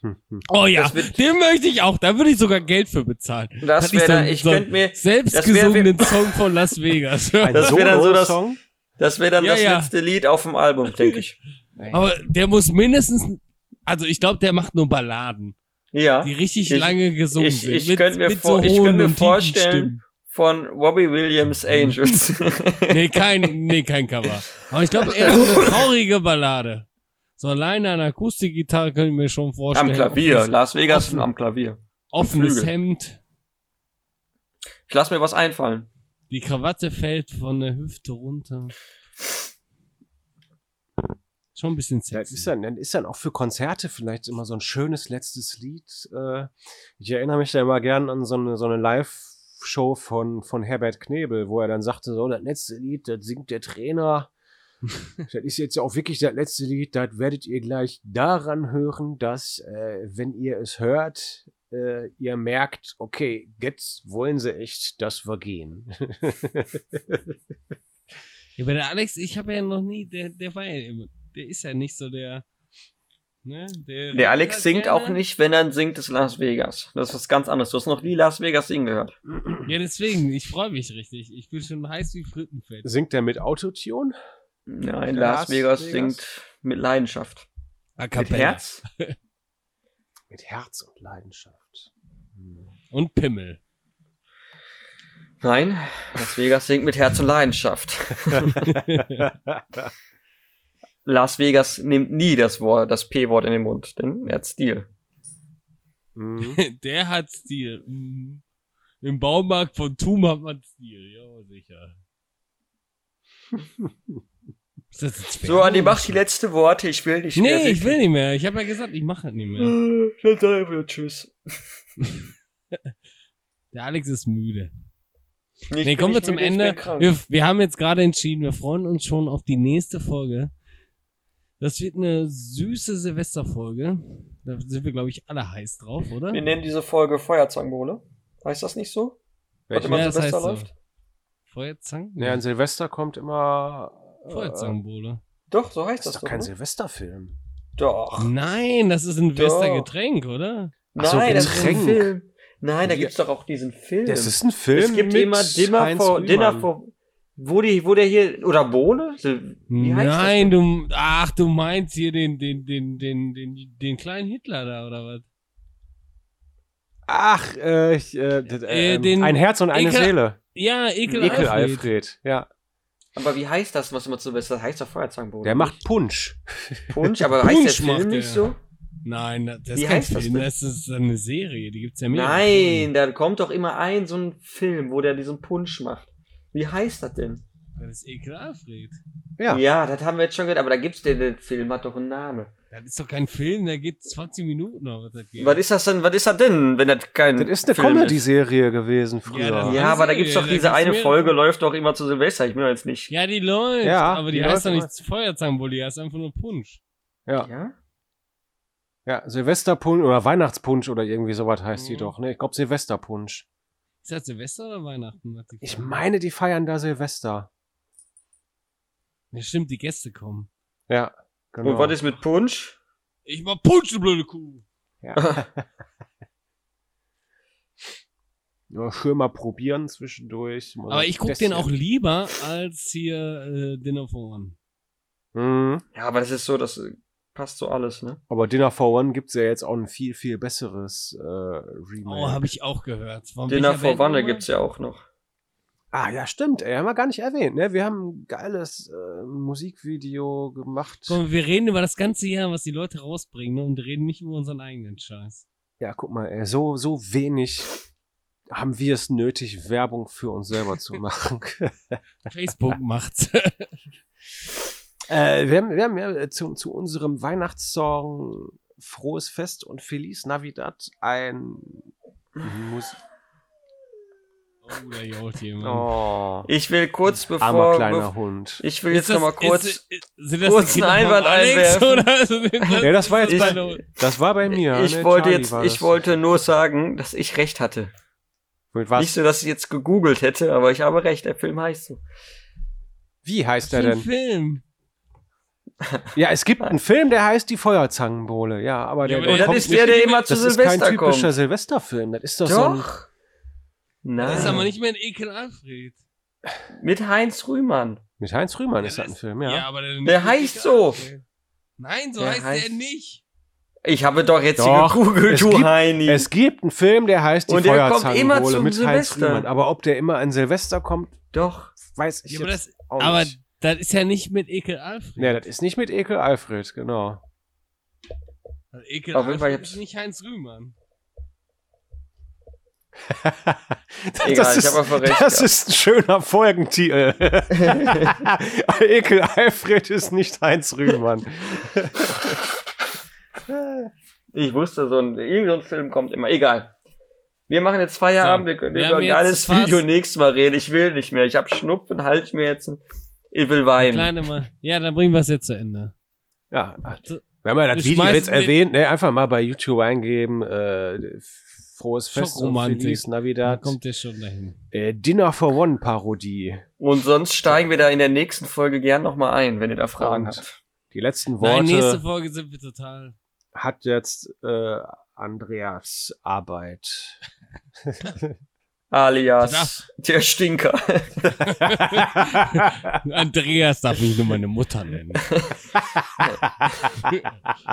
Hm,
Oh ja,
Das wird-
den möchte ich auch, da würde ich sogar Geld für bezahlen.
Das
Hat ich
wäre
dann
dann, ich
so-
könnte mir,
Selbst
Das wär-
gesungenen Song von Las Vegas.
Ein
Das wär dann so das-
Solo-Song?
das wäre dann
Ja,
das
ja.
letzte Lied auf dem Album, denke ich.
Aber der muss mindestens, also ich glaube, der macht nur Balladen,
Ja.
die richtig
Ich-
lange gesungen
ich-
sind.
ich könnt mir vor- ich
hohen
könnt mir
und tiefen
vorstellen-
Stimmen.
Von Robbie Williams Angels.
Nee, kein, nee, kein Cover. Aber ich glaube, eher so eine traurige Ballade. So alleine an Akustikgitarre könnte ich mir schon vorstellen.
am Klavier.
Offenes,
Las Vegas
Offen.
am Klavier.
offenes
Flügel.
Hemd,
Ich lasse mir was einfallen.
die Krawatte fällt von der Hüfte runter. Schon ein bisschen
Ja, ist
sexy.
dann, dann ist dann auch für Konzerte vielleicht immer so ein schönes letztes Lied. Äh, Ich erinnere mich da immer gern an so eine, so eine Live-Show von, von Herbert Knebel, wo er dann sagte, so, das letzte Lied, das singt der Trainer. das ist jetzt auch wirklich das letzte Lied, das werdet ihr gleich daran hören, dass, äh, wenn ihr es hört, äh, ihr merkt, okay, jetzt wollen sie echt, dass wir gehen.
Ja, aber der Alex, ich habe ja noch nie, der, der war ja, immer- der ist ja nicht so der. Ne?
Der Alex singt auch nicht,
nicht.
wenn er singt, ist Las Vegas. Das ist was ganz anderes. Du hast noch nie Las Vegas singen gehört.
Ja, deswegen, ich freue mich richtig. Ich bin schon heiß wie Frittenfett.
Singt er mit Autotune?
Nein,
Las
Las Vegas
Vegas.
singt mit Leidenschaft.
A
Mit Herz? Mhm.
Mit Herz und Leidenschaft.
Und Pimmel.
Nein, Las Vegas singt mit Herz und Leidenschaft. Las Vegas nimmt nie das Wort, das P-Wort in den Mund, denn er hat Stil.
Mhm.
Der hat Stil. Mhm. Im Baumarkt von Thum hat man Stil. Ja, sicher. Ist das ein Zwerg?
So, Andi, mach die letzten Worte. Ich will nicht
Nee, ich will nicht mehr. Ich habe ja gesagt, ich mache das nicht mehr.
nicht. Dann sag ich wieder Tschüss.
Der Alex ist müde.
Ich
Nee,
bin
kommen wir
nicht
zum
müde, ich
Ende.
bin krank.
Wir, wir haben jetzt gerade entschieden, wir freuen uns schon auf die nächste Folge. Das wird eine süße Silvesterfolge. Da sind wir, glaube ich, alle heiß drauf, oder?
Wir nennen diese Folge Feuerzangenbowle. Heißt das nicht so?
Welche-
mal.
man
Ja, das
Silvester
heißt so.
läuft?
Feuerzangen?
Ja, an
also,
Silvester kommt immer. äh,
Feuerzangenbowle.
Doch, so heißt
Das ist
das,
doch
doch.
kein
oder?
Silvesterfilm.
Doch.
Nein, das ist ein
Doch.
Westergetränk, oder?
Ach so,
Nein, das ist ein
Getränk.
Film. Nein, da
Ja.
gibt's doch auch diesen Film.
Das ist ein Film.
es gibt
mit
immer Dinner
Heinz
for, Dinner
Rühmann.
for, wo die, wo der hier, oder Bohne? Sil- Wie heißt
Nein, du, ach, du meinst hier den, den, den, den, den, den kleinen Hitler da, oder was?
Ach, äh, ich, äh, d-
Äh,
ähm,
den-
ein Herz und eine
Ekel-
Seele.
Ja, Ekel,
Ekel
Alfred.
Alfred. Ja,
das? Aber wie heißt das, was immer zu Silvester heißt? Der Feuerzangenbowle.
der macht Punsch.
Punsch, aber
Punsch
heißt der
macht
Film nicht
der.
so?
Nein, das ist
Wie
kein
heißt das
Film,
denn?
das, ist eine Serie, die gibt's ja mehr.
Nein, da kommt doch immer ein so ein Film, wo der diesen Punsch macht. Wie heißt das denn?
Das ist Ekel Alfred.
Ja.
Ja, das haben wir jetzt schon gehört, aber da gibt's den, der Film hat doch einen Namen.
Das ist doch kein Film, der geht 20 Minuten, aber das geht.
Was ist das denn? Was ist das denn, wenn das kein
Das ist eine
Hm. Film
Comedy-Serie gewesen
das
früher.
war-
Ja, aber da
Serie,
gibt's doch
da
diese
gibt's
eine
mehrere.
Folge, läuft doch immer zu Silvester. Ich bin doch jetzt nicht.
ja, die läuft,
Ja,
aber die,
die
heißt doch
läuft
nicht Feuerzangenbulli, die heißt einfach nur Punsch.
Ja,
Ja?
ja. Silvesterpunsch oder Weihnachtspunsch oder irgendwie sowas heißt die
Mhm.
doch. Ne? Ich glaube Silvesterpunsch.
Ist das Silvester oder Weihnachten? Was die-
Ich meine, die feiern da Silvester.
Ja, stimmt, die Gäste kommen.
Ja, genau.
Und was ist mit Punsch?
Ich mach Punsch, du blöde Kuh.
ja. ja, schön mal probieren zwischendurch. Mal so
Aber ich guck den
testen.
auch lieber als hier äh, Dinner for One.
Mhm.
Ja, aber das ist so, das äh, passt so alles, ne?
Aber Dinner for One gibt's ja jetzt auch ein viel, viel besseres äh, Remake.
Oh, habe ich auch gehört. Von
Dinner
welcher
vor
Band
Wanne
nochmal?
gibt's ja auch noch.
Ah, ja, stimmt. Ey, haben wir gar nicht erwähnt. Ne? Wir haben ein geiles äh, Musikvideo gemacht.
Komm, wir reden über das ganze Jahr, was die Leute rausbringen, ne? und reden nicht über unseren eigenen Scheiß.
Ja, guck mal, ey, so, so wenig haben wir es nötig, Werbung für uns selber zu machen.
Facebook macht's.
äh, wir haben, wir haben ja äh, zu, zu unserem Weihnachtssong Frohes Fest und Feliz Navidad ein Musik.
oh, da jault jemand.
Oh,
Ich will kurz
armer
bevor.
kleiner
bev-
Hund.
ich will
Ist
jetzt nochmal
das-
kurz.
Ist, ist, sind das
kurz
die Kinder
einen
von
Einwand
Alex,
einwerfen.
oder sind das-
Ja, das war jetzt
ist
bei-
meine-
Das war bei mir.
ich
ne?
wollte
Charlie
jetzt,
war
ich
das.
wollte nur sagen, dass ich recht hatte.
Mit was?
Nicht so, dass ich jetzt gegoogelt hätte, aber ich habe recht. Der Film heißt so.
Wie heißt
für
er
ein
denn?
Film.
Ja, es gibt einen Film, der heißt Die Feuerzangenbowle. Ja, aber der,
Ja, aber das
kommt
ist der, der immer zu
das ist
Silvester
kein typischer
kommt.
Silvesterfilm. Das ist doch, so
Doch.
Das ist aber
Nein.
nicht mehr ein Ekel Alfred.
Mit Heinz Rühmann.
ein, mit Heinz Rühmann
Ja,
ist das
das-
ein Film, ja.
aber der,
Der heißt so.
Nein, so
Der
heißt,
heißt-
der nicht.
Ich habe doch jetzt
Doch,
gegoogelt,
es
du
gibt-
Heini.
Es gibt einen Film, der heißt Die
Und der kommt immer
Feuerzangenbowle
zum
mit Heinz
Silvester.
Rühmann. Aber ob der immer an Silvester kommt,
doch.
weiß ich
Ja, aber
jetzt
das,
auch
aber
nicht.
das ist ja nicht mit Ekel Alfred.
Nee, das ist nicht mit Ekel Alfred, genau.
Also Ekel
Auf jeden Fall, ich
Alfred
hab's-
ist nicht Heinz Rühmann.
Egal, ich hab einfach recht,
Das
ja.
ist ein schöner Folgentitel. Ekel Alfred ist nicht Heinz Rühmann.
Ich wusste, so ein, irgendein Film kommt immer. Egal. Wir machen jetzt Feierabend.
So,
wir können
wir
über
haben
ein
jetzt
geiles
fast-
Video nächstes Mal reden. Ich will nicht mehr. Ich hab Schnupfen, halt mir jetzt ein. Ich will weinen.
Kleine mal. Ja, dann bringen wir es jetzt zu Ende.
Ja,
Also,
wenn man das
Wir
Video
schmeißen
jetzt
den-
erwähnt, ne, einfach mal bei YouTube eingeben, äh, frohes Fest und
Schockromantik.
Feliz
Da
Navidad,
kommt der schon dahin.
äh, Dinner for One Parodie.
Und sonst steigen wir da in der nächsten Folge gern nochmal ein, wenn ihr da Fragen
Und-
habt.
Die letzten
Nein, nächste
Worte
Folge sind wir total.
hat jetzt äh, Andreas Arbeit.
Alias, der Stinker.
Andreas darf mich nur meine Mutter nennen.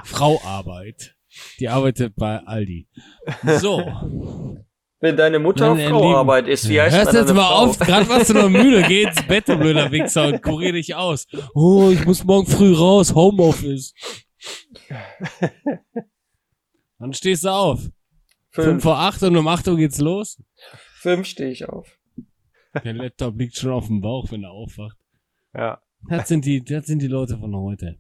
Frau Arbeit. Die arbeitet bei Aldi. So.
Wenn deine Mutter
Meine
auf
Lieben,
Frauarbeit ist, wie heißt
Hörst
man
jetzt
deine
mal
Frau?
auf, gerade warst du noch müde, geh ins Bett, du blöder Wichser, und kurier dich aus. Oh, ich muss morgen früh raus, Homeoffice. Dann stehst du auf. Fünf
Fünf,
vor acht und um acht Uhr geht's los.
fünf stehe ich auf.
Der Laptop liegt schon auf dem Bauch, wenn er aufwacht.
Ja.
Das sind die, das sind die Leute von heute.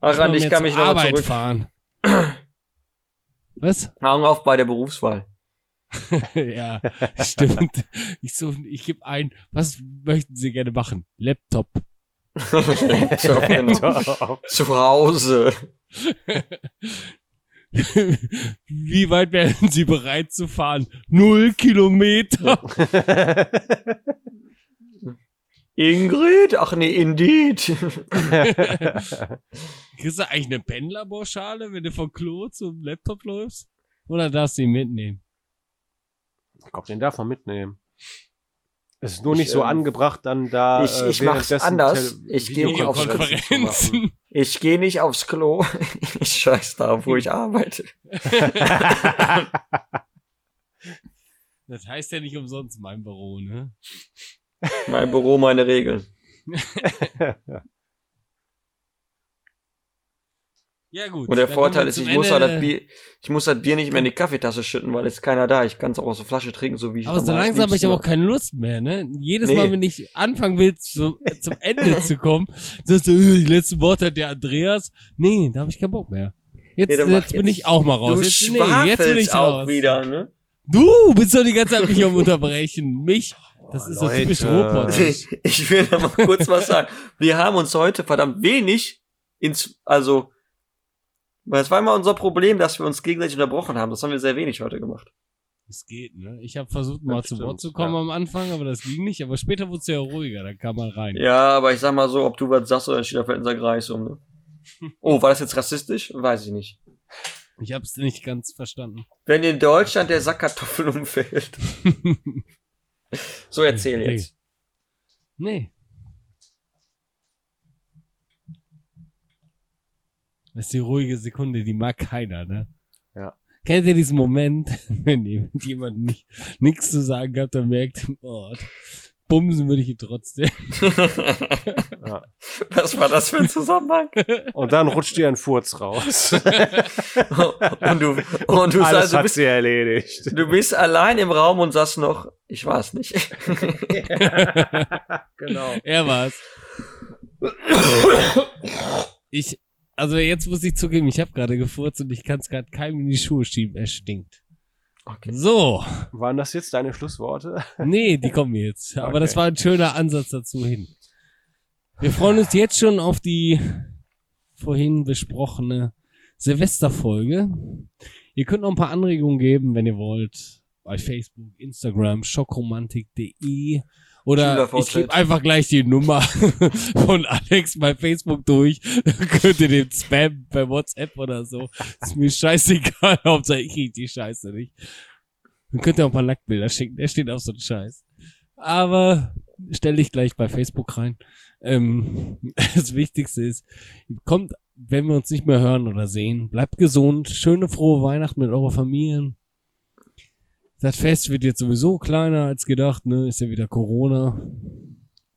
Ach, Rand, ich
Sollen
kann
wir
mich
zur
noch mal
Arbeit
zurück.
fahren. Was?
Augen auf bei der Berufswahl.
ja, stimmt. Ich, so, ich gebe ein, was möchten Sie gerne machen? Laptop.
So, genau.
Top.
Zu Hause.
Wie weit wären Sie bereit zu fahren? Null Kilometer.
Ingrid? Ach nee, Indeed.
Kriegst du eigentlich eine Pendlerpauschale, wenn du von Klo zum Laptop läufst? Oder darfst du ihn mitnehmen?
Kommt den davon mitnehmen. Es ist nur nicht
Ich,
so
ähm,
angebracht, dann da.
ich-
äh,
ich mach's
währenddessen
anders.
Tele-
Ich geh nicht aufs
Videokonferenzen zu machen.
Konferenzen.
Ich gehe nicht aufs Klo. Ich scheiß da, wo ich arbeite.
Das heißt ja nicht umsonst mein Büro, ne?
Mein Büro, meine Regeln.
Ja gut.
Und der
dann kommen
Vorteil
wir
ist,
zum
ich muss, halt das
Ende.
Bier, ich muss das Bier nicht mehr in die Kaffeetasse schütten, weil es ist keiner da. Ich kann es auch aus der Flasche trinken, so wie ich
Aber
es
so
am
langsam habe ich
liebsten
aber auch
mache.
keine Lust mehr, ne? Jedes
Nee.
Mal, wenn ich anfangen will, zu, zum Ende zu kommen, sagst du, "Äh, die letzten Worte hat der Andreas. Nee, da habe ich keinen Bock mehr. Jetzt,
Nee, dann mach
jetzt bin
jetzt.
ich auch mal raus.
Du
jetzt, nee, jetzt bin ich
schwafelst auch
raus.
wieder, ne?
Du bist doch die ganze Zeit mich am Unterbrechen. Mich. Das ist so
Leute.
typisch Robot.
Ich will da mal kurz was sagen. Wir haben uns heute verdammt wenig ins, also, das war immer unser Problem, dass wir uns gegenseitig unterbrochen haben. Das haben wir sehr wenig heute gemacht.
Das geht, ne? Ich habe versucht, mal
Das
zu Wort
stimmt,
zu kommen
ja.
am Anfang, aber das ging nicht. Aber später wurde es ja ruhiger, da kam man rein.
Ja, aber ich sag mal so, ob du was sagst oder steht auf unser Kreis um, ne? Oh, war das jetzt rassistisch? Weiß ich nicht.
Ich habe es nicht ganz verstanden.
Wenn in Deutschland der Sack Kartoffeln umfällt. So erzähl jetzt.
Nee. Das ist die ruhige Sekunde, die mag keiner, ne?
Ja.
Kennt ihr diesen Moment, wenn jemand nicht, nichts zu sagen hat, dann merkt, oh, bumsen würde ich ihn trotzdem.
Ja.
Was war das für ein Zusammenhang?
Und dann rutscht dir ein Furz raus.
Und du, und
Alles
du, sagst, Also du
hat
bist
sie erledigt.
Du bist allein im Raum und sagst noch, ich war es nicht.
Genau.
Er war's. Ich, also jetzt muss ich zugeben, ich habe gerade gefurzt und ich kann es gerade keinem in die Schuhe schieben, er stinkt.
Okay.
So,
Waren das jetzt deine Schlussworte?
nee, die kommen jetzt. Aber
Okay.
das war ein schöner Ansatz dazu hin. Wir freuen uns jetzt schon auf die vorhin besprochene Silvesterfolge. Ihr könnt noch ein paar Anregungen geben, wenn ihr wollt. Bei Facebook, Instagram, schockromantik.de oder
SchülerVZ.
ich gebe einfach gleich die Nummer von Alex bei Facebook durch. Dann könnt ihr den Spam bei WhatsApp oder so. Ist mir scheißegal, Hauptsache ich krieg die Scheiße nicht. Dann könnt ihr auch ein paar Nacktbilder schicken. Der steht auf so einen Scheiß. Aber stell dich gleich bei Facebook rein. Ähm, das Wichtigste ist, kommt, wenn wir uns nicht mehr hören oder sehen, bleibt gesund, schöne frohe Weihnachten mit eurer Familien. Das Fest wird jetzt sowieso kleiner als gedacht, ne? Ist ja wieder Corona.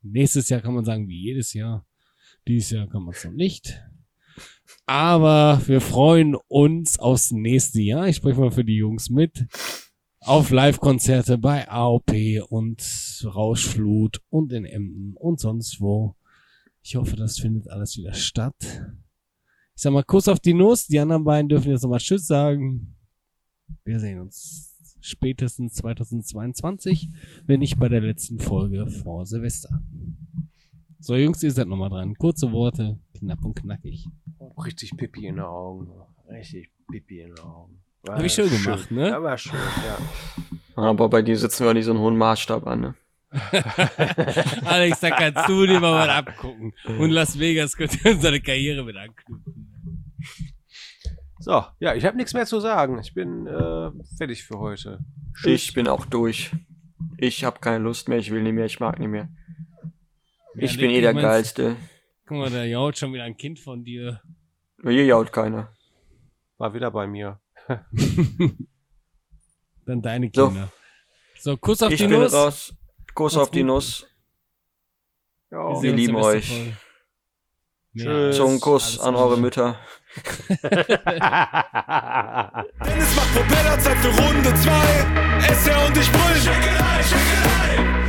Nächstes Jahr kann man sagen, wie jedes Jahr. Dieses Jahr kann man es noch nicht. Aber wir freuen uns aufs nächste Jahr. Ich spreche mal für die Jungs mit. Auf Live-Konzerte bei AOP und Rauschflut und in Emden und sonst wo. Ich hoffe, das findet alles wieder statt. Ich sag mal Kuss auf die Nuss. Die anderen beiden dürfen jetzt nochmal Tschüss sagen. Wir sehen uns spätestens 2022, wenn nicht bei der letzten Folge vor Silvester. So, Jungs, ihr seid nochmal dran. Kurze Worte, knapp und knackig.
Oh, Richtig Pipi in den Augen. Richtig Pipi in den Augen. War
Hab ich schön gemacht, ne?
Ja, war schön, ja.
Aber bei dir setzen wir auch nicht so einen hohen Maßstab an. Ne?
Alex, da kannst du dir mal was abgucken. Und Las Vegas könnte seine Karriere mit anknüpfen.
So, ja, ich habe nichts mehr zu sagen. Ich bin äh, fertig für heute.
Ich bin auch durch. Ich habe keine Lust mehr, ich will nicht mehr, ich mag nicht mehr. ich
Ja,
bin
Nick,
eh der
du meinst-
Geilste.
Guck mal, da jault schon wieder ein Kind von dir.
Hier jault keiner.
War wieder bei mir.
Dann deine
So.
Kinder. So, Kuss auf
ich
die
bin
Nuss.
raus. Kuss
Macht's
auf die
gut.
Nuss.
Wir
Ja.
sehen uns
lieben
in der
euch.
nächsten Folge.
Tschüss.
So ein Kuss an
Alles
eure
Gute.
Mütter.
Dennis macht Propellerzeit für Runde 2. SR und ich brüllen.